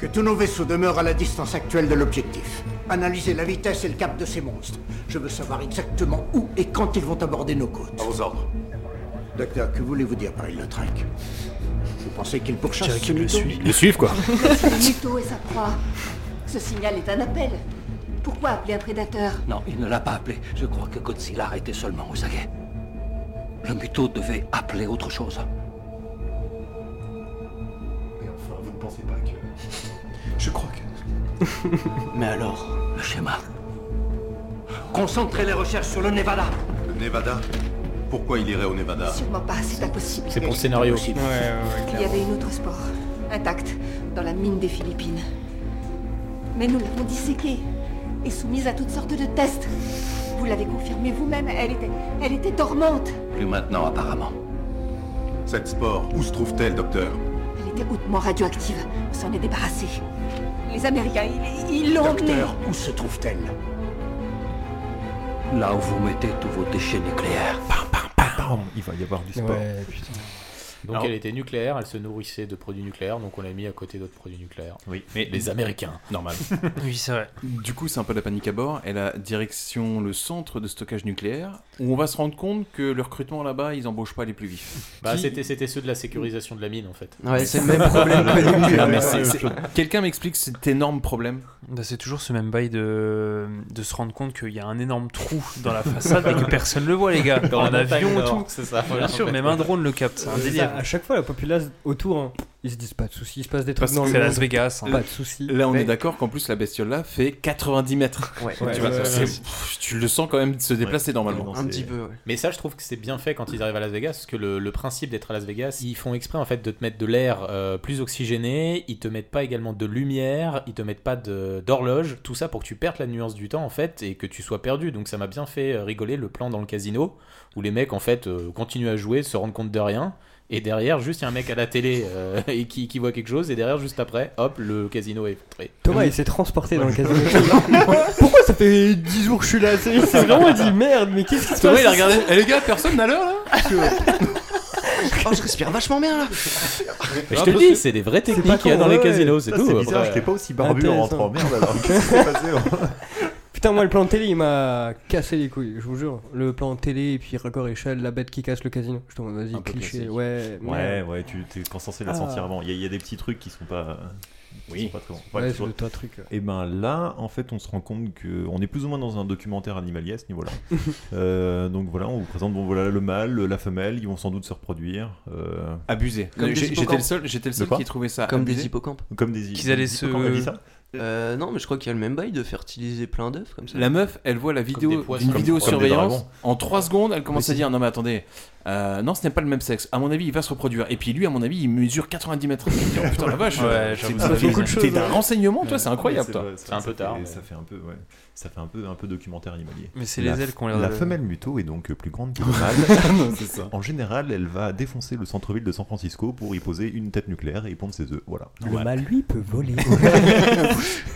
Speaker 13: Que tous nos vaisseaux demeurent à la distance actuelle de l'objectif. Analysez la vitesse et le cap de ces monstres. Je veux savoir exactement où et quand ils vont aborder nos côtes. À vos ordres. Docteur, que voulez-vous dire par Lautrec Vous pensez qu'il pourchasse
Speaker 8: Je dirais
Speaker 13: ce
Speaker 8: qu'il le
Speaker 13: mytho
Speaker 8: suit. Il le suivent, quoi.
Speaker 9: C'est un mytho et sa proie. Ce signal est un appel. Pourquoi appeler un prédateur
Speaker 14: Non, il ne l'a pas appelé. Je crois que Godzilla était seulement au Sage. Le mytho devait appeler autre chose.
Speaker 6: Mais enfin, vous ne pensez pas que. Je crois que.
Speaker 14: Mais alors, le schéma.
Speaker 13: Concentrez les recherches sur le Nevada.
Speaker 6: Le Nevada Pourquoi il irait au Nevada
Speaker 9: Sûrement pas, c'est impossible.
Speaker 5: C'est pour le scénario.
Speaker 6: Ouais,
Speaker 9: Il y avait une autre sport, intacte, dans la mine des Philippines. Mais nous l'avons disséquée et soumise à toutes sortes de tests. Vous l'avez confirmé vous-même, elle était, elle était dormante.
Speaker 6: Plus maintenant, apparemment. Cette sport, où se trouve-t-elle, docteur
Speaker 9: Elle était hautement radioactive. On s'en est débarrassé. Les Américains, ils- ils l'ont emmenée.
Speaker 13: Docteur, où se trouve-t-elle
Speaker 14: Là où vous mettez tous vos déchets nucléaires.
Speaker 3: Bam, il va y avoir du sport.
Speaker 5: Donc
Speaker 3: Alors-
Speaker 5: elle était nucléaire, elle se nourrissait de produits nucléaires, donc on l'a mis à côté d'autres produits nucléaires.
Speaker 3: Oui.
Speaker 5: Mais les Américains.
Speaker 2: Normal.
Speaker 8: oui, c'est vrai.
Speaker 2: Du coup, c'est un peu la panique à bord. Et la direction le centre de stockage nucléaire, où on va se rendre compte que le recrutement là-bas, ils embauchent pas les plus vifs.
Speaker 5: Bah
Speaker 2: Qui-
Speaker 5: c'était c'était ceux de la sécurisation de la mine en fait.
Speaker 11: Ouais, c'est le même problème que les
Speaker 2: Non, mais
Speaker 11: nucléaires.
Speaker 2: c'est- c'est- Quelqu'un m'explique cet énorme problème
Speaker 8: Bah, c'est toujours ce même bail de, de se rendre compte qu'il y a un énorme trou dans la façade et que personne le voit, les gars.
Speaker 5: Dans
Speaker 8: en
Speaker 5: la montagne
Speaker 8: avion et
Speaker 5: nord,
Speaker 8: tout.
Speaker 5: c'est ça,
Speaker 8: Bien
Speaker 5: voilà, en
Speaker 8: sûr,
Speaker 5: fait.
Speaker 8: même un drone le capte. C'est un
Speaker 10: C'est
Speaker 8: délire.
Speaker 10: ça, à chaque fois, la populace autour, hein, ils se disent pas de soucis, il se passe des trucs
Speaker 2: Parce
Speaker 10: dans
Speaker 2: que
Speaker 10: le
Speaker 2: c'est
Speaker 10: monde.
Speaker 2: Las Vegas, hein.
Speaker 10: Pas de soucis.
Speaker 2: Là, on est d'accord qu'en plus, la bestiole là fait 90 mètres.
Speaker 11: Ouais.
Speaker 2: tu,
Speaker 5: Ouais,
Speaker 2: vois,
Speaker 5: ouais,
Speaker 2: c'est-
Speaker 5: ouais.
Speaker 2: pff, tu le sens quand même se déplacer normalement.
Speaker 5: Mais ça, je trouve que c'est bien fait quand ils arrivent à Las Vegas, parce que le, le principe d'être à Las Vegas, ils font exprès en fait de te mettre de l'air euh, plus oxygéné, ils te mettent pas également de lumière, ils te mettent pas de- d'horloge, tout ça pour que tu perdes la nuance du temps en fait et que tu sois perdu. Donc ça m'a bien fait euh, rigoler le plan dans le casino où les mecs en fait euh, continuent à jouer, se rendent compte de rien. Et derrière, juste il y a un mec à la télé euh, et qui, qui voit quelque chose, et derrière, juste après, hop, le casino est effondré.
Speaker 10: Thomas, il s'est transporté dans le casino. Pourquoi ça fait 10 jours que je suis là C'est il s'est vraiment dit merde, mais qu'est-ce qui se passe
Speaker 2: Thomas, il a regardé. Eh les gars, personne n'a l'heure là
Speaker 11: Oh, je respire vachement bien là
Speaker 5: Mais je te le dis, c'est des vraies techniques qu'il y a dans les casinos, c'est tout.
Speaker 3: C'est bizarre,
Speaker 5: Après,
Speaker 3: j'étais pas aussi barbu en rentrant.
Speaker 10: Intéressant.
Speaker 3: Merde alors, qu'est-ce qui s'est passé hein
Speaker 10: Putain, moi, le plan télé, il m'a cassé les couilles, je vous jure. Le plan télé, et puis record échelle, la bête qui casse le casino. Je te demande, vas-y, cliché, ouais.
Speaker 3: Ouais,
Speaker 10: merde.
Speaker 3: ouais, tu t'es pas censé la
Speaker 10: Ah.
Speaker 3: sentir avant. Il y, a- il y a des petits trucs qui sont pas. euh,
Speaker 2: Oui.
Speaker 3: qui sont pas très bons.
Speaker 10: Ouais,
Speaker 3: qui
Speaker 10: c'est
Speaker 3: sont-
Speaker 10: le toi truc, ouais.
Speaker 3: Et ben là, en fait, on se rend compte que on est plus ou moins dans un documentaire animalier à ce niveau-là. Euh, donc voilà, on vous présente bon voilà le mâle, la femelle, ils vont sans doute se reproduire. euh.
Speaker 2: Abusé. Comme J'ai- des j'étais hippocampes. le seul- j'étais le
Speaker 3: De
Speaker 2: seul
Speaker 3: quoi
Speaker 2: qui trouvait ça
Speaker 11: Comme
Speaker 2: Ah, abusé.
Speaker 11: des hippocampes.
Speaker 3: Comme des hi- Qu'ils allaient des se- hippocampes, on a dit ça
Speaker 11: Euh, non, mais je crois qu'il y a le même bail de fertiliser plein d'œufs comme ça.
Speaker 2: La meuf, elle voit la
Speaker 11: Comme des
Speaker 2: vidéo
Speaker 11: poissons.
Speaker 2: d'une
Speaker 11: Comme-
Speaker 2: vidéo
Speaker 11: comme des
Speaker 2: surveillance.
Speaker 11: dragons.
Speaker 2: En 3 secondes, elle commence
Speaker 11: Mais
Speaker 2: à dire non mais attendez, Euh, non, ce n'est pas le même sexe. À mon avis, il va se reproduire. Et puis lui, à mon avis, il mesure 90 mètres. Oh, putain, la vache,
Speaker 3: Ouais,
Speaker 2: c'est
Speaker 3: j'avoue,
Speaker 2: pas
Speaker 3: ça fait
Speaker 2: beaucoup de
Speaker 3: bizarre.
Speaker 2: choses. T'es d'un renseignement, toi, c'est incroyable, toi.
Speaker 3: vrai, vrai, ça fait- Ça fait un peu, ouais. Ça fait un peu, un peu documentaire animalier.
Speaker 2: Mais c'est
Speaker 3: La
Speaker 2: les
Speaker 3: f-
Speaker 2: ailes qu'on leur
Speaker 3: La
Speaker 2: donne.
Speaker 3: femelle muto est donc plus grande que le mâle.
Speaker 2: Non, c'est ça.
Speaker 3: En général, elle va défoncer le centre-ville de San Francisco pour y poser une tête nucléaire et y pondre ses œufs. Voilà.
Speaker 10: Le mâle, lui, peut voler.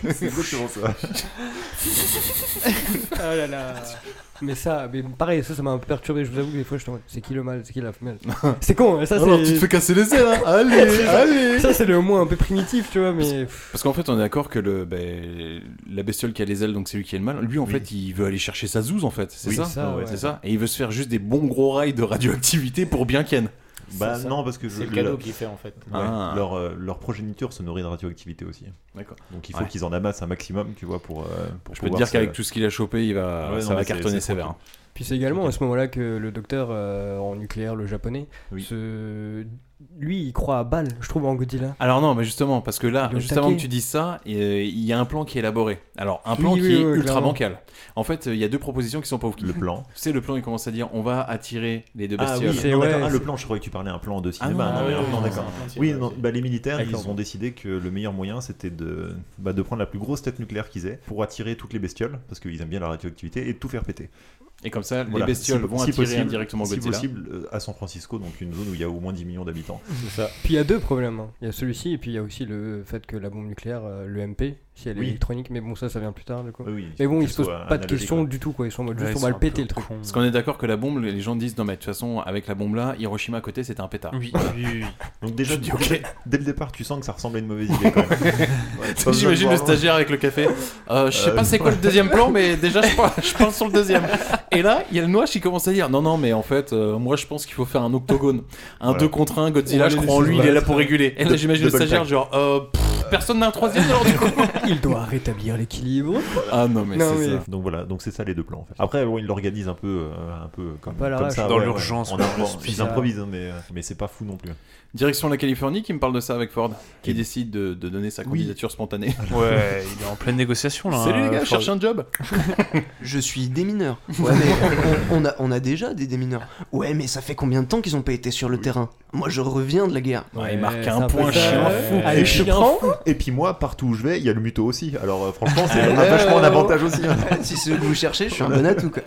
Speaker 3: c'est exactement ça.
Speaker 10: Ah là là. Mais ça, mais pareil, ça, ça m'a un peu perturbé. Je vous avoue que des fois, je suis en mode, c'est qui le mâle, c'est qui la femelle C'est con, hein, ça c'est.
Speaker 2: Alors, Ah tu te fais casser les ailes, hein. Allez,
Speaker 10: C'est ça.
Speaker 2: allez.
Speaker 10: Ça c'est le moins un peu primitif, tu vois, mais.
Speaker 2: Parce qu'en fait, on est d'accord que le, ben, la bestiole qui a les ailes, donc c'est lui qui est le mal. Lui, en
Speaker 10: Oui.
Speaker 2: fait, il veut aller chercher sa zouze, en fait. C'est
Speaker 3: Oui,
Speaker 2: ça,
Speaker 3: c'est ça, ouais.
Speaker 2: C'est ça. Et il veut se faire juste des bons gros rails de radioactivité pour bien Ken.
Speaker 3: Bah non, parce que
Speaker 5: C'est
Speaker 3: je-
Speaker 5: le cadeau
Speaker 3: leur-
Speaker 5: qu'il fait, en fait.
Speaker 3: Ouais,
Speaker 2: Ah.
Speaker 3: Leur, euh, leur progéniture se nourrit de radioactivité aussi.
Speaker 2: D'accord.
Speaker 3: Donc il faut
Speaker 2: Ouais.
Speaker 3: qu'ils en amassent un maximum, tu vois, pour. euh, pour
Speaker 2: Je peux te
Speaker 3: pouvoir
Speaker 2: dire
Speaker 3: se-
Speaker 2: qu'avec tout ce qu'il a chopé, il va,
Speaker 3: Ouais,
Speaker 2: ça
Speaker 3: non,
Speaker 2: va
Speaker 3: mais c'est-
Speaker 2: cartonner
Speaker 3: c'est
Speaker 2: sévère.
Speaker 3: trop
Speaker 2: hein.
Speaker 10: Puis c'est également à ce moment-là que le docteur euh, en nucléaire, le japonais, se- lui, il croit à balle, je trouve, en Godzilla.
Speaker 2: Alors non, mais justement, parce que là,
Speaker 10: Il est
Speaker 2: juste
Speaker 10: au
Speaker 2: avant
Speaker 10: taquet.
Speaker 2: que tu dises ça, euh, il y a un plan qui est élaboré. Alors, un
Speaker 10: Oui,
Speaker 2: plan
Speaker 10: oui,
Speaker 2: qui
Speaker 10: oui,
Speaker 2: est
Speaker 10: oui,
Speaker 2: ultra
Speaker 10: clairement.
Speaker 2: bancal. En fait, euh, il y a deux propositions qui sont pauvres.
Speaker 3: Le plan.
Speaker 2: C'est le plan, il commence à dire on va attirer les deux
Speaker 3: Ah
Speaker 2: bestioles.
Speaker 3: oui, non, d'accord. Ah, le plan, je croyais que tu parlais un plan de cinéma.
Speaker 2: Ah non,
Speaker 3: non, mais
Speaker 2: non,
Speaker 3: un
Speaker 2: non,
Speaker 3: plan,
Speaker 2: non,
Speaker 3: d'accord.
Speaker 2: c'est un plan de cinéma
Speaker 3: Oui, non, bah, les militaires,
Speaker 2: D'accord.
Speaker 3: ils ont décidé que le meilleur moyen, c'était de, bah, de prendre la plus grosse tête nucléaire qu'ils aient pour attirer toutes les bestioles, parce qu'ils aiment bien la radioactivité, et tout faire péter.
Speaker 2: Et comme ça, les
Speaker 3: Voilà.
Speaker 2: bestioles
Speaker 3: Si-
Speaker 2: vont
Speaker 3: si
Speaker 2: attirer
Speaker 3: possible-
Speaker 2: indirectement
Speaker 3: Si
Speaker 2: Godzilla.
Speaker 3: possible, euh, à San Francisco, donc une zone où il y a au moins 10 millions d'habitants.
Speaker 10: Puis il y a deux problèmes. hein. Il y a celui-ci, et puis il y a aussi le fait que la bombe nucléaire, euh, le MP, si elle est
Speaker 3: Oui.
Speaker 10: électronique, mais bon, ça, ça vient plus tard, du coup.
Speaker 3: Oui, oui,
Speaker 10: mais bon,
Speaker 3: faut
Speaker 10: ils
Speaker 3: que
Speaker 10: se
Speaker 3: ce
Speaker 10: posent
Speaker 3: soit
Speaker 10: pas de
Speaker 3: analogique,
Speaker 10: questions
Speaker 3: quoi.
Speaker 10: du tout, quoi. Ils sont en mode juste,
Speaker 2: Ouais,
Speaker 10: on va
Speaker 2: ils
Speaker 10: le
Speaker 2: sont un
Speaker 10: péter
Speaker 2: peu
Speaker 10: le truc.
Speaker 2: cons. Parce qu'on est d'accord que la bombe, les gens disent non, mais de toute façon, avec la bombe là, Hiroshima à côté, c'était un pétard.
Speaker 10: Oui,
Speaker 3: bah,
Speaker 10: oui, oui.
Speaker 3: Donc déjà,
Speaker 2: Je dis,
Speaker 3: dès-
Speaker 2: ok.
Speaker 3: dès le départ, tu sens que ça ressemblait à une mauvaise idée. quand même. Ouais, pas besoin de
Speaker 2: J'imagine
Speaker 3: voir
Speaker 2: le
Speaker 3: loin.
Speaker 2: stagiaire avec le café. Euh, je sais
Speaker 3: Euh,
Speaker 2: pas c'est quoi le deuxième plan, mais déjà je pense, je pense sur le deuxième. Et là, il y a le noix qui commence à dire non, non, mais en fait, euh, moi je pense qu'il faut faire un octogone. Un 2
Speaker 3: Voilà.
Speaker 2: contre 1, Godzilla,
Speaker 3: On va
Speaker 2: je
Speaker 3: les
Speaker 2: crois en lui, il
Speaker 3: laisser
Speaker 2: est là
Speaker 3: se
Speaker 2: pour
Speaker 3: battre.
Speaker 2: réguler. Et là,
Speaker 3: Dou-
Speaker 2: j'imagine le
Speaker 3: double
Speaker 2: stagiaire,
Speaker 3: tag.
Speaker 2: genre, euh, pff, personne n'a un troisième alors du coup.
Speaker 10: Il doit rétablir l'équilibre.
Speaker 2: Ah non, mais
Speaker 10: Non,
Speaker 2: c'est
Speaker 10: mais-
Speaker 2: ça.
Speaker 3: Donc voilà, donc c'est ça les deux plans en fait. Après bon, ils l'organisent un peu euh, un peu comme,
Speaker 10: Pas à la
Speaker 3: comme
Speaker 10: rage.
Speaker 3: ça
Speaker 10: Dans
Speaker 3: ouais,
Speaker 10: l'urgence,
Speaker 3: ouais.
Speaker 10: dans
Speaker 3: On-
Speaker 10: l'urgence.
Speaker 3: Ils improvisent hein, mais euh, mais c'est pas fou non plus.
Speaker 2: Direction la Californie qui me parle de ça avec Ford, qui décide de, de donner sa candidature spontanée.
Speaker 8: Ouais, il est en pleine négociation là.
Speaker 2: Salut les
Speaker 8: hein,
Speaker 2: gars, je
Speaker 8: Ford.
Speaker 2: cherche un job.
Speaker 11: Je suis démineur. Ouais, mais on, on a, on a déjà des démineurs. Ouais, mais ça fait combien de temps qu'ils ont pas été sur le terrain Moi, je reviens de la guerre.
Speaker 2: Ouais, il marque
Speaker 11: c'est
Speaker 2: un
Speaker 11: un peu
Speaker 2: point
Speaker 11: ça,
Speaker 2: chien
Speaker 11: ouais.
Speaker 2: fou.
Speaker 10: Ah,
Speaker 11: Allez,
Speaker 3: Ah, et,
Speaker 11: je
Speaker 3: puis,
Speaker 11: prends.
Speaker 3: et puis moi partout où je vais, il y a le muto aussi. Alors euh, franchement, c'est
Speaker 11: Euh,
Speaker 3: un vachement un avantage aussi. hein.
Speaker 11: si c'est ce que vous cherchez, je suis un bon atout. Quoi.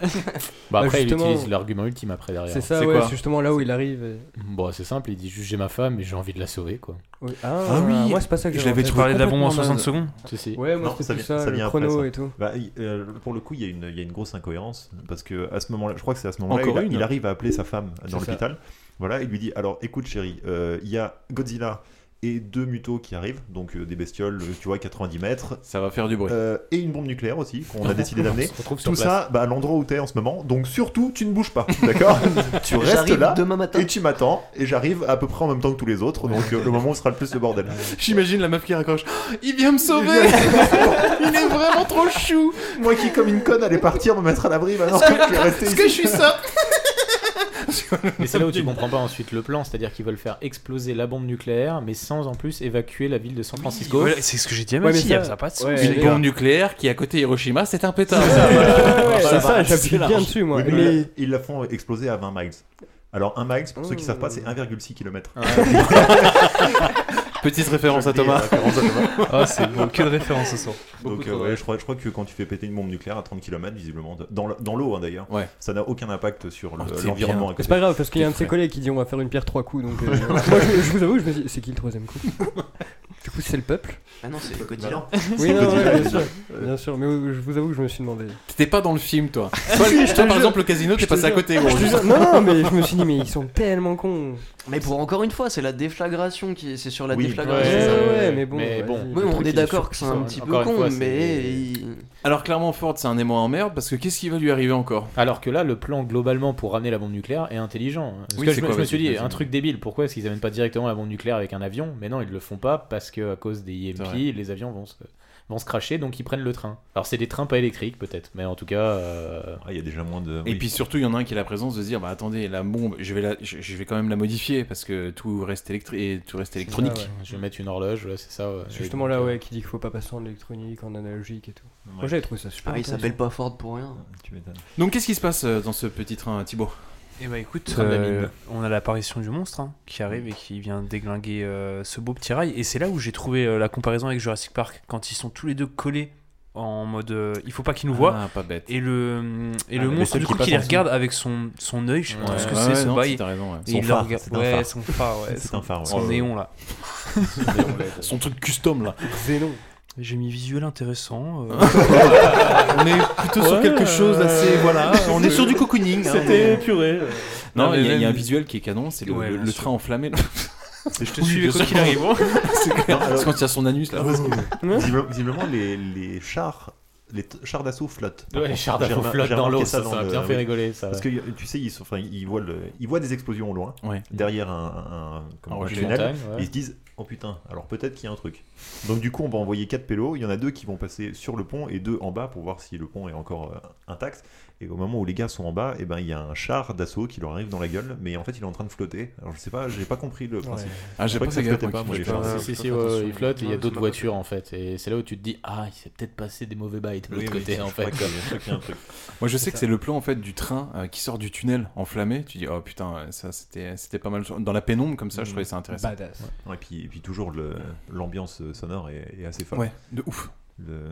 Speaker 5: Bah après,
Speaker 10: justement-
Speaker 5: il utilise l'argument ultime après derrière.
Speaker 10: C'est ça, ouais, c'est justement là où il arrive. et-
Speaker 5: Bon, c'est simple, il dit juste j'ai ma femme et j'ai envie de la sauver, quoi.
Speaker 10: Oui. Ah, Ah oui, moi, c'est pas ça que je j'avais l'avais trouvé
Speaker 8: parlé de la bombe en
Speaker 10: complètement
Speaker 8: 60 secondes.
Speaker 5: Si, si.
Speaker 10: Ouais, moi,
Speaker 3: Non,
Speaker 10: c'était plus
Speaker 3: vient-
Speaker 10: ça, le
Speaker 3: vient
Speaker 10: chrono
Speaker 3: ça.
Speaker 10: et tout.
Speaker 3: Bah, il- euh, pour le coup, il y, a une- il y a une grosse incohérence parce que à ce moment-là, je crois que c'est à ce moment-là,
Speaker 2: Encore
Speaker 3: il, a-
Speaker 2: une.
Speaker 3: il arrive à appeler sa femme
Speaker 2: C'est
Speaker 3: dans
Speaker 2: ça.
Speaker 3: l'hôpital. Voilà, il lui dit alors, écoute chérie, euh, il y a Godzilla et deux mutos qui arrivent, donc euh, des bestioles, euh, tu vois, 90 mètres. euh,
Speaker 2: Ça va faire du bruit.
Speaker 3: et une bombe nucléaire aussi qu'on a décidé
Speaker 2: On
Speaker 3: d'amener.
Speaker 2: se retrouve sur
Speaker 3: Tout
Speaker 2: place.
Speaker 3: ça, bah, à l'endroit où t'es en ce moment. Donc surtout, tu ne bouges pas, d'accord Tu restes
Speaker 11: J'arrive
Speaker 3: là
Speaker 11: demain
Speaker 3: et tu m'attends et j'arrive à peu près en même temps que tous les autres. Donc euh, le moment où ce sera le plus de bordel.
Speaker 2: J'imagine la meuf qui raccroche. Oh, Il vient me sauver Il est vraiment trop chou
Speaker 3: Moi qui, comme une conne, allait partir me mettre à l'abri, maintenant
Speaker 2: Est-ce
Speaker 3: je vais rester
Speaker 2: Est-ce que je
Speaker 3: ici.
Speaker 2: suis ça
Speaker 5: Mais c'est là où tu comprends pas ensuite le plan, c'est-à-dire qu'ils veulent faire exploser la bombe nucléaire, mais sans en plus évacuer la ville de San Francisco.
Speaker 8: voilà, c'est ce que j'ai dit à ma Ouais, mais fille, ça- ça a pas de sens, ouais,
Speaker 2: Une
Speaker 8: les
Speaker 2: bombe
Speaker 8: gars.
Speaker 2: nucléaire qui, à côté Hiroshima, c'est un pétard.
Speaker 3: Ah,
Speaker 2: Ça
Speaker 3: bah,
Speaker 2: va,
Speaker 3: bah,
Speaker 2: c'est
Speaker 3: c'est
Speaker 2: large.
Speaker 3: large. Oui, mais
Speaker 2: mais-
Speaker 3: ils- Ils la font exploser à 20 miles. Alors 1 miles, pour ceux qui savent pas, c'est 1,6 km.
Speaker 2: Petite référence à Thomas. Ah, c'est bon, que de références ce soir. Beaucoup
Speaker 3: Donc euh,
Speaker 2: trop,
Speaker 3: ouais,
Speaker 2: ouais.
Speaker 3: je, crois, je crois que quand tu fais péter une bombe nucléaire à 30 km, visiblement, de- dans le- dans l'eau hein, d'ailleurs, ça n'a aucun impact sur le-
Speaker 2: Oh, t'es
Speaker 3: l'environnement. à
Speaker 10: C'est
Speaker 3: côté.
Speaker 10: pas grave, parce qu'il y a un de
Speaker 3: T'es
Speaker 10: ses collègues qui dit on va faire une pierre trois coups. Donc, euh, moi, je, je vous avoue, je me dis c'est qui le troisième coup Du coup, c'est le peuple.
Speaker 11: Ah non, c'est Godzilla.
Speaker 10: Oui, non,
Speaker 2: C'est Godzilla,
Speaker 10: ouais, bien,
Speaker 2: déjà.
Speaker 10: sûr, bien sûr, mais oui, je vous avoue que je me suis demandé.
Speaker 2: T'étais pas dans le film, toi.
Speaker 10: Si,
Speaker 2: Toi,
Speaker 10: si, je te
Speaker 2: toi, par
Speaker 10: jure.
Speaker 2: exemple, le casino,
Speaker 10: Je
Speaker 2: t'es
Speaker 10: te
Speaker 2: passé à
Speaker 10: jure.
Speaker 2: côté,
Speaker 10: Je
Speaker 2: gros.
Speaker 10: te jure, Non, non, mais je me suis dit, mais ils sont tellement cons.
Speaker 11: Mais pour encore une fois, c'est la déflagration qui c'est sur la
Speaker 10: Oui,
Speaker 11: déflagration.
Speaker 10: ouais, ouais, ouais, mais bon,
Speaker 11: Oui,
Speaker 10: Mais bon, vas-y.
Speaker 11: on
Speaker 10: le truc,
Speaker 11: est
Speaker 10: il est
Speaker 11: d'accord
Speaker 10: sur-
Speaker 11: que c'est un
Speaker 10: sur-
Speaker 11: petit
Speaker 10: encore
Speaker 11: peu
Speaker 10: une
Speaker 11: con,
Speaker 10: fois, c'est-
Speaker 11: mais il-
Speaker 2: Alors, clairement, Ford, c'est un aimant en merde parce que qu'est-ce qui va lui arriver encore
Speaker 5: Alors que là, le plan globalement pour ramener la bombe nucléaire est intelligent. Parce
Speaker 2: Oui,
Speaker 5: que
Speaker 2: c'est
Speaker 5: je, me-
Speaker 2: quoi,
Speaker 5: je me
Speaker 2: vas-y,
Speaker 5: suis dit,
Speaker 2: vas-y.
Speaker 5: un truc débile, pourquoi est-ce qu'ils amènent pas directement la bombe nucléaire avec un avion Mais non, ils le font pas parce que à cause des
Speaker 2: vrai.
Speaker 5: IMP, les avions vont se, vont se cracher, donc ils prennent le train. Alors c'est des trains pas électriques peut-être, mais en tout cas... euh,
Speaker 3: Ah, Il y a déjà moins de...
Speaker 2: Et puis surtout, il y en a un qui a la présence de se dire bah attendez, la bombe, je vais, la, je, je vais quand même la modifier parce que tout reste, électri- et tout reste électronique.
Speaker 5: ouais. Je vais mettre une horloge, ouais, c'est ça. ouais.
Speaker 10: C'est justement là, ouais, qui dit qu'il faut pas passer en électronique, en analogique et tout. Moi, j'avais trouvé ça super.
Speaker 11: Ah, il
Speaker 10: intéressant.
Speaker 11: s'appelle pas Ford pour rien.
Speaker 3: Tu m'étonnes.
Speaker 2: Donc, qu'est-ce qui se passe euh, dans ce petit train, Thibaut
Speaker 8: Et bah écoute,
Speaker 5: Comme la
Speaker 8: euh,
Speaker 5: mine.
Speaker 8: on a l'apparition du monstre hein, qui arrive et qui vient déglinguer euh, ce beau petit rail. Et c'est là où j'ai trouvé euh, la comparaison avec Jurassic Park quand ils sont tous les deux collés en mode euh, il faut pas qu'ils nous voient.
Speaker 2: Ah, pas bête.
Speaker 8: Et le, et le
Speaker 2: Ah, la
Speaker 8: monstre
Speaker 2: vaisselle
Speaker 8: du coup
Speaker 2: qui
Speaker 8: qui
Speaker 2: passe
Speaker 8: les
Speaker 2: en dessous.
Speaker 8: regarde avec son, son œil, je sais pas
Speaker 2: Ouais,
Speaker 8: ce que
Speaker 2: ouais,
Speaker 8: c'est
Speaker 2: ouais,
Speaker 8: ce
Speaker 2: non,
Speaker 8: bail.
Speaker 2: si, t'as raison, ouais.
Speaker 8: Et
Speaker 2: Son
Speaker 8: il le
Speaker 2: phare,
Speaker 8: regarde-
Speaker 2: c'est un
Speaker 8: ouais,
Speaker 2: phare.
Speaker 8: son phare, ouais,
Speaker 2: C'est
Speaker 8: son-
Speaker 2: un phare, ouais.
Speaker 3: Oh,
Speaker 8: son
Speaker 2: Ouais.
Speaker 8: néon là.
Speaker 2: Son truc custom là.
Speaker 8: Zénon. J'ai mis visuel intéressant. euh.
Speaker 2: On est plutôt sur quelque chose d'assez- voilà, on est sur du cocooning, hein, C'était mais- purée. Non, il y a- il y a un visuel qui est canon, c'est le- le- le train enflammé, là.
Speaker 8: Je te
Speaker 2: Oui,
Speaker 8: suis
Speaker 2: bien
Speaker 8: quoi
Speaker 2: sûr.
Speaker 8: qu'il arrive.
Speaker 2: C'est clair.
Speaker 3: Non, alors-
Speaker 2: C'est quand il y a son anus, là.
Speaker 3: Parce que, visiblement- visiblement, les, les chars. Les t- chars d'assaut flottent. par
Speaker 5: Ouais, les
Speaker 3: contre.
Speaker 5: chars d'assaut
Speaker 3: J'ai remar-
Speaker 5: flottent
Speaker 3: j'ai
Speaker 5: dans
Speaker 3: remarqué
Speaker 5: l'eau, ça, ça a
Speaker 3: le-
Speaker 5: bien fait
Speaker 3: oui.
Speaker 5: rigoler, ça,
Speaker 3: Parce que tu sais, ils, sont- enfin, ils, voient le- ils voient des explosions au loin,
Speaker 2: Ouais.
Speaker 3: derrière un, un,
Speaker 5: Ah,
Speaker 3: comment
Speaker 2: Un
Speaker 3: on dit,
Speaker 2: rocher.
Speaker 3: tunnel,
Speaker 2: Montagne, ouais.
Speaker 3: et ils se disent Oh putain, alors peut-être qu'il y a un truc. Donc du coup, on va envoyer quatre pélos. Il y en a deux qui vont passer sur le pont et deux en bas pour voir si le pont est encore euh, intact. Et au moment où les gars sont en bas, et ben il y a un char d'assaut qui leur arrive dans la gueule, mais en fait il est en train de flotter. Alors je sais pas, j'ai pas compris le principe.
Speaker 2: Ah, j'ai
Speaker 3: Je
Speaker 2: pas
Speaker 3: crois que ça
Speaker 2: fait gaffe,
Speaker 3: flottait
Speaker 2: moi,
Speaker 3: pas, moi,
Speaker 2: qu'il
Speaker 3: les
Speaker 2: flottait.
Speaker 3: chars.
Speaker 2: Ah,
Speaker 5: Si,
Speaker 2: faut
Speaker 5: si,
Speaker 2: faire
Speaker 5: ouais,
Speaker 2: attention.
Speaker 5: il flotte, et il y
Speaker 2: Ouais,
Speaker 5: a
Speaker 2: ça
Speaker 5: d'autres
Speaker 2: m'a
Speaker 5: voitures en fait. Et c'est là où tu te dis, ah, il s'est peut-être passé des mauvais bails de
Speaker 3: Oui,
Speaker 5: l'autre
Speaker 3: oui,
Speaker 5: côté
Speaker 3: je
Speaker 5: en
Speaker 3: crois
Speaker 5: fait.
Speaker 3: qu'il y a- je crois qu'il y a un truc.
Speaker 2: Moi, je sais
Speaker 3: C'est
Speaker 2: que
Speaker 3: ça.
Speaker 2: c'est le plan en fait du train euh, qui sort du tunnel enflammé. Tu dis, oh putain, ça c'était euh, c'était pas mal. Dans la pénombre, comme
Speaker 3: Mm.
Speaker 2: ça, je trouvais ça intéressant.
Speaker 3: Ouais, et, puis, et puis toujours le- l'ambiance sonore est, est assez folle.
Speaker 2: Ouais, de ouf.
Speaker 3: Le-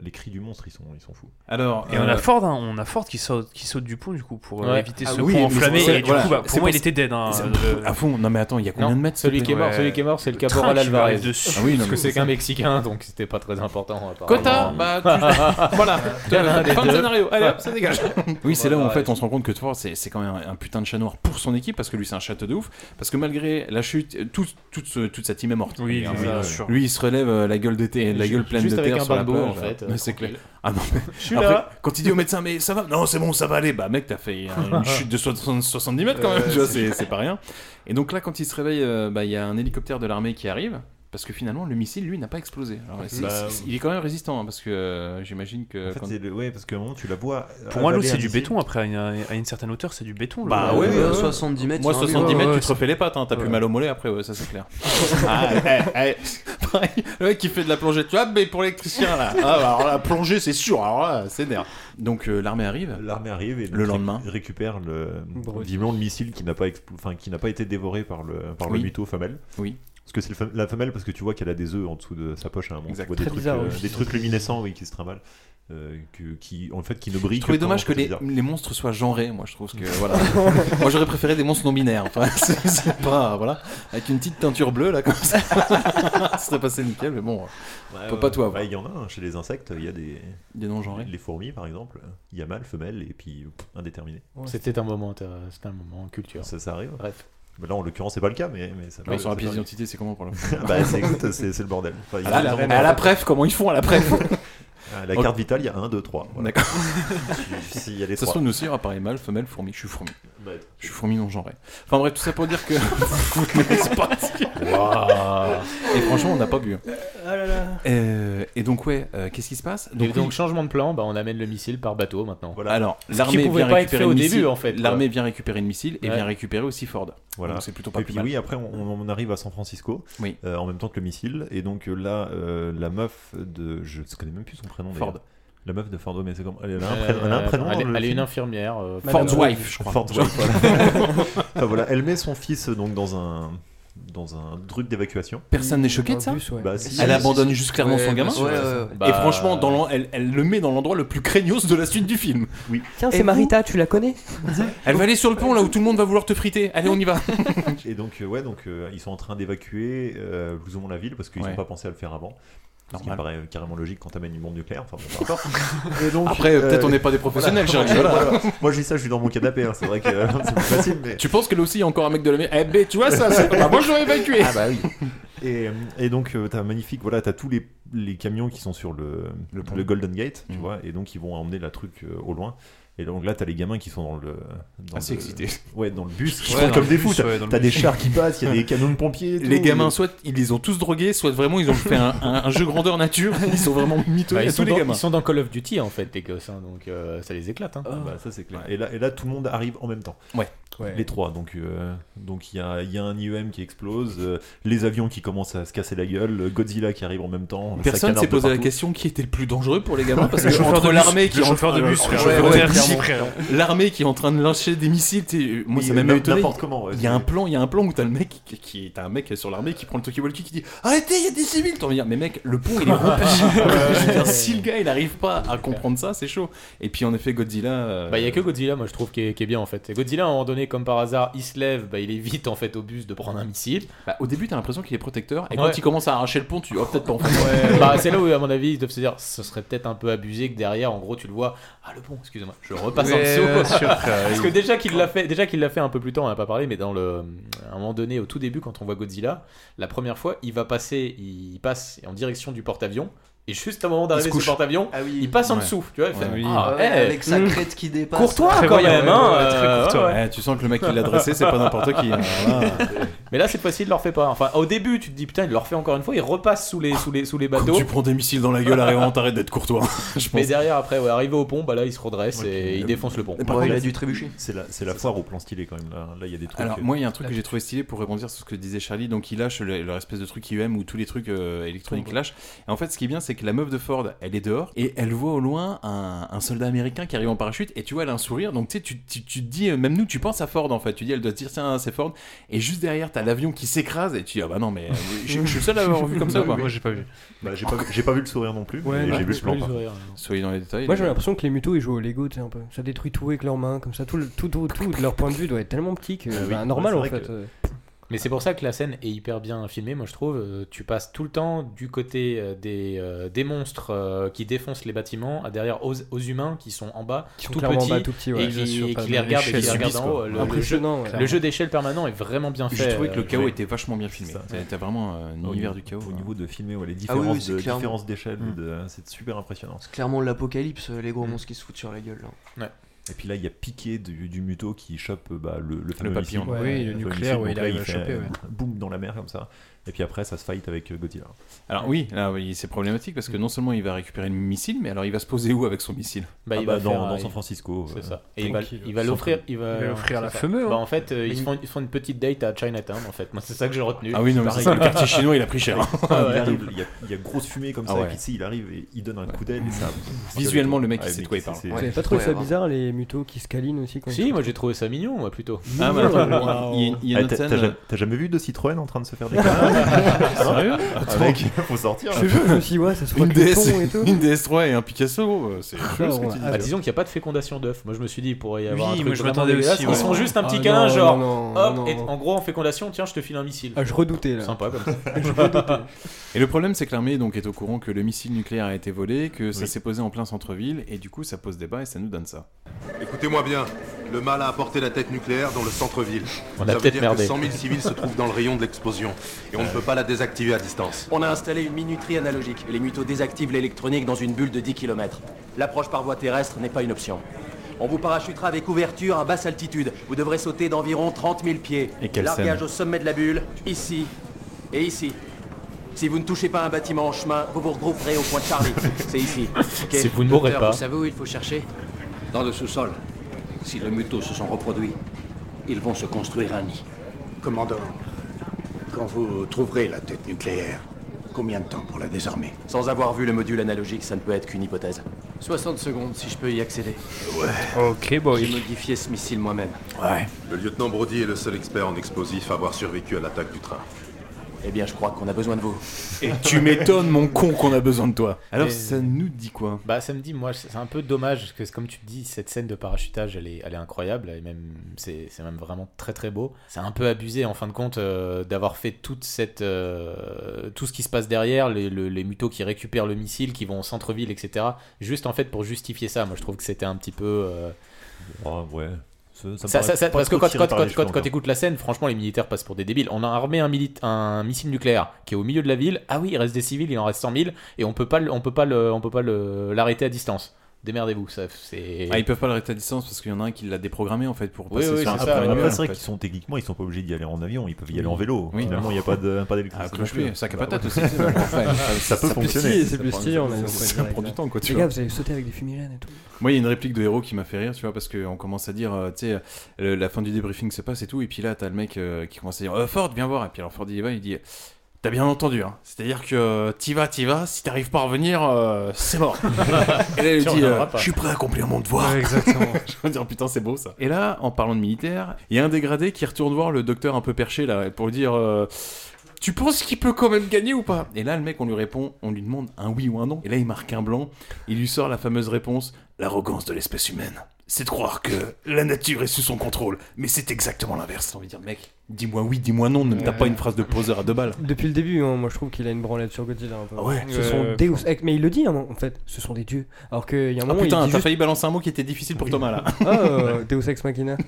Speaker 3: les cris du monstre, ils sont, ils sont fous.
Speaker 2: Alors, euh,
Speaker 8: et on a Ford, hein, on a Ford qui saute, qui saute du pont du coup pour euh,
Speaker 2: Ouais.
Speaker 8: éviter
Speaker 2: Ah
Speaker 8: ce
Speaker 2: oui,
Speaker 8: pont
Speaker 2: mais
Speaker 8: enflammé.
Speaker 2: c'est-
Speaker 8: Et du
Speaker 2: voilà.
Speaker 8: coup, bah,
Speaker 2: C'est
Speaker 8: pour moi,
Speaker 2: pour-
Speaker 8: il était dead. Hein,
Speaker 2: c'est-
Speaker 8: euh,
Speaker 2: à fond. Non, mais attends, il y a combien de mètres
Speaker 5: Celui
Speaker 2: s'il te
Speaker 5: qui est
Speaker 2: plaît
Speaker 5: mort, celui qui est mort, c'est le
Speaker 8: train
Speaker 5: caporal
Speaker 8: qui lui arrive
Speaker 5: Alvarez.
Speaker 8: dessus.
Speaker 2: Ah oui, non,
Speaker 5: parce
Speaker 2: mais
Speaker 5: que c'est
Speaker 2: c'est
Speaker 5: qu'un
Speaker 2: ça.
Speaker 5: Mexicain, donc c'était pas très important.
Speaker 2: Quota, bah, tu- voilà. Fin de scénario. Allez, hop, ça dégage. Oui, c'est là où en fait on se rend compte que Thor, c'est c'est quand même un, un putain de chat noir pour son équipe parce que lui c'est un château de ouf. Parce que malgré la chute, euh, tout, toute ce- toute sa team est morte.
Speaker 5: Oui,
Speaker 2: Hein,
Speaker 5: c'est ça,
Speaker 2: euh,
Speaker 5: bien sûr.
Speaker 2: Lui il se relève euh, la gueule de thé, la
Speaker 5: Ju-
Speaker 2: gueule pleine
Speaker 5: juste
Speaker 2: de
Speaker 5: avec
Speaker 2: terre
Speaker 5: un
Speaker 2: sur la
Speaker 5: barbeau,
Speaker 2: plage.
Speaker 5: en fait,
Speaker 2: Mais
Speaker 5: euh,
Speaker 2: c'est clair.
Speaker 5: tranquille.
Speaker 2: Ah non, mais
Speaker 5: Je suis
Speaker 2: après,
Speaker 5: là.
Speaker 2: Quand il dit au médecin, mais ça va Non, c'est bon, ça va aller. Bah mec, t'as fait euh, une chute de 60 70 mètres quand même.
Speaker 5: Ouais,
Speaker 2: tu vois,
Speaker 5: c'est
Speaker 2: c'est c'est pas rien. Et donc là, quand il se réveille, euh, bah, il y a un hélicoptère de l'armée qui arrive. Parce que finalement, le missile, lui, n'a pas explosé. Alors, c'est-
Speaker 3: Bah,
Speaker 5: euh,
Speaker 2: c'est- il est quand même résistant, hein, parce que euh, j'imagine que.
Speaker 3: En fait,
Speaker 2: quand-
Speaker 3: c'est le- ouais, parce qu'à un moment, tu la vois.
Speaker 8: Pour moi, l'eau,
Speaker 3: avaler un
Speaker 8: c'est du
Speaker 3: missile.
Speaker 8: béton. Après, à une, à une certaine hauteur, c'est du béton. l'eau.
Speaker 5: Ah
Speaker 2: Bah ouais, ouais,
Speaker 11: Euh,
Speaker 2: ouais. Moi, 70 mètres, tu te refais les pattes, hein, t'as plus
Speaker 8: Ouais.
Speaker 2: mal au mollet après, ouais, ça c'est clair. ah, ouais, ouais. Pareil, le mec qui fait de la plongée, tu vois, mais pour l'électricien là. Ah, bah, alors la plongée, c'est sûr, alors là, c'est nerf. Donc euh, l'armée arrive.
Speaker 3: L'armée arrive et
Speaker 2: Le lendemain.
Speaker 3: ré- récupère le
Speaker 2: Brut.
Speaker 3: visiblement le missile qui n'a pas expl- enfin qui n'a pas été dévoré par le par
Speaker 2: Oui.
Speaker 3: le mytho femelle.
Speaker 2: Oui.
Speaker 3: Parce que c'est le fem- la femelle parce que tu vois qu'elle a des œufs en dessous de sa poche à un moment.
Speaker 2: Exact.
Speaker 3: Tu vois
Speaker 2: Très
Speaker 3: des trucs,
Speaker 2: bizarre,
Speaker 3: euh,
Speaker 2: oui.
Speaker 3: des trucs luminescents oui, qui se trimballent. euh, que- qui en fait qui ne brillent
Speaker 2: Je trouvais
Speaker 3: quand-
Speaker 2: dommage que
Speaker 3: quand c'est
Speaker 2: les,
Speaker 3: bizarre.
Speaker 2: les monstres soient genrés, moi je trouve que voilà. moi j'aurais préféré des monstres non binaires, enfin c'est c'est pas voilà, avec une petite teinture bleue là comme ça. ça serait passé nickel, mais bon, euh, on peut
Speaker 3: ouais,
Speaker 2: pas tout avoir.
Speaker 3: ouais, Il y en a un, chez les insectes, il y a des.
Speaker 2: Des non-genrés.
Speaker 3: Les fourmis, par exemple, il y a mâle, femelle, et puis pff, indéterminé.
Speaker 5: C'était un moment, intéressant, c'était un moment culture.
Speaker 3: Ça, ça arrive.
Speaker 5: Bref.
Speaker 3: Bah Là, en l'occurrence, c'est pas le cas, mais, mais ça
Speaker 2: Mais
Speaker 3: peut-
Speaker 2: sur la
Speaker 3: ça
Speaker 2: pièce
Speaker 3: peut
Speaker 2: d'identité,
Speaker 3: arriver.
Speaker 2: c'est comment pour la fois
Speaker 3: Bah, c'est- écoute, c'est c'est le bordel. Enfin, il y a
Speaker 2: À Ah, la-
Speaker 3: des gens-
Speaker 2: à la pref, comment ils font à la pref
Speaker 3: À la carte vitale, il y a 1, 2, 3.
Speaker 2: D'accord.
Speaker 3: S'il y a les
Speaker 2: Ça se
Speaker 3: trois.
Speaker 2: trouve, nous aussi, il y aura pareil mâle, femelle, fourmi. Je suis fourmi.
Speaker 3: Ouais.
Speaker 2: Je suis fourmi non genré. Enfin bref, tout ça pour dire que. Vous connaissez pas ce que-
Speaker 5: Waouh.
Speaker 2: Et franchement, on n'a pas bu. hein.
Speaker 5: Ah là là.
Speaker 2: Euh, et donc, ouais, euh, qu'est-ce qui se passe
Speaker 5: Donc,
Speaker 2: oui,
Speaker 5: donc changement de plan, bah, on amène le missile par bateau maintenant.
Speaker 2: Alors,
Speaker 5: Ce qui
Speaker 2: l'armée
Speaker 5: pouvait
Speaker 2: vient
Speaker 5: pas être fait
Speaker 2: récupérer
Speaker 5: au
Speaker 2: le
Speaker 5: début
Speaker 2: missile.
Speaker 5: en fait. quoi.
Speaker 2: L'armée vient récupérer le missile et
Speaker 5: Ouais.
Speaker 2: vient récupérer aussi Ford.
Speaker 3: Voilà.
Speaker 2: Donc c'est plutôt pas
Speaker 3: Et
Speaker 2: plus
Speaker 3: puis
Speaker 2: mal.
Speaker 3: oui, après on, on arrive à San Francisco, euh, en même temps que le missile, et donc euh, là, euh, la meuf de, je ne connais même plus son prénom.
Speaker 2: Ford.
Speaker 3: d'ailleurs. La meuf de Ford, mais c'est comme, elle, a un
Speaker 5: Euh,
Speaker 3: prénom- elle a un prénom.
Speaker 5: elle est-
Speaker 3: dans le
Speaker 5: elle est
Speaker 3: film
Speaker 5: une infirmière, euh,
Speaker 3: Madame-
Speaker 5: Ford's wife, je crois.
Speaker 3: Ford's wife, voilà. Enfin, voilà, elle met son fils euh, donc dans un dans un truc d'évacuation.
Speaker 2: Personne n'est choqué de ça
Speaker 3: Bah, si.
Speaker 2: Elle abandonne juste clairement son gamin. Et
Speaker 5: Bah,
Speaker 2: franchement, dans l'en- elle, elle le met dans l'endroit le plus craignos de la suite du film.
Speaker 3: Oui.
Speaker 15: Tiens, c'est Marita, tu la connais
Speaker 2: Elle va aller sur le pont là où tout le monde va vouloir te friter. Allez, on y va.
Speaker 3: Et donc, euh, ouais, donc euh, ils sont en train d'évacuer euh, plus ou moins la ville parce qu'ils n'ont
Speaker 2: Ouais.
Speaker 3: pas pensé à le faire avant. Ce qui me
Speaker 2: Normal.
Speaker 3: paraît euh, carrément logique quand t'amènes une bombe nucléaire. Enfin, bon, peu importe. Et donc,
Speaker 2: Après, euh, peut-être on n'est pas des professionnels, Charlie, voilà.
Speaker 3: Moi, je dis ça, je suis dans mon canapé. hein, C'est vrai que euh, c'est plus facile, mais.
Speaker 2: Tu penses que là aussi, il y a encore un mec de la mer Eh ben, tu vois ça, c'est pas moi, je l'aurais évacué.
Speaker 3: Ah bah oui. Et, euh, et donc, euh, t'as magnifique, voilà, t'as tous les, les camions qui sont sur le, le, Golden Gate,
Speaker 2: Mm.
Speaker 3: tu vois, et donc ils vont emmener la truc euh, au loin. Et donc là, t'as les gamins qui sont dans le. Dans
Speaker 2: Assez
Speaker 3: le-
Speaker 2: excités.
Speaker 3: Ouais, dans le bus, qui
Speaker 2: Ouais,
Speaker 3: sont
Speaker 2: dans
Speaker 3: comme
Speaker 2: le
Speaker 3: des
Speaker 2: bus,
Speaker 3: fous. T'as
Speaker 2: ouais, dans le
Speaker 3: t'as des
Speaker 2: bus.
Speaker 3: chars qui passent, il y a des canons de pompiers. et
Speaker 2: Les
Speaker 3: tout.
Speaker 2: gamins, soit ils les ont tous drogués, soit vraiment ils ont fait un, un- un jeu grandeur nature. Ils sont vraiment mythos.
Speaker 5: Bah,
Speaker 2: à
Speaker 5: ils,
Speaker 2: tous
Speaker 5: sont
Speaker 2: les
Speaker 5: dans,
Speaker 2: gamins.
Speaker 5: ils sont dans Call of Duty en fait, les gosses, hein, donc euh, ça les éclate. Hein.
Speaker 2: Oh.
Speaker 3: Bah, Ah bah, ça c'est clair. Et là, et là, tout le monde arrive en même temps.
Speaker 2: Ouais.
Speaker 10: Ouais.
Speaker 3: Les trois. Donc, euh, donc il y a, il y a un IEM qui explose, euh, les avions qui commencent à se casser la gueule, euh, Godzilla qui arrive en même temps. ça
Speaker 2: Personne
Speaker 3: canarde
Speaker 2: s'est
Speaker 3: de
Speaker 2: posé la
Speaker 3: partout.
Speaker 2: question qui était le plus dangereux pour les gamins parce
Speaker 3: Le
Speaker 2: que
Speaker 3: chauffeur
Speaker 2: entre
Speaker 3: de bus,
Speaker 2: l'armée qui
Speaker 3: le
Speaker 2: est en-
Speaker 3: chauffeur de bus,
Speaker 2: Ouais,
Speaker 3: frère.
Speaker 2: ouais,
Speaker 3: Le
Speaker 2: ouais,
Speaker 3: chauffeur de bus,
Speaker 2: clairement.
Speaker 3: frère.
Speaker 2: l'armée qui est en train de lyncher des missiles. t'es- Moi,
Speaker 3: Oui,
Speaker 2: ça m'a même
Speaker 3: n'im-
Speaker 2: étonné.
Speaker 3: n'importe comment, ouais,
Speaker 2: il y
Speaker 3: c'est-
Speaker 2: a un plan, il y a un plan où t'as le mec qui, qui t'as un mec sur l'armée qui prend le talkie-walkie qui dit arrêtez, il y a des civils. T'en viens, mais mec, le pont il est rompu. Je veux dire, si le gars il arrive pas à comprendre ça, c'est chaud. Et puis en effet, Godzilla. euh,
Speaker 5: Bah, il y a que Godzilla, moi je trouve, qui est, qui est bien en fait. Et Godzilla, à un moment donné, comme par hasard, il se lève, bah, il évite en fait au bus de prendre un missile.
Speaker 2: Bah, au début, t'as l'impression qu'il est protecteur,
Speaker 5: et
Speaker 2: quand il commence à arracher le pont, tu oh, peut-être pas en fait.
Speaker 5: Ouais, bah, c'est là où, à mon avis, ils doivent se dire, ce serait peut-être un peu abusé que derrière, en gros, tu le vois, ah le pont, excusez-moi, je repasse en
Speaker 2: Ouais,
Speaker 5: dessous.
Speaker 2: bien sûr, euh, frère,
Speaker 5: Parce
Speaker 2: oui.
Speaker 5: que déjà qu'il l'a fait, déjà qu'il l'a fait un peu plus tôt, on en a pas parlé, mais dans le, à un moment donné, au tout début, quand on voit Godzilla, la première fois, il va passer, il passe en direction du porte-avions. Et juste au moment d'arriver
Speaker 11: se
Speaker 5: sur le
Speaker 11: couche.
Speaker 5: porte-avions, il passe en
Speaker 2: Ouais.
Speaker 5: dessous, tu vois. il fait,
Speaker 2: Ouais, oui.
Speaker 5: ah,
Speaker 11: Ah Ouais,
Speaker 5: hey,
Speaker 11: avec sa
Speaker 5: hmm.
Speaker 11: crête qui dépasse.
Speaker 5: Courtois
Speaker 11: Très
Speaker 5: quand
Speaker 11: voyant,
Speaker 5: même,
Speaker 11: ouais,
Speaker 5: hein,
Speaker 11: ouais, très
Speaker 5: euh,
Speaker 11: courtois.
Speaker 2: Ouais, Eh, tu sens que le mec qui l'a dressé, c'est pas n'importe qui, hein,
Speaker 3: Ah.
Speaker 2: voilà.
Speaker 5: Mais là, cette fois-ci, il leur fait pas. Enfin, au début, tu te dis putain, il leur fait encore une fois. Il repasse sous les sous les sous les bateaux.
Speaker 2: tu prends des missiles dans la gueule, arrête, on t'arrête d'être courtois. Je
Speaker 5: Mais
Speaker 2: pense.
Speaker 5: derrière, après, ouais, arrivé au pont, bah là, il se redresse et il défonce le pont.
Speaker 3: C'est la, c'est la foire au plan stylé quand même. Là, Là, il y a des trucs. euh,
Speaker 2: Alors, moi, il y a un truc que j'ai trouvé stylé pour rebondir sur ce que disait Charlie. Donc, il lâche le- leur espèce de truc IEM où tous les trucs euh, électroniques
Speaker 3: Tombe.
Speaker 2: lâchent. Et en fait, ce qui est bien, c'est que la meuf de Ford, elle est dehors et elle voit au loin un, un soldat américain qui arrive en parachute. Et tu vois, elle a un sourire. Donc, tu sais, tu, tu, tu te dis, euh, même nous, tu penses à Ford en fait. Tu dis, elle doit se dire, tiens, c'est Ford. Et juste derrière, t'as l'avion qui s'écrase. Et tu dis, ah bah non, mais euh, je, je suis le seul à l'avoir vu comme ça ou pas
Speaker 3: Moi, j'ai pas vu. Bah, j'ai pas vu- j'ai pas vu le sourire non plus, mais
Speaker 11: bah,
Speaker 3: j'ai vu le plan, par contre.
Speaker 2: Soyez dans les détails.
Speaker 10: Moi j'ai
Speaker 2: les-
Speaker 10: l'impression que les mutos ils jouent au Lego, tu sais, un peu. Ça détruit tout avec leurs mains, comme ça. Tout, le- tout, tout, tout de leur point de vue doit être tellement petit que.
Speaker 5: Ah oui.
Speaker 10: bah, normal
Speaker 5: Ouais,
Speaker 10: en
Speaker 5: c'est vrai
Speaker 10: fait.
Speaker 5: que-
Speaker 10: euh.
Speaker 5: Mais c'est pour ça que la scène est hyper bien filmée, moi je trouve. Euh, Tu passes tout le temps du côté euh, des, euh, des monstres euh, qui défoncent les bâtiments, à derrière aux, aux humains qui sont en bas,
Speaker 10: sont clairement en bas, tout petits, ouais.
Speaker 5: et qui,
Speaker 10: Bien sûr,
Speaker 5: et
Speaker 10: pas
Speaker 5: qui
Speaker 10: de
Speaker 5: les regardent et qui
Speaker 10: échelle,
Speaker 5: les regardent en
Speaker 10: subissent,
Speaker 5: haut.
Speaker 10: quoi.
Speaker 5: Le- Le,
Speaker 10: Impressionnant,
Speaker 5: jeu,
Speaker 10: ouais.
Speaker 5: le jeu d'échelle permanent est vraiment bien fait.
Speaker 2: J'ai trouvé que le
Speaker 5: euh,
Speaker 2: chaos
Speaker 5: ouais.
Speaker 2: était vachement bien filmé. T'as- T'as vraiment euh, un
Speaker 3: Au
Speaker 2: univers du
Speaker 3: niveau-
Speaker 2: chaos.
Speaker 3: Au niveau de filmer, ouais, les
Speaker 2: Ah
Speaker 3: différences
Speaker 2: oui, oui,
Speaker 11: c'est
Speaker 3: de-
Speaker 11: clair.
Speaker 3: différences d'échelle,
Speaker 11: Mm.
Speaker 3: de- c'est super impressionnant.
Speaker 11: Clairement l'apocalypse, les gros monstres qui se foutent sur la gueule. Là.
Speaker 3: Et puis là, il y a Piqué du, du muto qui chope euh, bah, le, le fameux
Speaker 11: papillon.
Speaker 3: missile.
Speaker 11: Ouais,
Speaker 3: Ouais,
Speaker 11: oui, le
Speaker 3: fameux
Speaker 11: nucléaire,
Speaker 3: missile.
Speaker 11: ouais,
Speaker 3: Donc
Speaker 11: il
Speaker 3: là,
Speaker 11: arrive à
Speaker 3: fait,
Speaker 11: choper,
Speaker 3: euh,
Speaker 11: ouais.
Speaker 3: Boum dans la mer comme ça. Et puis après, ça se fight avec euh, Godzilla.
Speaker 2: Alors oui, là oui, c'est problématique parce que
Speaker 3: Mm.
Speaker 2: non seulement il va récupérer le missile, mais alors il va se poser où avec son missile
Speaker 5: Bah, il va
Speaker 3: Ah dans-
Speaker 5: faire,
Speaker 3: dans
Speaker 5: euh,
Speaker 3: San Francisco,
Speaker 5: C'est
Speaker 3: euh,
Speaker 5: ça. Et il va,
Speaker 3: tranquille.
Speaker 5: il va l'offrir. Il
Speaker 2: Il
Speaker 5: va
Speaker 2: va l'offrir à la
Speaker 5: c'est ça.
Speaker 2: fameuse. hein.
Speaker 5: Bah, en fait, euh, ils,
Speaker 2: Mais-
Speaker 5: se font, ils se font une petite date à Chinatown, en fait. Moi, c'est ça que j'ai retenu.
Speaker 2: Ah oui, non, mais
Speaker 5: Pareil.
Speaker 2: c'est ça, le quartier chinois, il a pris cher.
Speaker 5: Ah ouais.
Speaker 3: il, arrive, il, y a, il y a grosse fumée comme
Speaker 2: Ah
Speaker 3: ça,
Speaker 2: ouais.
Speaker 3: et puis tu sais, il arrive et il donne un coup d'aile et ça.
Speaker 2: Visuellement, le mec, il sait de quoi il parle.
Speaker 10: Vous avez pas trouvé ça bizarre les mutos qui se câlinent aussi quand
Speaker 5: Si, moi j'ai trouvé ça mignon, moi plutôt.
Speaker 10: Ah, bah, attends, il y a- il y a une
Speaker 3: Ah,
Speaker 10: autre
Speaker 3: t'as-
Speaker 10: scène,
Speaker 3: t'as
Speaker 10: euh,
Speaker 3: ja- T'as jamais vu de Citroën en train de se faire des
Speaker 2: Sérieux
Speaker 3: Attends, Ah, mec, faut sortir.
Speaker 2: Je sais pas, je me suis dit, ouais, ça se voit Une que le DS, ton et tout. une
Speaker 5: DS3
Speaker 2: et un Picasso, euh, c'est
Speaker 5: Ah,
Speaker 2: chelou, ce que tu dis.
Speaker 5: disons qu'il n'y a pas de fécondation d'œuf. Moi je me suis dit, il pourrait y avoir
Speaker 2: Oui,
Speaker 5: un
Speaker 2: moi,
Speaker 5: truc
Speaker 2: je
Speaker 5: vraiment
Speaker 2: m'attendais
Speaker 5: dégueulasse.
Speaker 2: aussi,
Speaker 5: Ils
Speaker 2: ouais.
Speaker 5: sont juste un petit
Speaker 2: Ah,
Speaker 5: câlin,
Speaker 2: non,
Speaker 5: genre
Speaker 2: non, non,
Speaker 5: hop,
Speaker 2: non.
Speaker 5: et en gros en fécondation, tiens, je te file un missile.
Speaker 10: Oh Ah, je redoutais, là.
Speaker 5: Sympa comme ça.
Speaker 10: Je redoutais.
Speaker 2: Et le problème, c'est que l'armée donc est au courant que le missile nucléaire a été volé, que ça s'est posé en plein centre-ville, et du coup, ça pose débat et ça nous donne ça.
Speaker 16: Écoutez-moi bien, le mal a apporté la tête nucléaire dans le centre-ville.
Speaker 2: On a
Speaker 16: Ça veut
Speaker 2: peut-être
Speaker 16: dire
Speaker 2: merdé.
Speaker 16: que 100 000 civils se trouvent dans le rayon de l'explosion et on ne peut pas la désactiver à distance.
Speaker 14: On a installé une minuterie analogique et les mutos désactivent l'électronique dans une bulle de 10 km. L'approche par voie terrestre n'est pas une option. On vous parachutera avec ouverture à basse altitude. Vous devrez sauter d'environ 30 000 pieds.
Speaker 2: Et quelle
Speaker 14: Largage
Speaker 2: scène.
Speaker 14: au sommet de la bulle, ici et ici. Si vous ne touchez pas un bâtiment en chemin, vous vous regrouperez au point de Charlie. C'est ici. ok
Speaker 5: Si vous ne mourrez
Speaker 14: Docteur,
Speaker 5: pas.
Speaker 14: vous savez où il faut chercher
Speaker 17: Dans le sous-sol.
Speaker 14: Si les mutos se sont reproduits, ils vont se construire un nid.
Speaker 18: Commandant, quand vous trouverez la tête nucléaire, combien de temps pour la désarmer
Speaker 14: Sans avoir vu le module analogique, ça ne peut être qu'une hypothèse. 60 secondes si je peux y accéder.
Speaker 16: Ouais.
Speaker 14: Ok, boy. J'ai modifié ce missile moi-même.
Speaker 16: Le lieutenant Brody est le seul expert en explosifs à avoir survécu à l'attaque du train.
Speaker 14: Eh bien, je crois qu'on a besoin de vous.
Speaker 2: Et tu m'étonnes, mon con, qu'on a besoin de toi. Alors,
Speaker 5: Et-
Speaker 2: ça nous dit quoi
Speaker 5: Bah ça me dit, moi c'est c'est un peu dommage parce que comme tu te dis, cette scène de parachutage elle est, elle est incroyable et même c'est c'est même vraiment très très beau. C'est un peu abusé en fin de compte euh, d'avoir fait toute cette euh, tout ce qui se passe derrière, les, le- les mutos qui récupèrent le missile, qui vont au centre-ville, etc. Juste en fait pour justifier ça, moi je trouve que c'était un petit peu euh,
Speaker 3: Ah, ouais. Ça, ça me
Speaker 5: ça-
Speaker 3: paraît
Speaker 5: ça- ça-
Speaker 3: pas
Speaker 5: parce que
Speaker 3: trop
Speaker 5: quand,
Speaker 3: tiré
Speaker 5: quand,
Speaker 3: par les
Speaker 5: quand,
Speaker 3: cheveux
Speaker 5: quand- quand
Speaker 3: encore.
Speaker 5: t'écoutes la scène, franchement, les militaires passent pour des débiles. On a armé un, mili- un missile nucléaire qui est au milieu de la ville. Ah oui, il reste des civils, il en reste 100 000 et on peut pas, le- on peut pas, le- on peut pas le- l'arrêter à distance. démerdez-vous. Ça, c'est.
Speaker 2: Ah, ils peuvent pas le rester à distance parce qu'il y en a un qui l'a déprogrammé en fait pour
Speaker 5: Oui,
Speaker 2: passer
Speaker 5: oui,
Speaker 2: sur un
Speaker 5: c'est
Speaker 2: truc
Speaker 5: ça,
Speaker 2: manuel,
Speaker 5: ouais.
Speaker 2: en
Speaker 3: c'est vrai
Speaker 2: fait.
Speaker 3: qu'ils sont techniquement, ils sont pas obligés d'y aller en avion, ils peuvent y aller en
Speaker 2: Oui.
Speaker 3: vélo.
Speaker 2: Oui.
Speaker 3: Finalement, il n'y a pas de- pas d'électricité.
Speaker 2: Ah, cloche-pied, sac à
Speaker 3: Bah,
Speaker 2: patates
Speaker 3: voilà.
Speaker 2: aussi, c'est bon, enfin,
Speaker 3: Ça peut
Speaker 2: ça peut
Speaker 3: fonctionner.
Speaker 2: scier, c'est plus stylé, on a- Ça prend du temps, quoi, tu
Speaker 10: Les
Speaker 2: vois.
Speaker 10: gars, vous allez sauter avec des fumigènes et tout.
Speaker 2: Moi, il y a une réplique de héros qui m'a fait rire, tu vois, parce qu'on commence à dire, euh, tu sais, euh, le- la fin du débriefing se passe et tout, et puis là, t'as le mec euh, qui commence à dire, Euh, Ford, viens voir, et puis alors Ford, il y va, il dit, t'as bien entendu, hein, c'est-à-dire que euh, t'y vas, t'y vas, si t'arrives pas à revenir, euh, c'est mort. et là, il
Speaker 19: Tu
Speaker 2: dit,
Speaker 19: reviendras
Speaker 2: euh,
Speaker 19: pas.
Speaker 2: je suis prêt à accomplir mon devoir.
Speaker 19: Ouais, exactement.
Speaker 2: je veux dire, putain, c'est beau ça. Et là, en parlant de militaire, il y a un dégradé qui retourne voir le docteur un peu perché, là, pour lui dire, euh, tu penses qu'il peut quand même gagner ou pas Et là, le mec, on lui répond, on lui demande un oui ou un non. Et là, il marque un blanc. Il lui sort la fameuse réponse l'arrogance de l'espèce humaine. C'est de croire que la nature est sous son contrôle, mais c'est exactement l'inverse. J'ai envie de dire, mec, dis-moi oui, dis-moi non, ne me tape pas une phrase de poseur à deux balles.
Speaker 10: Depuis le début, hein, moi je trouve qu'il a une branlette sur Godzilla un peu.
Speaker 2: Ah ouais.
Speaker 10: ce
Speaker 2: Ouais,
Speaker 10: sont
Speaker 2: ouais,
Speaker 10: Deus Ex- mais il le dit hein, en fait, ce sont des dieux. Alors qu'il y a
Speaker 2: Ah
Speaker 10: un moment.
Speaker 2: putain,
Speaker 10: il
Speaker 2: t'as
Speaker 10: dit juste-
Speaker 2: failli balancer un mot qui était difficile pour Thomas là.
Speaker 10: Ah, euh, Deus Ex Machina.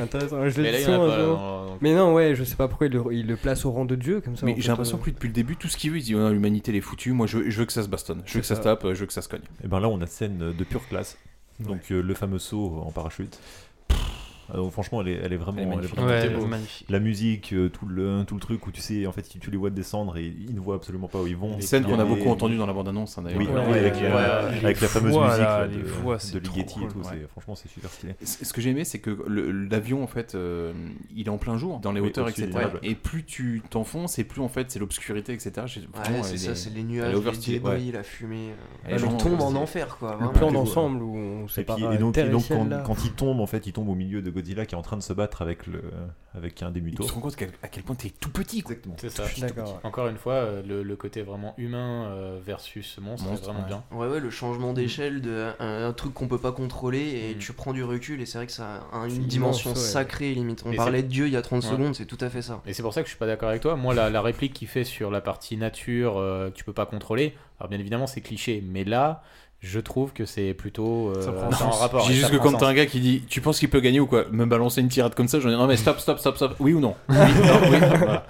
Speaker 10: Intéressant, je
Speaker 2: Mais
Speaker 10: l'ai
Speaker 2: là,
Speaker 10: dit
Speaker 2: il y en a
Speaker 10: souvent,
Speaker 2: pas, hein. là,
Speaker 10: souvent.
Speaker 5: euh,
Speaker 2: non, non.
Speaker 10: Mais non, ouais, je sais pas pourquoi il le, il le place au rang de dieu comme ça. euh,
Speaker 2: Mais j'ai l'impression que lui, depuis le début, tout ce qu'il veut, il dit oh, l'humanité, elle est foutue, moi je veux, je veux que ça se bastonne, je veux que ça,
Speaker 3: C'est
Speaker 2: se
Speaker 3: ça.
Speaker 2: tape, euh, je veux que ça se cogne.
Speaker 3: Et ben là, on a scène de pure classe. Donc euh, le fameux saut en parachute. Ah, donc, franchement, elle est, elle est vraiment,
Speaker 2: Elle est
Speaker 3: elle est
Speaker 2: magnifique.
Speaker 3: vraiment
Speaker 2: Ouais,
Speaker 3: très
Speaker 2: elle est
Speaker 3: beau.
Speaker 2: magnifique.
Speaker 3: La musique, euh, tout le, tout le truc où tu sais, en fait, si tu les vois descendre et ils ne voient absolument pas où ils vont.
Speaker 2: Une scène
Speaker 3: Il y
Speaker 2: qu'on a
Speaker 3: des-
Speaker 2: beaucoup entendue dans la bande-annonce, hein, d'ailleurs.
Speaker 3: Oui,
Speaker 2: Ouais,
Speaker 3: oui,
Speaker 2: ouais,
Speaker 3: avec,
Speaker 2: ouais,
Speaker 3: la,
Speaker 2: ouais.
Speaker 3: avec
Speaker 2: Les
Speaker 3: la fameuse
Speaker 2: voix,
Speaker 3: musique
Speaker 2: là,
Speaker 3: là, de,
Speaker 2: les voix, c'est
Speaker 3: de
Speaker 2: trop
Speaker 3: Ligeti et
Speaker 2: cool,
Speaker 3: tout.
Speaker 2: ouais.
Speaker 3: c'est- Franchement, c'est super stylé.
Speaker 2: Ce ce que j'ai aimé, c'est que le- l'avion, en fait, euh, il est en plein jour, dans les
Speaker 3: Oui,
Speaker 2: hauteurs,
Speaker 3: au-dessus
Speaker 2: etc.
Speaker 3: des nuages.
Speaker 2: Et plus tu t'enfonces, et plus, en fait, c'est l'obscurité, etc. J'ai- vraiment,
Speaker 11: c'est
Speaker 2: elle
Speaker 11: ça,
Speaker 2: est-
Speaker 11: c'est les
Speaker 2: elle est
Speaker 11: nuages, les
Speaker 2: overstylée,
Speaker 11: débris,
Speaker 2: ouais.
Speaker 11: la fumée, euh.
Speaker 2: Elle est
Speaker 11: Ouais, mais
Speaker 2: vraiment
Speaker 11: on tombe en
Speaker 2: overstylée.
Speaker 11: enfer, quoi,
Speaker 10: Le plan d'ensemble où on
Speaker 3: Et,
Speaker 10: sépare
Speaker 3: puis-
Speaker 10: euh,
Speaker 3: et donc,
Speaker 10: terre
Speaker 3: et
Speaker 10: et
Speaker 3: donc,
Speaker 10: ciel,
Speaker 3: quand,
Speaker 10: là.
Speaker 3: quand il tombe, en fait, il tombe au milieu de Godzilla qui est en train de se battre avec, le, euh, avec un des mutos.
Speaker 5: Tu te rends
Speaker 2: compte à quel point t'es tout petit.
Speaker 3: Exactement.
Speaker 5: C'est ça.
Speaker 3: D'accord,
Speaker 5: Encore une fois, euh, le, le côté vraiment humain euh, versus monstre, c'est
Speaker 11: Monstre,
Speaker 5: vraiment
Speaker 11: ouais.
Speaker 5: bien.
Speaker 11: Ouais, ouais, le
Speaker 5: Mm.
Speaker 11: changement d'échelle de un, un truc qu'on peut pas contrôler et tu prends du recul et c'est vrai que ça a un-
Speaker 5: C'est
Speaker 11: une
Speaker 5: immense,
Speaker 11: dimension
Speaker 5: ouais.
Speaker 11: sacrée limite. On
Speaker 5: Et
Speaker 11: parlait
Speaker 5: c'est-
Speaker 11: de Dieu il y a 30
Speaker 5: Ouais.
Speaker 11: secondes, c'est tout à fait ça.
Speaker 5: Et c'est pour ça que je suis pas d'accord avec toi. Moi, la, la réplique qu'il fait sur la partie nature euh, que tu peux pas contrôler, alors bien évidemment, c'est cliché. Mais là, je trouve que c'est plutôt euh,
Speaker 2: Ça prend
Speaker 5: c'est en
Speaker 2: sens.
Speaker 5: rapport.
Speaker 2: J'ai
Speaker 5: et
Speaker 2: juste
Speaker 5: ça
Speaker 2: que
Speaker 5: prend
Speaker 2: quand
Speaker 5: sens.
Speaker 2: t'as un gars qui dit Tu penses qu'il peut gagner ou quoi Me balancer une tirade comme ça, j'en ai Non, mais stop, stop, stop, stop. Oui ou non Oui, non, oui. Voilà.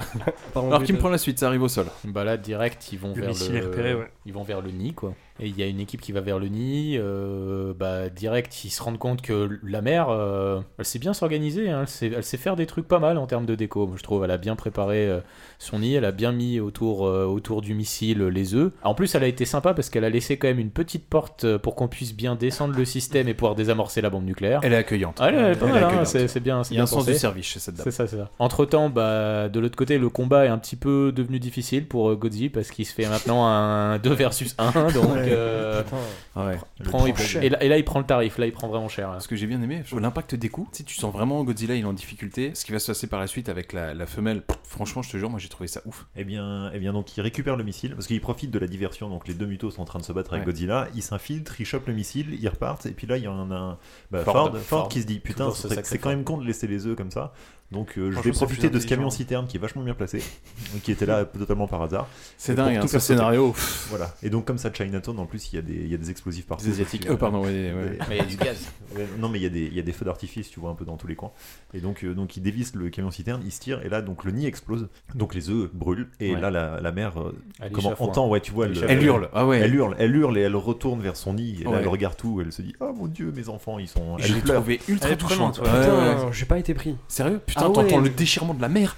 Speaker 5: Pardon,
Speaker 2: Alors
Speaker 5: oui,
Speaker 2: qui me
Speaker 5: bah.
Speaker 2: prend la suite, ça arrive au sol.
Speaker 5: Bah là, direct, ils vont
Speaker 2: Le
Speaker 5: vers
Speaker 2: missile
Speaker 5: le.
Speaker 2: est repéré, ouais.
Speaker 5: Ils vont vers le nid, quoi. Et il y a une équipe qui va vers le nid. euh, bah direct, ils se rendent compte que la mer, euh, elle sait bien s'organiser. hein, elle, sait, elle sait faire des trucs pas mal en termes de déco. moi, Je trouve, elle a bien préparé euh, son nid. Elle a bien mis autour euh, autour du missile euh, les œufs. En plus, elle a été sympa parce qu'elle a laissé quand même une petite porte euh, pour qu'on puisse bien descendre le système et pouvoir désamorcer la bombe nucléaire.
Speaker 2: Elle est accueillante.
Speaker 5: Ah, Elle, elle est pas
Speaker 2: Elle est
Speaker 5: mal, hein,
Speaker 2: accueillante.
Speaker 5: C'est c'est bien. c'est
Speaker 2: Il y a un
Speaker 5: bien
Speaker 2: sens
Speaker 5: pensé.
Speaker 2: du service chez cette dame.
Speaker 5: C'est ça, c'est ça. Entre temps, bah, de l'autre côté, le combat est un petit peu devenu difficile pour euh, Godzi parce qu'il se fait maintenant un 2 versus 1. Donc,
Speaker 2: Ouais.
Speaker 5: euh,
Speaker 2: Putain. Ouais.
Speaker 5: il
Speaker 2: Le
Speaker 5: prend- il
Speaker 2: prend
Speaker 5: prend-
Speaker 2: cher.
Speaker 5: et, là, et là, il prend le tarif. Là, il prend vraiment cher. là.
Speaker 2: Ce que j'ai bien aimé, l'impact des coups. Tu sais, tu sens vraiment Godzilla, il est en difficulté. Ce qui va se passer par la suite avec la, la femelle, pff, franchement, je te jure, moi j'ai trouvé ça ouf.
Speaker 3: Et Eh bien, et bien donc il récupère le missile parce qu'il profite de la diversion. Donc les deux mutos sont en train de se battre avec
Speaker 2: Ouais.
Speaker 3: Godzilla. Ils s'infiltrent, ils chopent le missile, ils repartent. Et puis là, il y en a un bah,
Speaker 2: Ford.
Speaker 3: Ford, Ford
Speaker 2: Ford.
Speaker 3: qui se dit putain,
Speaker 2: Toujours ce
Speaker 3: c'est
Speaker 2: sacré
Speaker 3: c'est quand même con de laisser les œufs comme ça. Donc euh, je
Speaker 2: Franchement,
Speaker 3: vais
Speaker 2: c'est
Speaker 3: profiter
Speaker 2: plus
Speaker 3: de ce
Speaker 2: intelligent.
Speaker 3: camion citerne qui est vachement bien placé, qui était là totalement par hasard.
Speaker 2: C'est
Speaker 3: Et pour
Speaker 2: dingue,
Speaker 3: tout
Speaker 2: hein, ce
Speaker 3: faire sauter.
Speaker 2: scénario.
Speaker 3: Voilà. Et donc comme ça, Chinatown en plus, il y a des, il y a des explosifs partout.
Speaker 2: Des Asiatiques.
Speaker 3: Donc,
Speaker 2: Euh, pardon, ouais, ouais. Mais il y a du gaz.
Speaker 3: Ouais, non, mais il y, a des- il y a des feux d'artifice, tu vois, un peu dans tous les coins. Et donc, euh, donc il dévisse le camion citerne, il se tire, et là, donc le nid explose. Donc les œufs brûlent, et
Speaker 2: Ouais.
Speaker 3: là, la, la mère euh,
Speaker 2: Elle
Speaker 3: comment,
Speaker 2: échafaude.
Speaker 3: entend, ouais, tu vois,
Speaker 2: Elle
Speaker 3: le-
Speaker 2: échafaude. Elle hurle. Ah ouais.
Speaker 3: elle hurle, elle hurle, et elle retourne vers son nid, et là,
Speaker 2: Ouais.
Speaker 3: elle regarde tout, elle se dit, oh mon dieu, mes enfants, ils sont.
Speaker 2: Je l'ai trouvé ultra touchant.
Speaker 3: touchante
Speaker 10: j'ai pas été pris.
Speaker 2: Sérieux Putain,
Speaker 10: Ah ouais.
Speaker 2: t'entends le déchirement de la mer.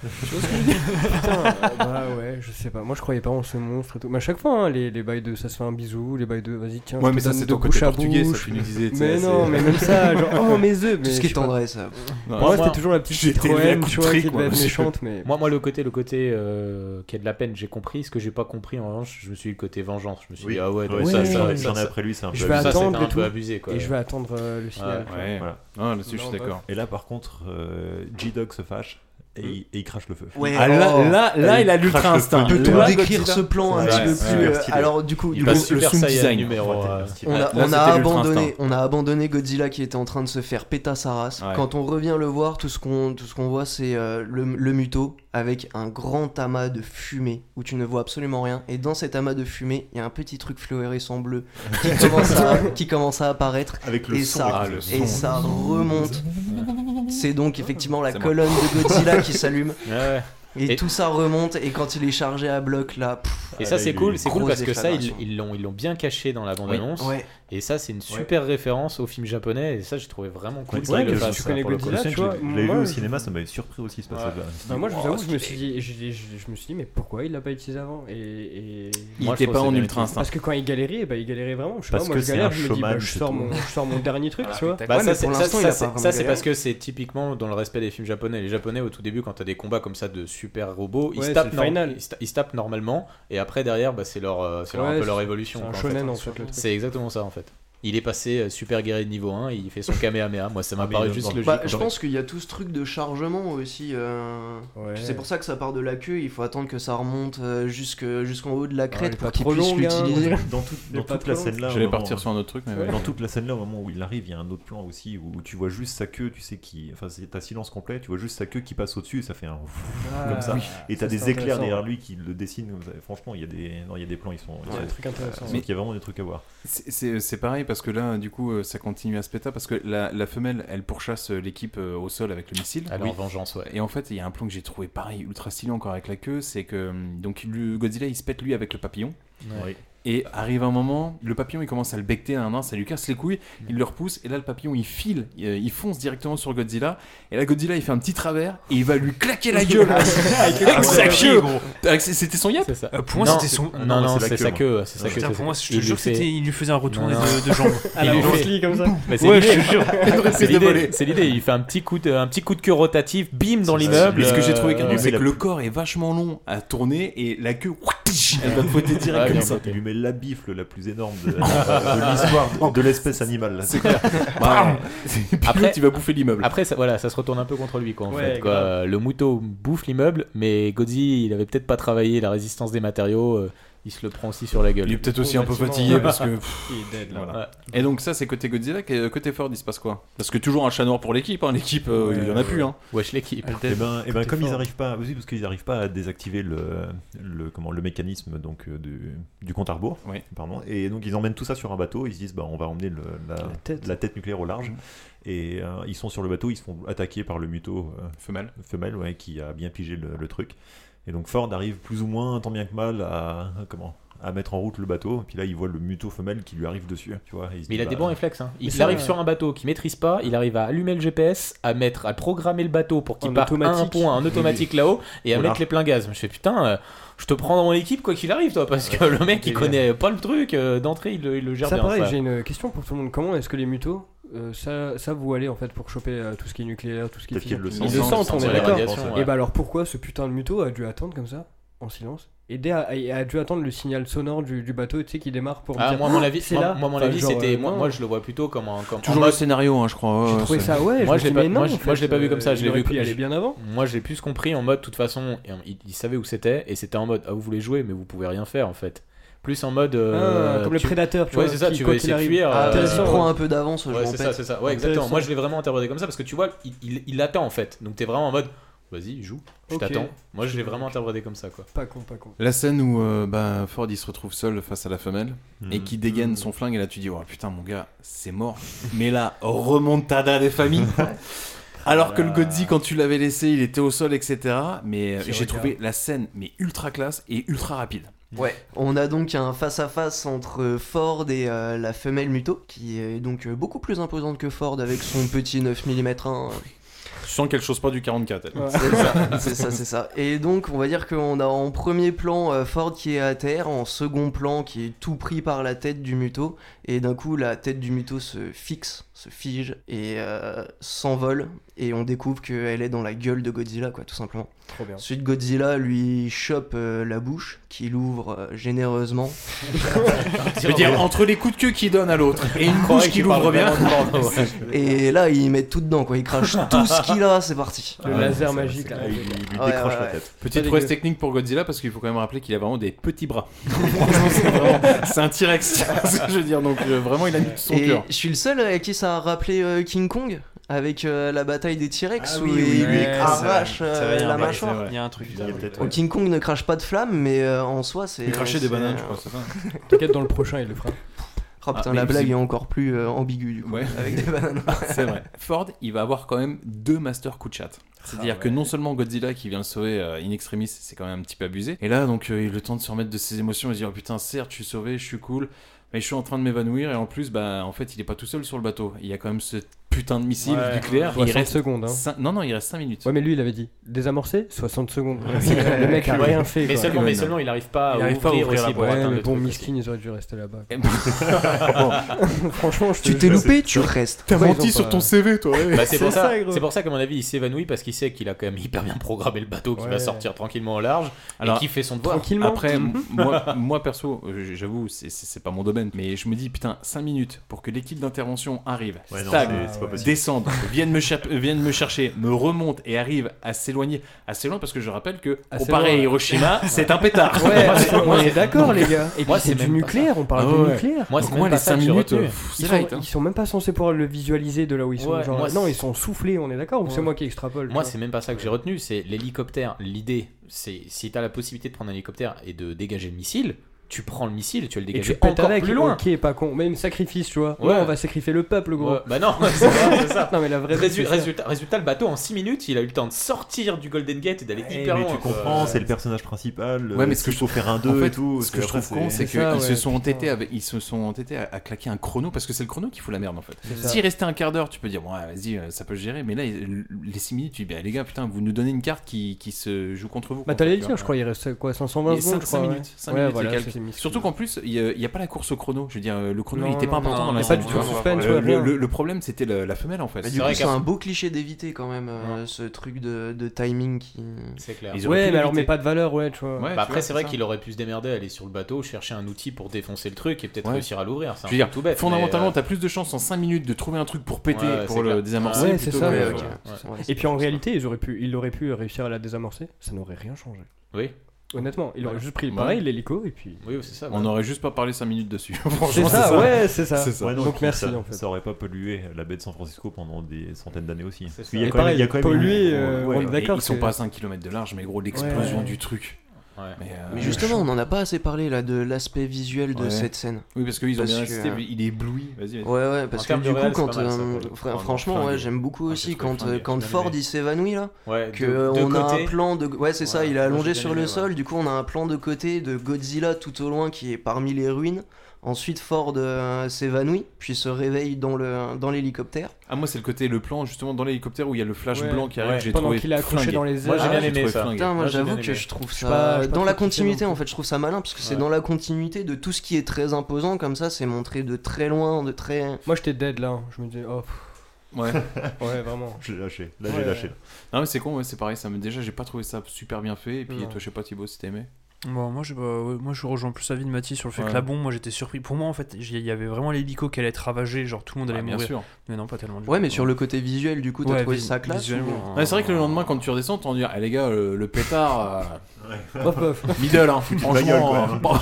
Speaker 10: Putain, euh, bah ouais, je sais pas. Moi, je croyais pas en ce monstre et tout. Mais à chaque fois, hein, les, les bails de ça se fait un bisou, les bails de vas-y, tiens.
Speaker 2: Ouais,
Speaker 10: je te
Speaker 2: mais ça,
Speaker 10: donne
Speaker 2: c'est
Speaker 10: de
Speaker 2: ton côté
Speaker 10: bouche à
Speaker 2: portugais, ça,
Speaker 10: bouche.
Speaker 2: tu nous disais, tu
Speaker 10: Mais
Speaker 2: sais,
Speaker 10: non,
Speaker 2: c'est-
Speaker 10: mais même ça, genre, oh mes œufs.
Speaker 11: Tout
Speaker 10: mais
Speaker 11: ce qui
Speaker 10: je
Speaker 11: est
Speaker 10: sais pas.
Speaker 11: tendresse, ça.
Speaker 10: Pour
Speaker 11: Ouais.
Speaker 5: Moi,
Speaker 10: moi, c'était toujours la petite
Speaker 5: j'ai été élevé à
Speaker 10: citroën,
Speaker 5: coups
Speaker 10: tu
Speaker 5: de
Speaker 10: vois, qui
Speaker 5: trick,
Speaker 10: devait
Speaker 5: moi,
Speaker 10: être
Speaker 5: monsieur.
Speaker 10: méchante, mais.
Speaker 5: Moi, moi, le côté, le côté euh, qui a de la peine, j'ai compris. Ce que j'ai pas compris, en revanche, je me suis dit le côté vengeance. Je me suis
Speaker 3: Oui.
Speaker 5: dit, ah ouais, donc
Speaker 3: Ouais,
Speaker 5: ça,
Speaker 3: ouais,
Speaker 5: ça,
Speaker 3: ouais.
Speaker 5: ça,
Speaker 3: J'en ai
Speaker 5: ça-
Speaker 3: après lui, c'est un peu
Speaker 5: ça,
Speaker 3: abusé.
Speaker 5: c'était
Speaker 10: attendre
Speaker 5: un
Speaker 10: et tout,
Speaker 5: peu abusé, quoi.
Speaker 10: Et je vais attendre euh, le signal. tu vois.
Speaker 2: Ouais.
Speaker 3: Voilà.
Speaker 2: Ah, là-dessus, je suis d'accord.
Speaker 3: Et là, par contre, euh, G-Dog se fâche. Et il, et il crache le feu.
Speaker 11: Ouais, Ah, là- oh. là- là, il a l'ultra
Speaker 3: crache le feu.
Speaker 11: instinct. Peut-on
Speaker 3: Là,
Speaker 11: décrire
Speaker 3: Godzilla,
Speaker 11: ce plan
Speaker 3: ouais,
Speaker 11: un petit peu
Speaker 3: c'est
Speaker 11: plus,
Speaker 3: super
Speaker 11: euh,
Speaker 3: stylé.
Speaker 11: alors, du coup,
Speaker 5: Il
Speaker 11: du
Speaker 5: passe
Speaker 11: coup,
Speaker 5: Super
Speaker 11: le sound
Speaker 5: Saiyan
Speaker 11: design.
Speaker 5: numéro,
Speaker 11: Ouais,
Speaker 5: euh,
Speaker 11: On a, on
Speaker 5: là,
Speaker 11: a
Speaker 5: c'était l'ultra instinct.
Speaker 11: abandonné, on a abandonné Godzilla qui était en train de se faire péter à sa race.
Speaker 5: Ouais.
Speaker 11: Quand on revient le voir, tout ce qu'on tout ce qu'on voit, c'est euh, le, le muto avec un grand amas de fumée où tu ne vois absolument rien. Et dans cet amas de fumée, il y a un petit truc fluorescent bleu qui commence à, qui commence à apparaître.
Speaker 3: Avec le
Speaker 11: et
Speaker 3: son,
Speaker 11: ça,
Speaker 3: ah, le
Speaker 11: et
Speaker 3: son.
Speaker 11: ça remonte. C'est donc effectivement la
Speaker 3: C'est moi.
Speaker 11: colonne de Godzilla qui s'allume.
Speaker 5: Ouais, ouais.
Speaker 11: Et, tout ça remonte, et quand il est chargé à bloc, là, pff,
Speaker 5: Et ça, c'est cool, c'est cool parce que ça, ils ils l'ont ils l'ont bien caché dans la bande-annonce.
Speaker 11: Ouais.
Speaker 5: Et ça, c'est une super référence au film japonais. Et ça, j'ai trouvé vraiment cool.
Speaker 3: C'est vrai
Speaker 5: qu'ils le
Speaker 3: que
Speaker 5: fassent,
Speaker 3: tu
Speaker 5: ça,
Speaker 3: connais
Speaker 5: pour le coup.
Speaker 3: Godzilla, tu vois. Je l'ai vu
Speaker 10: moi,
Speaker 3: au
Speaker 10: je-
Speaker 3: cinéma, ça m'avait surpris aussi ce
Speaker 10: Ouais.
Speaker 3: passage-là.
Speaker 10: Bah, moi, je vous
Speaker 3: Wow,
Speaker 10: avoue, je
Speaker 3: stylé.
Speaker 10: me suis dit, je, l'ai- je- je me suis dit, mais pourquoi il l'a pas utilisé avant Et, et-
Speaker 2: Il Moi, je était pense pas que en c'est ultra instinct.
Speaker 10: Parce que quand il galérait, bah, il galérait vraiment. Je sais
Speaker 5: Parce
Speaker 10: pas, moi,
Speaker 5: que
Speaker 10: je
Speaker 5: c'est
Speaker 10: galère,
Speaker 5: un
Speaker 10: je me dis, bah,
Speaker 5: showman,
Speaker 10: je
Speaker 5: c'est
Speaker 10: sors
Speaker 5: tout.
Speaker 10: mon, je sors mon dernier truc,
Speaker 2: Ah,
Speaker 10: tu vois.
Speaker 5: Bah, ça, c'est- ça, ça, c'est- ça, c'est parce que c'est typiquement dans le respect des films japonais. Les japonais, au tout début, quand t'as des combats comme ça de super robots, ils,
Speaker 10: Ouais,
Speaker 5: se
Speaker 10: c'est
Speaker 5: tapent
Speaker 10: le
Speaker 5: norm-
Speaker 10: final.
Speaker 5: ils se ta- ils se tapent normalement, et après, derrière, bah, c'est leur, euh, c'est leur-
Speaker 10: Ouais,
Speaker 5: un peu leur
Speaker 10: c'est-
Speaker 5: évolution.
Speaker 10: c'est un
Speaker 5: quoi,
Speaker 10: shonen, en fait, le truc.
Speaker 5: hein, C'est exactement ça, en fait. Il est passé euh, super guerrier de niveau 1, il fait son Kamehameha. Moi, ça m'a
Speaker 3: Ah, mais
Speaker 5: paru
Speaker 3: dans-
Speaker 5: juste
Speaker 3: dans-
Speaker 5: logique.
Speaker 11: Bah, je pense qu'il y a tout ce truc de chargement aussi. euh, C'est pour ça que ça part de la queue. Il faut attendre que ça remonte euh, jusque- jusqu'en haut de la crête pour qu'il puisse l'utiliser.
Speaker 5: hein.
Speaker 3: Dans, tout- dans toute la scène là.
Speaker 2: J'allais partir sur un autre truc, mais ouais.
Speaker 3: Dans toute la scène là, au moment où il arrive, il y a un autre plan aussi où tu vois juste sa queue, tu sais qui. Enfin, c'est t'as silence complet, tu vois juste sa queue qui passe au-dessus et ça fait un.
Speaker 10: Ah,
Speaker 3: comme ça.
Speaker 10: oui.
Speaker 3: Et t'as
Speaker 10: Ça,
Speaker 3: des
Speaker 10: c'est
Speaker 3: éclairs
Speaker 10: intéressant.
Speaker 3: derrière lui qui le dessinent comme ça. Franchement, il y a des, non, il y a des plans, ils sont.
Speaker 10: Il y a des trucs intéressants.
Speaker 3: Donc il y a vraiment des trucs à voir.
Speaker 2: C'est- C'est c'est pareil parce que là, du coup, euh, ça continue à se péter parce que la, la femelle, elle pourchasse euh, l'équipe euh, au sol avec le missile.
Speaker 5: Alors, Ah, vengeance, ouais.
Speaker 2: Et en fait, il y a un plan que j'ai trouvé pareil, ultra stylé encore avec la queue, c'est que hum, donc le Godzilla, il se pète lui avec le papillon.
Speaker 5: Ouais. Oui.
Speaker 2: Et arrive un moment, le papillon il commence à le becter à un an, ça lui casse les couilles, il le repousse, et là le papillon il file, il, il fonce directement sur Godzilla, et là Godzilla il fait un petit travers, et il va lui claquer la
Speaker 5: Ah,
Speaker 2: gueule avec, sa queue Avec- C'était son yap
Speaker 8: Euh, pour moi, c'était son.
Speaker 5: non, non, c'est sa queue.
Speaker 10: hein.
Speaker 5: C'est sa queue.
Speaker 8: Putain,
Speaker 5: c'est
Speaker 8: pour
Speaker 5: ça.
Speaker 8: moi, je te
Speaker 5: Il lui
Speaker 8: jure que
Speaker 5: fait-
Speaker 8: c'était- il lui faisait un retourné
Speaker 5: Non, non.
Speaker 8: de, de jambe.
Speaker 5: Il lui fait-
Speaker 10: Bah,
Speaker 5: Mais c'est
Speaker 8: Ouais,
Speaker 5: l'idée.
Speaker 8: je te jure.
Speaker 5: C'est l'idée, C'est l'idée. Il fait un petit coup de, un petit coup de queue rotatif, bim dans
Speaker 2: C'est
Speaker 5: l'immeuble.
Speaker 2: ça. Mais ce que j'ai trouvé
Speaker 5: euh,
Speaker 2: canon, c'est que le corps est vachement long à tourner et la queue, elle va fouetter direct
Speaker 3: Ouais,
Speaker 2: comme
Speaker 3: bien
Speaker 2: ça.
Speaker 3: fouetté. Il lui met la bifle la plus énorme de, euh, de l'histoire de- de l'espèce animale. là.
Speaker 2: C'est clair.
Speaker 3: Bam
Speaker 5: Après,
Speaker 2: tu vas bouffer l'immeuble.
Speaker 5: Après, ça, voilà, ça se retourne un peu contre lui, quoi. En
Speaker 2: Ouais,
Speaker 5: fait, quoi.
Speaker 2: grave.
Speaker 5: Le mouton bouffe l'immeuble, mais Godzi, il avait peut-être pas travaillé la résistance des matériaux. euh, il se le prend aussi sur la gueule.
Speaker 2: Il est peut-être aussi un peu fatigué parce que. pff, voilà. Et donc, ça, c'est côté Godzilla. que- Côté Ford, il se passe quoi Parce que toujours un chat noir pour l'équipe. hein. L'équipe, euh, il y en a plus. Hein.
Speaker 5: Wesh, l'équipe.
Speaker 3: Et ben, et ben comme ils n'arrivent pas, aussi parce qu'ils arrivent pas à désactiver le, le comment le mécanisme donc euh, du, du compte à rebours, pardon. Et donc ils emmènent tout ça sur un bateau. Ils se disent bah on va emmener le- la, la tête. nucléaire au large. Et euh, ils sont sur le bateau. Ils se font attaquer par le muto euh,
Speaker 2: femelle,
Speaker 3: ouais, qui a bien pigé le, le truc. Et donc Ford arrive plus ou moins tant bien que mal à à comment à mettre en route le bateau. Et puis là il voit le muto femelle qui lui arrive dessus. Tu vois. et se
Speaker 5: Mais il
Speaker 3: dit,
Speaker 5: a des
Speaker 3: bah,
Speaker 5: bons réflexes. hein.
Speaker 3: Mais
Speaker 5: Il
Speaker 3: ça,
Speaker 5: arrive
Speaker 3: ouais.
Speaker 5: sur un bateau qu'il maîtrise pas, il arrive à allumer le GPS, à mettre, à programmer le bateau pour qu'il
Speaker 10: En
Speaker 5: parte à un
Speaker 10: automatique.
Speaker 5: point en automatique là-haut et à
Speaker 10: Voilà.
Speaker 5: mettre les pleins gaz. Je me fais putain, euh, je te prends dans mon équipe quoi qu'il arrive toi parce que le mec il
Speaker 10: Délire.
Speaker 5: connaît pas le truc euh, d'entrée, il, le- il le gère
Speaker 10: Ça
Speaker 5: bien.
Speaker 10: pareil,
Speaker 5: ça.
Speaker 10: j'ai une question pour tout le monde. Comment est-ce que les mutos, euh, ça, ça vous allez en fait pour choper euh, tout ce qui est nucléaire, tout ce qui est
Speaker 3: Peut-être qu'il y a
Speaker 10: fission
Speaker 3: de le
Speaker 10: Ils
Speaker 3: sang,
Speaker 10: le
Speaker 3: le
Speaker 10: sentent,
Speaker 3: sang,
Speaker 10: on
Speaker 3: c'est
Speaker 10: est
Speaker 3: la
Speaker 10: d'accord.
Speaker 3: radiation,
Speaker 10: Et
Speaker 3: ouais.
Speaker 10: bah alors pourquoi ce putain de muto a dû attendre comme ça, en silence et dès- a, a- a dû attendre le signal sonore du, du bateau tu sais, qui démarre pour. me
Speaker 5: Ah,
Speaker 10: dire,
Speaker 5: moi, mon
Speaker 10: Ah,
Speaker 5: avis,
Speaker 10: c'est
Speaker 5: moi,
Speaker 10: là.
Speaker 5: moi, mon
Speaker 10: Enfin,
Speaker 5: avis,
Speaker 10: genre,
Speaker 5: c'était.
Speaker 10: euh,
Speaker 5: Moi,
Speaker 10: non.
Speaker 5: moi, je le vois plutôt comme un. Comme en
Speaker 2: Toujours
Speaker 5: mode-
Speaker 2: le scénario, hein, je crois.
Speaker 10: J'ai
Speaker 2: Ouais,
Speaker 10: trouvé
Speaker 2: c'est-
Speaker 10: ça, ouais, je
Speaker 5: Oh, Moi,
Speaker 10: me
Speaker 5: je l'ai
Speaker 10: dis,
Speaker 5: pas,
Speaker 10: mais non,
Speaker 5: moi,
Speaker 10: en
Speaker 5: je-
Speaker 10: fait,
Speaker 5: moi, je l'ai pas vu comme ça.
Speaker 10: euh,
Speaker 5: Je
Speaker 10: il
Speaker 5: l'ai
Speaker 10: aurait
Speaker 5: vu
Speaker 10: pu y
Speaker 5: comme-
Speaker 10: aller bien avant.
Speaker 5: Moi, j'ai plus compris en mode, de toute façon, et en- il, il savait où c'était et c'était en mode, ah, vous voulez jouer, mais vous pouvez rien faire en fait. Plus en mode. euh,
Speaker 10: Ah, comme le
Speaker 5: tu-
Speaker 10: prédateur, tu
Speaker 5: Ouais,
Speaker 10: vois,
Speaker 5: c'est ça,
Speaker 10: qui,
Speaker 5: tu
Speaker 10: quand
Speaker 5: veux
Speaker 10: il
Speaker 5: essayer de
Speaker 10: arrive-
Speaker 5: fuir. euh,
Speaker 10: Ah, intéressant,
Speaker 11: prends un peu d'avance, je
Speaker 5: Ouais,
Speaker 11: m'en
Speaker 5: c'est ça,
Speaker 11: pète.
Speaker 5: c'est ça. Ouais, exactement.
Speaker 11: Intéressant.
Speaker 5: Moi, je l'ai vraiment interprété comme ça parce que tu vois, il, il, il l'attend en fait. Donc, t'es vraiment en mode, vas-y, joue, je
Speaker 10: Ok.
Speaker 5: t'attends. Moi, je l'ai vraiment interprété comme ça quoi.
Speaker 10: Pas con, pas con.
Speaker 2: La scène où euh, bah, Ford il se retrouve seul face à la femelle
Speaker 3: Mhm.
Speaker 2: et qui dégaine son flingue et là tu dis oh putain mon gars c'est mort mais là remontada des familles alors que le Godzi quand tu l'avais laissé il était au sol etc mais euh,
Speaker 11: Petit
Speaker 2: j'ai
Speaker 11: regard.
Speaker 2: trouvé la scène mais ultra classe et ultra rapide
Speaker 11: Ouais. On a donc un face-à-face entre Ford et euh, la femelle Muto, qui est donc euh, beaucoup plus imposante que Ford avec son petit 9 mm 1.
Speaker 2: tu sens qu'elle chose pas du 44 elle.
Speaker 11: C'est ça, c'est ça, c'est ça. Et donc, on va dire qu'on a en premier plan euh, Ford qui est à terre, en second plan qui est tout pris par la tête du muto, et d'un coup, la tête du muto se fixe, se fige et euh, s'envole, et on découvre qu'elle est dans la gueule de Godzilla, quoi, tout simplement.
Speaker 10: Trop bien.
Speaker 11: Ensuite, Godzilla lui chope euh, la bouche, qu'il ouvre euh, généreusement.
Speaker 2: je veux dire entre les coups de queue qu'il donne à l'autre et une bouche qu'il ouvre bien
Speaker 11: Et là, il met tout dedans, quoi. Il crache tout ce qu'il a, c'est parti.
Speaker 10: Le laser magique, là.
Speaker 11: Ouais, ouais, ouais.
Speaker 2: Petite
Speaker 11: Pas
Speaker 2: prouesse
Speaker 11: dégueu.
Speaker 2: technique pour Godzilla parce qu'il faut quand même rappeler qu'il a vraiment des petits bras. Franchement, c'est vraiment- c'est un T-Rex, c'est ce que je veux dire. Donc euh, vraiment, il a mis tout son
Speaker 11: Et
Speaker 2: cœur.
Speaker 11: je suis le seul à qui ça a rappelé euh, King Kong avec euh, la bataille des T-Rex
Speaker 8: Ah
Speaker 11: où
Speaker 8: oui, oui,
Speaker 11: il
Speaker 8: oui,
Speaker 11: lui
Speaker 8: ouais,
Speaker 11: cravache
Speaker 8: c'est vrai. Ça va,
Speaker 11: euh,
Speaker 8: il y a un
Speaker 11: la
Speaker 8: vrai,
Speaker 11: mâchoire.
Speaker 8: c'est vrai. Il y a un truc, il y a peut-être,
Speaker 11: Bon,
Speaker 8: ouais.
Speaker 11: King Kong ne crache pas de flamme, mais euh, en soi, c'est.
Speaker 8: Il crachait des
Speaker 11: c'est-
Speaker 8: bananes, je crois, c'est ça.
Speaker 10: T'inquiète, dans le prochain, il le fera.
Speaker 11: Oh putain, la blague est encore plus euh, ambiguë du coup. Avec des bananes.
Speaker 2: C'est vrai. Ford, il va avoir quand même deux masters coup de chat. C'est-à-dire
Speaker 15: Ah
Speaker 2: que non seulement Godzilla qui vient le sauver euh, in extremis, c'est quand même un petit peu abusé. Et là, donc, euh, il a le temps de se remettre de ses émotions et se dire oh, putain, certes, je suis sauvé, je suis cool, mais je suis en train de m'évanouir. Et en plus, bah, en fait, il est pas tout seul sur le bateau. Il y a quand même ce putain de missile
Speaker 10: Ouais.
Speaker 2: nucléaire.
Speaker 10: Faut
Speaker 2: Il
Speaker 10: 60
Speaker 2: reste
Speaker 10: secondes, hein.
Speaker 2: cinq- Non, non, il reste 5 minutes.
Speaker 10: Ouais, mais lui, il avait dit désamorcer 60 secondes. le mec a rien fait.
Speaker 5: Mais
Speaker 10: quoi.
Speaker 5: seulement, mais seulement, il arrive pas
Speaker 10: Il
Speaker 5: à
Speaker 10: arrive pas à
Speaker 5: ouvrir
Speaker 10: ouvrir
Speaker 5: aussi
Speaker 10: la
Speaker 5: pour
Speaker 10: boîte,
Speaker 5: atteindre
Speaker 10: mais
Speaker 5: le
Speaker 10: bon,
Speaker 5: truc.
Speaker 10: Miskin, ils auraient dû rester là-bas.
Speaker 5: Eh
Speaker 10: Bon. Franchement, je te
Speaker 11: Tu t'es
Speaker 10: jure,
Speaker 11: loupé,
Speaker 10: c'est-
Speaker 11: tu restes.
Speaker 10: Pourquoi ils ont pas-
Speaker 5: Bah, c'est pour ça,
Speaker 10: gros.
Speaker 5: c'est pour ça qu'à mon avis, il s'évanouit parce qu'il sait qu'il a quand même hyper bien programmé le bateau qui
Speaker 2: Ouais.
Speaker 5: va sortir tranquillement au large et qui fait son devoir.
Speaker 2: Après, m- moi, moi perso, euh, j'avoue, c'est- c'est c'est pas mon domaine, mais je me dis, putain, 5 minutes pour que l'équipe d'intervention arrive,
Speaker 15: Ouais, non,
Speaker 2: stagne,
Speaker 15: c'est- c'est pas possible.
Speaker 2: descende, vienne me, cher- euh, vienne me chercher, me remonte et arrive à s'éloigner assez loin parce que je rappelle que,
Speaker 10: Assez
Speaker 2: comparé à
Speaker 10: loin.
Speaker 2: Hiroshima, c'est un pétard.
Speaker 10: Ouais, on
Speaker 2: Ouais.
Speaker 10: est d'accord,
Speaker 2: Donc,
Speaker 10: les gars. Et
Speaker 2: moi,
Speaker 10: puis euh, c'est
Speaker 2: même
Speaker 10: du
Speaker 2: pas
Speaker 10: nucléaire,
Speaker 2: ça.
Speaker 10: on parle
Speaker 2: Ah
Speaker 10: de
Speaker 2: ouais.
Speaker 10: nucléaire.
Speaker 2: Moi, c'est même pas ça que j'ai retenu. Pff,
Speaker 10: ils
Speaker 2: C'est
Speaker 10: sont,
Speaker 2: light. hein.
Speaker 10: ils sont même pas censés pouvoir le visualiser de là où ils sont.
Speaker 5: Ouais,
Speaker 10: genre,
Speaker 5: moi,
Speaker 10: non,
Speaker 5: c'est-
Speaker 10: ils sont soufflés, on est d'accord, ou c'est
Speaker 5: Ouais.
Speaker 10: moi qui extrapole tu
Speaker 5: Moi,
Speaker 10: vois.
Speaker 5: c'est même pas ça que j'ai retenu, c'est l'hélicoptère. L'idée, c'est si t'as la possibilité de prendre un hélicoptère et de dégager le missile, tu prends le missile, tu vas le
Speaker 10: Et
Speaker 5: dégages
Speaker 10: tu pètes
Speaker 5: encore
Speaker 10: avec,
Speaker 5: plus loin.
Speaker 10: ok, pas con. Même sacrifice, tu vois.
Speaker 5: Ouais.
Speaker 10: Ouais, on va sacrifier le peuple, gros.
Speaker 5: Ouais, bah non, c'est pas- c'est ça.
Speaker 10: Non, mais la vraie
Speaker 5: Résu-
Speaker 10: c'est ça.
Speaker 5: résultat, résultat, le bateau en 6 minutes, il a eu le temps de sortir du Golden Gate et d'aller hyper
Speaker 3: mais
Speaker 5: loin.
Speaker 3: tu
Speaker 5: quoi.
Speaker 3: comprends, c'est le personnage principal.
Speaker 2: Ouais, mais
Speaker 3: ce
Speaker 2: ce
Speaker 3: que
Speaker 2: que
Speaker 3: je faut faire un
Speaker 2: En
Speaker 3: 2
Speaker 2: fait,
Speaker 3: et tout.
Speaker 2: Ce que je trouve con, c'est qu'ils se sont entêtés, avec, ils se sont entêtés à, à claquer un chrono parce que c'est le chrono qui fout la merde en fait.
Speaker 15: C'est ça.
Speaker 2: Si restait un quart d'heure, tu peux dire bon, ouais, vas-y, euh, ça peut se gérer. Mais là, il- les 6 minutes, tu dis bah, les gars, putain, vous nous donnez une carte qui, qui se joue contre vous. quoi,
Speaker 10: Bah, t'allais
Speaker 2: tu
Speaker 10: le
Speaker 2: vois.
Speaker 10: dire, je crois, il reste quoi 520
Speaker 2: Et
Speaker 10: secondes
Speaker 2: cinq-
Speaker 10: je
Speaker 2: cinq
Speaker 10: crois, ouais.
Speaker 2: minutes, cinq
Speaker 10: Ouais,
Speaker 2: minutes et
Speaker 10: voilà,
Speaker 2: quelques.
Speaker 10: c'est mis-
Speaker 2: Surtout qu'en plus, il n'y a, pas la course au chrono. Je veux dire, euh, le chrono,
Speaker 10: Non,
Speaker 2: il n'était pas
Speaker 10: non,
Speaker 2: important dans
Speaker 10: non,
Speaker 2: la
Speaker 10: non, pas
Speaker 2: scène.
Speaker 10: du tout. Suspense,
Speaker 2: Le-
Speaker 10: ouais, rien.
Speaker 2: le, le problème, c'était le- la femelle en fait.
Speaker 11: Bah, du coup, c'est un beau cliché d'éviter quand même euh, ce truc de, de timing qui.
Speaker 5: C'est clair.
Speaker 11: Ils auraient
Speaker 10: Ouais,
Speaker 11: pu
Speaker 10: mais alors, mais
Speaker 11: l'éviter.
Speaker 10: pas de valeur, ouais, tu vois.
Speaker 5: Bah après, c'est vrai qu'il aurait pu se démerder, aller sur le bateau, chercher un outil pour défoncer le truc et peut-être
Speaker 2: Ouais.
Speaker 5: réussir à l'ouvrir.
Speaker 2: Je
Speaker 5: C'est
Speaker 2: veux
Speaker 5: un truc
Speaker 2: dire,
Speaker 5: tout bête.
Speaker 2: fondamentalement,
Speaker 5: mais,
Speaker 2: t'as plus de chances en 5 minutes de trouver un truc pour péter,
Speaker 5: Ouais,
Speaker 2: pour
Speaker 5: c'est
Speaker 2: le
Speaker 5: clair.
Speaker 2: désamorcer.
Speaker 10: Ouais, c'est
Speaker 2: plutôt
Speaker 10: ça.
Speaker 2: que-
Speaker 10: ouais,
Speaker 2: Ouais.
Speaker 10: ok.
Speaker 2: Ouais.
Speaker 10: Et puis en réalité, ils auraient pu, ils auraient pu réussir à la désamorcer. Ça n'aurait rien changé.
Speaker 5: Oui.
Speaker 10: Honnêtement, il aurait
Speaker 2: Ouais.
Speaker 10: juste pris
Speaker 2: Ouais.
Speaker 10: pareil l'hélico et puis.
Speaker 5: euh, Oui, c'est ça.
Speaker 2: On n'aurait juste pas parlé 5 minutes dessus.
Speaker 10: C'est
Speaker 2: Franchement,
Speaker 10: ça, ouais, c'est ça.
Speaker 3: Ouais, non,
Speaker 10: Donc
Speaker 3: puis
Speaker 10: merci
Speaker 3: Ça,
Speaker 10: en fait.
Speaker 3: ça aurait pas pollué la baie de San Francisco pendant des centaines d'années aussi. Parce qu'il
Speaker 10: Et pareil, pollué, euh, on est d'accord,
Speaker 2: Et Ils sont
Speaker 10: c'est-
Speaker 2: pas à 5 km de large, mais gros, l'explosion
Speaker 11: Ouais.
Speaker 2: du truc. Mais, euh,
Speaker 11: Mais justement, on n'en a pas assez parlé là de l'aspect visuel de
Speaker 2: Ouais.
Speaker 11: cette scène.
Speaker 2: Oui, parce qu'ils ont bien
Speaker 11: que,
Speaker 2: insisté,
Speaker 11: euh,
Speaker 2: il est ébloui. Vas-y, vas-y.
Speaker 11: Ouais, ouais, parce
Speaker 2: En
Speaker 11: que
Speaker 2: termes
Speaker 11: du
Speaker 2: de
Speaker 11: coup,
Speaker 2: réel, c'est
Speaker 11: quand,
Speaker 2: pas mal, ça,
Speaker 11: euh,
Speaker 2: pour le coup.
Speaker 11: fra-
Speaker 2: Vraiment
Speaker 11: franchement, ouais,
Speaker 2: flingué.
Speaker 11: j'aime beaucoup aussi quand, euh, quand
Speaker 5: Bien
Speaker 11: Ford
Speaker 5: aimé.
Speaker 11: il s'évanouit là.
Speaker 5: Ouais, de-
Speaker 11: que
Speaker 5: de
Speaker 11: on a
Speaker 5: côté.
Speaker 11: un plan de. Ouais, c'est ça,
Speaker 5: Ouais,
Speaker 11: il est
Speaker 5: moi, j'ai
Speaker 11: allongé
Speaker 5: bien
Speaker 11: sur
Speaker 5: aimé,
Speaker 11: le
Speaker 5: ouais.
Speaker 11: sol, du coup, on a un plan de côté de Godzilla tout au loin qui est parmi les ruines. Ensuite, Ford euh, s'évanouit, puis se réveille dans le dans l'hélicoptère.
Speaker 2: Ah, moi, c'est le côté, le plan justement dans l'hélicoptère où il y a le flash
Speaker 11: Ouais.
Speaker 2: blanc qui arrive,
Speaker 11: Ouais.
Speaker 2: j'ai
Speaker 11: Pendant
Speaker 2: trouvé.
Speaker 11: qu'il est accroché
Speaker 2: flingué.
Speaker 11: dans les
Speaker 2: Moi,
Speaker 11: airs.
Speaker 2: j'ai bien
Speaker 11: Ah,
Speaker 2: aimé
Speaker 11: Putain,
Speaker 2: ça.
Speaker 11: moi j'avoue que je trouve
Speaker 10: Je
Speaker 11: ça
Speaker 10: suis pas- je suis pas
Speaker 11: dans la
Speaker 10: trop kiffé
Speaker 11: continuité
Speaker 10: non
Speaker 11: en
Speaker 10: plus.
Speaker 11: fait, je trouve ça malin parce que c'est dans la continuité de tout ce qui est très imposant comme ça, c'est montré de très loin, de très.
Speaker 10: Moi j'étais dead là, hein. je me disais oh. pff.
Speaker 2: Ouais.
Speaker 10: ouais, vraiment.
Speaker 3: Je l'ai lâché.
Speaker 10: Là, j'ai Ouais. lâché.
Speaker 2: Non, mais c'est con, ouais, c'est pareil. Ça me... Déjà, j'ai pas trouvé ça super bien fait. Et puis,
Speaker 10: Non.
Speaker 2: toi, je sais pas, Thibaut, si t'as aimé.
Speaker 8: Bon, moi, je, bah, ouais, moi, je rejoins plus avis de Mathis sur le fait
Speaker 2: Ouais.
Speaker 8: que la bombe, moi j'étais surpris. Pour moi, en fait, j'y- il y avait vraiment l'hélico qui allait être ravagé, genre tout le monde allait
Speaker 2: Ah, bien
Speaker 8: mourir.
Speaker 2: sûr.
Speaker 8: Mais non, pas tellement. du
Speaker 11: Ouais,
Speaker 8: coup.
Speaker 11: mais sur le côté visuel, du coup, t'as
Speaker 8: Ouais,
Speaker 11: trouvé
Speaker 8: vis-
Speaker 11: ça classe
Speaker 8: visuellement.
Speaker 11: ou-
Speaker 2: Ouais, c'est vrai que le lendemain, quand tu redescends, t'en dis, eh les gars, le, le pétard. euh,
Speaker 10: Bof, bof.
Speaker 2: Middle, hein.
Speaker 3: Foutu de
Speaker 2: franchement,
Speaker 3: la gueule, quoi.
Speaker 2: euh, bon.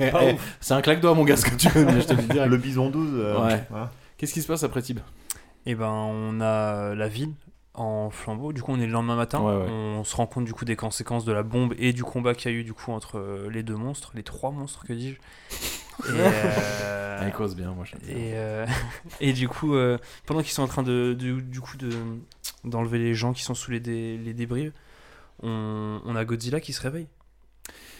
Speaker 2: Eh,
Speaker 3: Pas
Speaker 2: eh,
Speaker 3: ouf.
Speaker 2: C'est un claque-doigt, mon gars, ce que tu veux dire, je te le dis direct.
Speaker 3: Le bison 12. euh,
Speaker 2: Ouais.
Speaker 3: voilà.
Speaker 2: Qu'est-ce qui se passe après Tib
Speaker 8: Et ben, on a euh, la ville en flambeau. Du coup, on est le lendemain matin.
Speaker 2: Ouais, ouais.
Speaker 8: On se rend compte du coup des conséquences de la bombe et du combat qu'il y a eu du coup entre euh, les deux monstres, les trois monstres que dis-je. Et, euh,
Speaker 2: Elle cause Ah, bien, moi, j'aime bien.
Speaker 8: Et, euh, et du coup, euh, pendant qu'ils sont en train de, du- du coup de d'enlever les gens qui sont sous les, dé- les débris, on, on a Godzilla qui se réveille.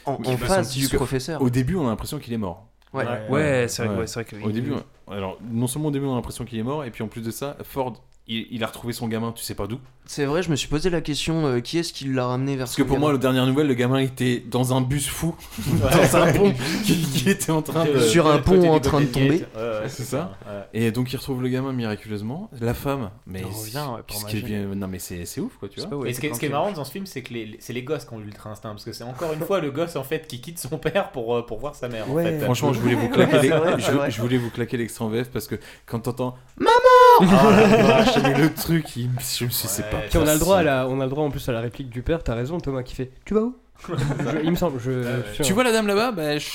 Speaker 11: En,
Speaker 2: Qui
Speaker 11: en
Speaker 2: passe un
Speaker 11: face
Speaker 2: petit
Speaker 11: du
Speaker 2: scoop.
Speaker 11: professeur.
Speaker 2: Au début, on a l'impression qu'il est mort.
Speaker 11: Ouais.
Speaker 8: Ouais, c'est vrai que- ouais, c'est vrai que-
Speaker 2: Au début, alors, non seulement au début, on a l'impression qu'il est mort, et puis en plus de ça, Ford, il, il a retrouvé son gamin, tu sais pas d'où.
Speaker 11: C'est vrai, je me suis posé la question euh, qui est-ce qui l'a ramené vers
Speaker 2: Parce que pour moi, la dernière nouvelle, le gamin était dans un bus fou, dans un pont, qui, qui était en train de.
Speaker 11: Sur un pont en train de tomber.
Speaker 2: c'est ça. Et donc, il retrouve le gamin miraculeusement. La femme, mais.
Speaker 5: Elle revient, ouais, pour
Speaker 2: qu'est-ce
Speaker 5: magie.
Speaker 2: qu'elle vient- Non, mais c'est c'est ouf, quoi, tu vois.
Speaker 5: et ce, qui est- ce qui est marrant dans ce film, c'est que les- les- c'est les gosses qui ont l'ultra instinct. Parce que c'est encore une fois le gosse en fait qui quitte son père pour, euh, pour voir sa mère. en
Speaker 2: Ouais.
Speaker 5: fait.
Speaker 2: Franchement, je voulais vous claquer,
Speaker 5: Ouais,
Speaker 2: les-
Speaker 5: c'est vrai,
Speaker 2: je,
Speaker 5: c'est vrai.
Speaker 2: je voulais vous claquer l'extrait en VF parce que quand t'entends
Speaker 10: Maman
Speaker 2: Ah, j'ai mis le truc, il- je me suis dit, c'est pas.
Speaker 10: Puis on a le droit à la, on a le droit en plus à la réplique du père. T'as raison, Thomas qui fait. Tu vas où Je- Il me semble. Je, sûr.
Speaker 2: Tu vois la dame là-bas Bah, je-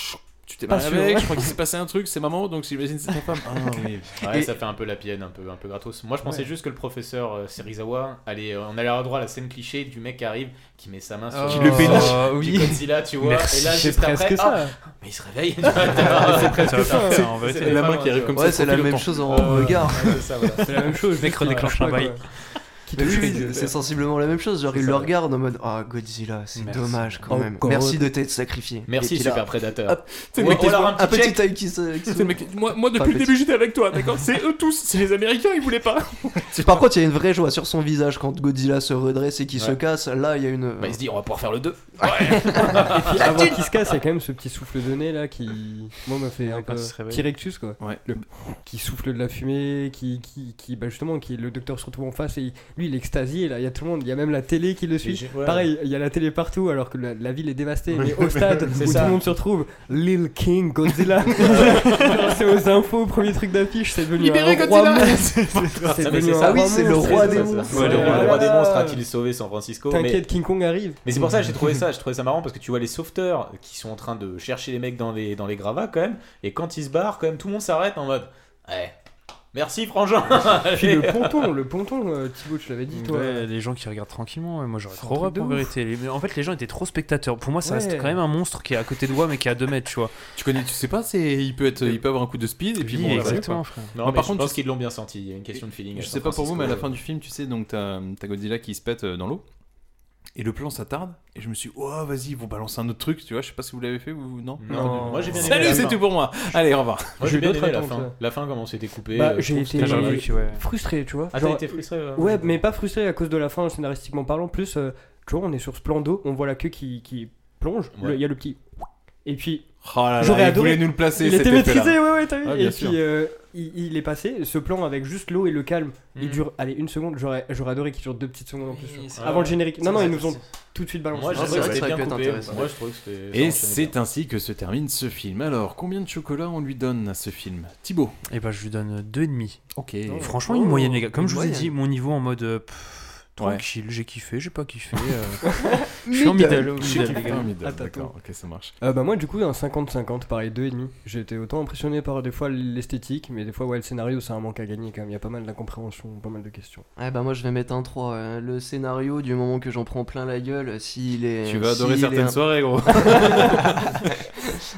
Speaker 2: tu t'es
Speaker 10: Pas
Speaker 2: marié
Speaker 10: sûr.
Speaker 2: avec, je crois qu'il s'est passé un truc, c'est maman, donc j'imagine que c'est ta femme. Ah oui.
Speaker 5: Ouais,
Speaker 2: Et-
Speaker 5: ça fait un peu la pienne, un peu, un peu gratos. Moi, je pensais
Speaker 2: Ouais.
Speaker 5: juste que le professeur euh, Serizawa, allait, euh, on allait avoir droit à la scène cliché du mec qui arrive, qui met sa main sur
Speaker 8: Oh,
Speaker 5: du-
Speaker 8: Qui le bénit.
Speaker 5: sur du
Speaker 8: oui.
Speaker 5: Godzilla, tu vois.
Speaker 8: Merci,
Speaker 5: et là,
Speaker 8: c'est
Speaker 5: juste après,
Speaker 8: presque
Speaker 5: ah,
Speaker 8: ça.
Speaker 5: mais il se réveille.
Speaker 8: C'est presque ça,
Speaker 5: C'est-
Speaker 8: en vérité.
Speaker 5: c'est
Speaker 8: La
Speaker 5: pas
Speaker 8: main
Speaker 5: mal,
Speaker 8: qui arrive
Speaker 5: tu
Speaker 8: comme
Speaker 5: vois.
Speaker 8: ça, Ouais, c'est la même chose en
Speaker 5: Euh,
Speaker 8: regard.
Speaker 5: ouais, c'est ça, voilà.
Speaker 8: C'est la même chose, Le mec juste, redéclenche ouais, un ouais. bail.
Speaker 11: Qui touche les yeux. C'est sensiblement la même chose. Genre,
Speaker 5: C'est
Speaker 11: il
Speaker 5: ça,
Speaker 11: le
Speaker 5: ouais.
Speaker 11: regarde en mode Ah, Godzilla, c'est
Speaker 5: Merci.
Speaker 11: dommage quand même.
Speaker 5: Encore
Speaker 11: Merci
Speaker 5: autre.
Speaker 11: de t'être sacrifié.
Speaker 5: Merci,
Speaker 11: Et puis là,
Speaker 5: Super Predator.
Speaker 11: hop, c'est le
Speaker 5: Ouais,
Speaker 11: mec qui
Speaker 5: on
Speaker 11: se-
Speaker 5: leur a un
Speaker 11: un
Speaker 5: petit
Speaker 11: petit
Speaker 5: check.
Speaker 11: œil qui se. qui
Speaker 2: C'est
Speaker 11: se-
Speaker 2: le mec- Moi, moi,
Speaker 11: Pas
Speaker 2: depuis le
Speaker 11: petit.
Speaker 2: début, j'étais avec toi, d'accord C'est eux tous, c'est les Américains, ils voulaient pas.
Speaker 11: Par contre, il y a une vraie joie sur son visage quand Godzilla se redresse et qu'il
Speaker 5: Ouais.
Speaker 11: se casse. Là, il y a une.
Speaker 5: Bah, il se dit, on va pouvoir faire le 2.
Speaker 10: Et puis Ah, avant qu'il se casse, il y a quand même ce petit souffle de nez là qui, moi, m'a fait un
Speaker 20: quand
Speaker 10: peu
Speaker 20: il se réveille.
Speaker 10: petit rectus quoi. Le- Qui souffle de la fumée, qui, qui, qui, bah justement, qui le docteur se retrouve en face et il- lui il est extasié là. Il y a tout le monde, il y a même la télé qui le suit.
Speaker 5: j'ai- ouais.
Speaker 10: Pareil, il y a la télé partout alors que la, la ville est dévastée. Mais au
Speaker 5: Ouais.
Speaker 10: stade où
Speaker 5: C'est
Speaker 10: tout
Speaker 5: ça.
Speaker 10: le monde se retrouve, Lil King Godzilla. Genre, c'est aux infos, premier truc d'affiche, c'est devenu
Speaker 5: Libérez
Speaker 10: un roi
Speaker 5: Godzilla
Speaker 10: monstre.
Speaker 5: C'est-
Speaker 10: C'est
Speaker 5: Ah, mais
Speaker 10: devenu
Speaker 5: c'est
Speaker 10: un
Speaker 5: ça.
Speaker 10: roi
Speaker 5: Oui, c'est le
Speaker 10: monstre,
Speaker 5: roi
Speaker 10: c'est
Speaker 5: des
Speaker 10: ça.
Speaker 5: monstres.
Speaker 10: Ouais,
Speaker 5: Ouais, le roi- le roi des monstres, a-t-il
Speaker 10: Voilà.
Speaker 5: sauvé San Francisco
Speaker 10: T'inquiète,
Speaker 5: Mais-
Speaker 10: King Kong arrive.
Speaker 5: Mais c'est pour ça que j'ai trouvé ça, j'ai trouvé ça marrant parce que tu vois les sauveteurs qui sont en train de chercher les mecs dans les, dans les gravats quand même, et quand ils se barrent, quand même tout le monde s'arrête en mode Ouais, merci Frangin
Speaker 10: Puis
Speaker 5: Allez.
Speaker 10: le ponton, le ponton, euh, Thibaut, tu l'avais dit toi.
Speaker 20: Ouais, les gens qui regardent tranquillement, ouais, moi j'aurais
Speaker 10: un
Speaker 20: trop
Speaker 10: truc
Speaker 20: rep
Speaker 10: de
Speaker 20: en
Speaker 10: ouf.
Speaker 20: vérité. Les- mais En fait, les gens étaient trop spectateurs. Pour moi, ça reste
Speaker 10: Ouais.
Speaker 20: quand même un monstre qui est à côté de moi, mais qui est à 2 mètres, tu vois.
Speaker 2: Tu connais, tu sais pas, c'est il peut être, il peut avoir un coup de speed et puis
Speaker 20: Oui,
Speaker 2: bon, voilà,
Speaker 20: exactement,
Speaker 2: quoi.
Speaker 20: frère.
Speaker 2: Non,
Speaker 5: Non, mais
Speaker 2: par
Speaker 5: je
Speaker 2: contre,
Speaker 5: pense
Speaker 2: tu-
Speaker 5: qu'ils l'ont bien senti, il y a une question de feeling. à
Speaker 2: Je
Speaker 5: San
Speaker 2: sais pas pour vous,
Speaker 5: Francisco.
Speaker 2: mais à la fin du film, tu sais, donc t'as t'as Godzilla qui se pète euh, dans l'eau. Et le plan s'attarde, et je me suis dit, oh vas-y, ils vont balancer un autre truc, tu vois, je sais pas si vous l'avez fait ou non.
Speaker 5: Non. Moi, j'ai bien aimé
Speaker 2: Salut,
Speaker 5: la
Speaker 2: c'est
Speaker 5: fin.
Speaker 2: tout pour moi. Allez, au revoir.
Speaker 5: Moi j'ai bien aimé la
Speaker 10: attentes,
Speaker 5: fin.
Speaker 10: là.
Speaker 5: La fin, comment c'était coupé.
Speaker 10: Bah,
Speaker 5: euh,
Speaker 10: j'ai
Speaker 5: je trouve que c'était-
Speaker 10: été frustré, tu vois.
Speaker 5: Ah, t'as
Speaker 10: Genre-
Speaker 5: été frustré
Speaker 10: Ouais,
Speaker 5: ouais.
Speaker 10: mais pas frustré à cause de la fin, scénaristiquement parlant. Plus, euh, tu vois, on est sur ce plan d'eau, on voit la queue qui, qui plonge, le- il
Speaker 2: Ouais.
Speaker 10: y a le petit. Et puis,
Speaker 2: Oh là là, il voulait nous le placer,
Speaker 10: Il
Speaker 2: cet
Speaker 10: était
Speaker 2: effet-là.
Speaker 10: maîtrisé, ouais, ouais, t'as vu.
Speaker 2: Ah, bien
Speaker 10: et
Speaker 2: sûr.
Speaker 10: puis, euh, il, il est passé. Ce plan avec juste l'eau et le calme, il dure, allez, une seconde. J'aurais j'aurais adoré qu'il dure deux petites secondes en plus. tu vois.
Speaker 5: Mm. c'est
Speaker 10: Avant
Speaker 5: vrai.
Speaker 10: le générique.
Speaker 5: C'est
Speaker 10: Non, non,
Speaker 5: vrai,
Speaker 10: ils nous ont
Speaker 5: c'est-
Speaker 10: tout de suite balancé.
Speaker 20: Ah,
Speaker 5: Moi, je trouvais que c'était bien coupé. Moi, je trouvais que c'était- ça
Speaker 2: Et
Speaker 5: enchaînait
Speaker 2: c'est ainsi que se termine ce film. Alors, combien de chocolat on lui donne à ce film Thibaut
Speaker 20: Et bah, je lui donne 2,5.
Speaker 2: Ok.
Speaker 20: Franchement, une
Speaker 10: Oh.
Speaker 20: moyenne, les
Speaker 11: euh,
Speaker 20: gars. Comme
Speaker 2: Une
Speaker 20: je vous ai
Speaker 2: moyenne.
Speaker 20: dit, mon niveau en mode. euh, pff,
Speaker 2: Ouais.
Speaker 20: Tranquille, j'ai kiffé, j'ai pas kiffé. euh, je suis en middle,
Speaker 10: Middle,
Speaker 20: je suis en middle,
Speaker 10: middle,
Speaker 20: les gars.
Speaker 10: middle,
Speaker 2: middle,
Speaker 10: à tâtons.
Speaker 2: d'accord, ok, ça marche.
Speaker 10: Euh, bah moi du coup un 50-50 pareil 2,5 j'ai été autant impressionné par des fois l'esthétique mais des fois ouais le scénario c'est un manque à gagner quand même il y a pas mal d'incompréhension pas mal de questions
Speaker 11: Ouais, bah moi je vais mettre un 3. euh, Le scénario, du moment que j'en prends plein la gueule, euh, s'il est.
Speaker 2: Tu vas adorer
Speaker 11: s'il est
Speaker 2: certaines
Speaker 11: un-
Speaker 2: soirées, gros.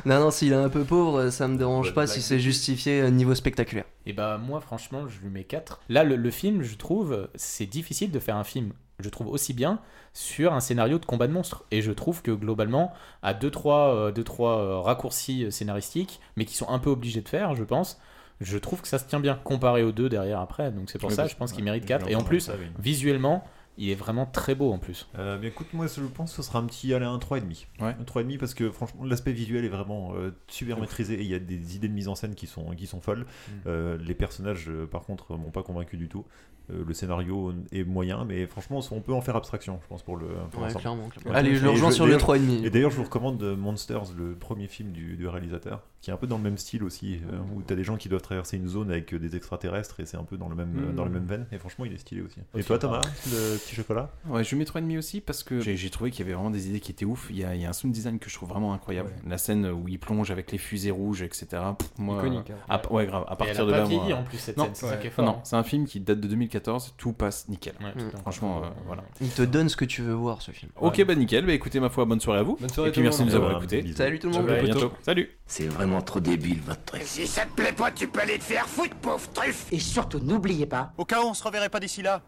Speaker 11: non, non, s'il est un peu pauvre, euh, ça me dérange
Speaker 5: Bonne
Speaker 11: pas
Speaker 5: blague.
Speaker 11: si c'est justifié à un niveau spectaculaire.
Speaker 5: Et bah moi franchement je lui mets 4. Là le, le film je trouve c'est difficile de faire un film je trouve aussi bien sur un scénario de combat de monstres et je trouve que globalement à 2 3 deux, trois euh, raccourcis euh, scénaristiques mais qui sont un peu obligés de faire je pense je trouve que ça se tient bien comparé aux deux derrière après donc c'est pour
Speaker 3: Oui,
Speaker 5: ça
Speaker 3: parce-
Speaker 5: je pense qu'il
Speaker 3: ouais,
Speaker 5: mérite
Speaker 3: je
Speaker 5: 4
Speaker 3: vais
Speaker 5: et en
Speaker 3: entendre
Speaker 5: plus
Speaker 3: ça, oui.
Speaker 5: visuellement il est vraiment très beau en plus.
Speaker 3: Euh, mais écoute, moi je pense que ce sera un petit aller un 3,5. Un 3,5 parce que franchement, l'aspect visuel est vraiment euh, super
Speaker 5: Ouf.
Speaker 3: maîtrisé et il y a des idées de mise en scène qui sont, qui sont folles.
Speaker 5: Mm.
Speaker 3: Euh, les personnages, euh, par contre, euh, m'ont pas convaincu du tout. Euh, le scénario est moyen, mais franchement, on peut en faire abstraction, je pense, pour le. pour
Speaker 11: Ouais,
Speaker 3: l'ensemble.
Speaker 11: clairement, clairement. Allez, je le
Speaker 3: Et
Speaker 11: rejoins sur le
Speaker 3: d'ailleurs-
Speaker 11: 3,5.
Speaker 2: Mm.
Speaker 3: Et d'ailleurs, je vous recommande euh, Monsters, le premier film du, du réalisateur, qui est un peu dans le même style aussi, euh,
Speaker 2: Mm.
Speaker 3: où tu as des gens qui doivent traverser une zone avec euh, des extraterrestres et c'est un peu dans le même, euh, dans la
Speaker 2: Mm.
Speaker 3: même veine. Et franchement, il est stylé aussi. Et
Speaker 2: Aussi,
Speaker 3: toi,
Speaker 2: pas mal.
Speaker 3: Thomas, le petit chocolat
Speaker 2: Ouais, je lui mets 3,5 aussi parce que j'ai j'ai trouvé qu'il y avait vraiment des idées qui étaient ouf. Il y a, il y a un sound design que je trouve vraiment incroyable. La scène où il plonge avec les fusées rouges, etc. Pff, moi,
Speaker 5: Iconique, hein.
Speaker 2: à- ouais. grave. À
Speaker 5: Et
Speaker 2: partir
Speaker 5: elle a
Speaker 2: de
Speaker 5: pas
Speaker 2: là,
Speaker 5: vieilli, hein.
Speaker 2: moi-
Speaker 5: en plus, cette
Speaker 2: non,
Speaker 5: scène, c'est ça qui est fort,
Speaker 2: non,
Speaker 5: hein.
Speaker 2: c'est un film qui date de 2014. Tout passe nickel.
Speaker 11: tout
Speaker 2: Franchement, euh, voilà.
Speaker 11: Il te donne ce que tu veux voir ce film.
Speaker 2: Ok, bah nickel. Bah écoutez, ma foi, bonne soirée à vous.
Speaker 11: Bonne soirée
Speaker 2: Et puis
Speaker 11: tout le
Speaker 2: merci de
Speaker 11: monde.
Speaker 2: nous
Speaker 3: Euh,
Speaker 2: avoir
Speaker 11: Ouais,
Speaker 2: écoutés.
Speaker 11: bisous. Salut tout le monde.
Speaker 2: À bientôt.
Speaker 11: Bientôt.
Speaker 2: Salut.
Speaker 14: C'est vraiment trop débile votre truc.
Speaker 21: Si ça te plaît pas, tu peux aller te faire foutre, pauvre truffe Et surtout, n'oubliez pas.
Speaker 22: Au cas où on se reverrait pas d'ici là,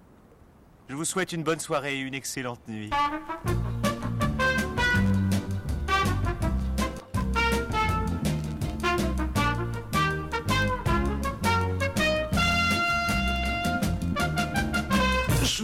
Speaker 22: je vous souhaite une bonne soirée et une excellente nuit.
Speaker 21: Je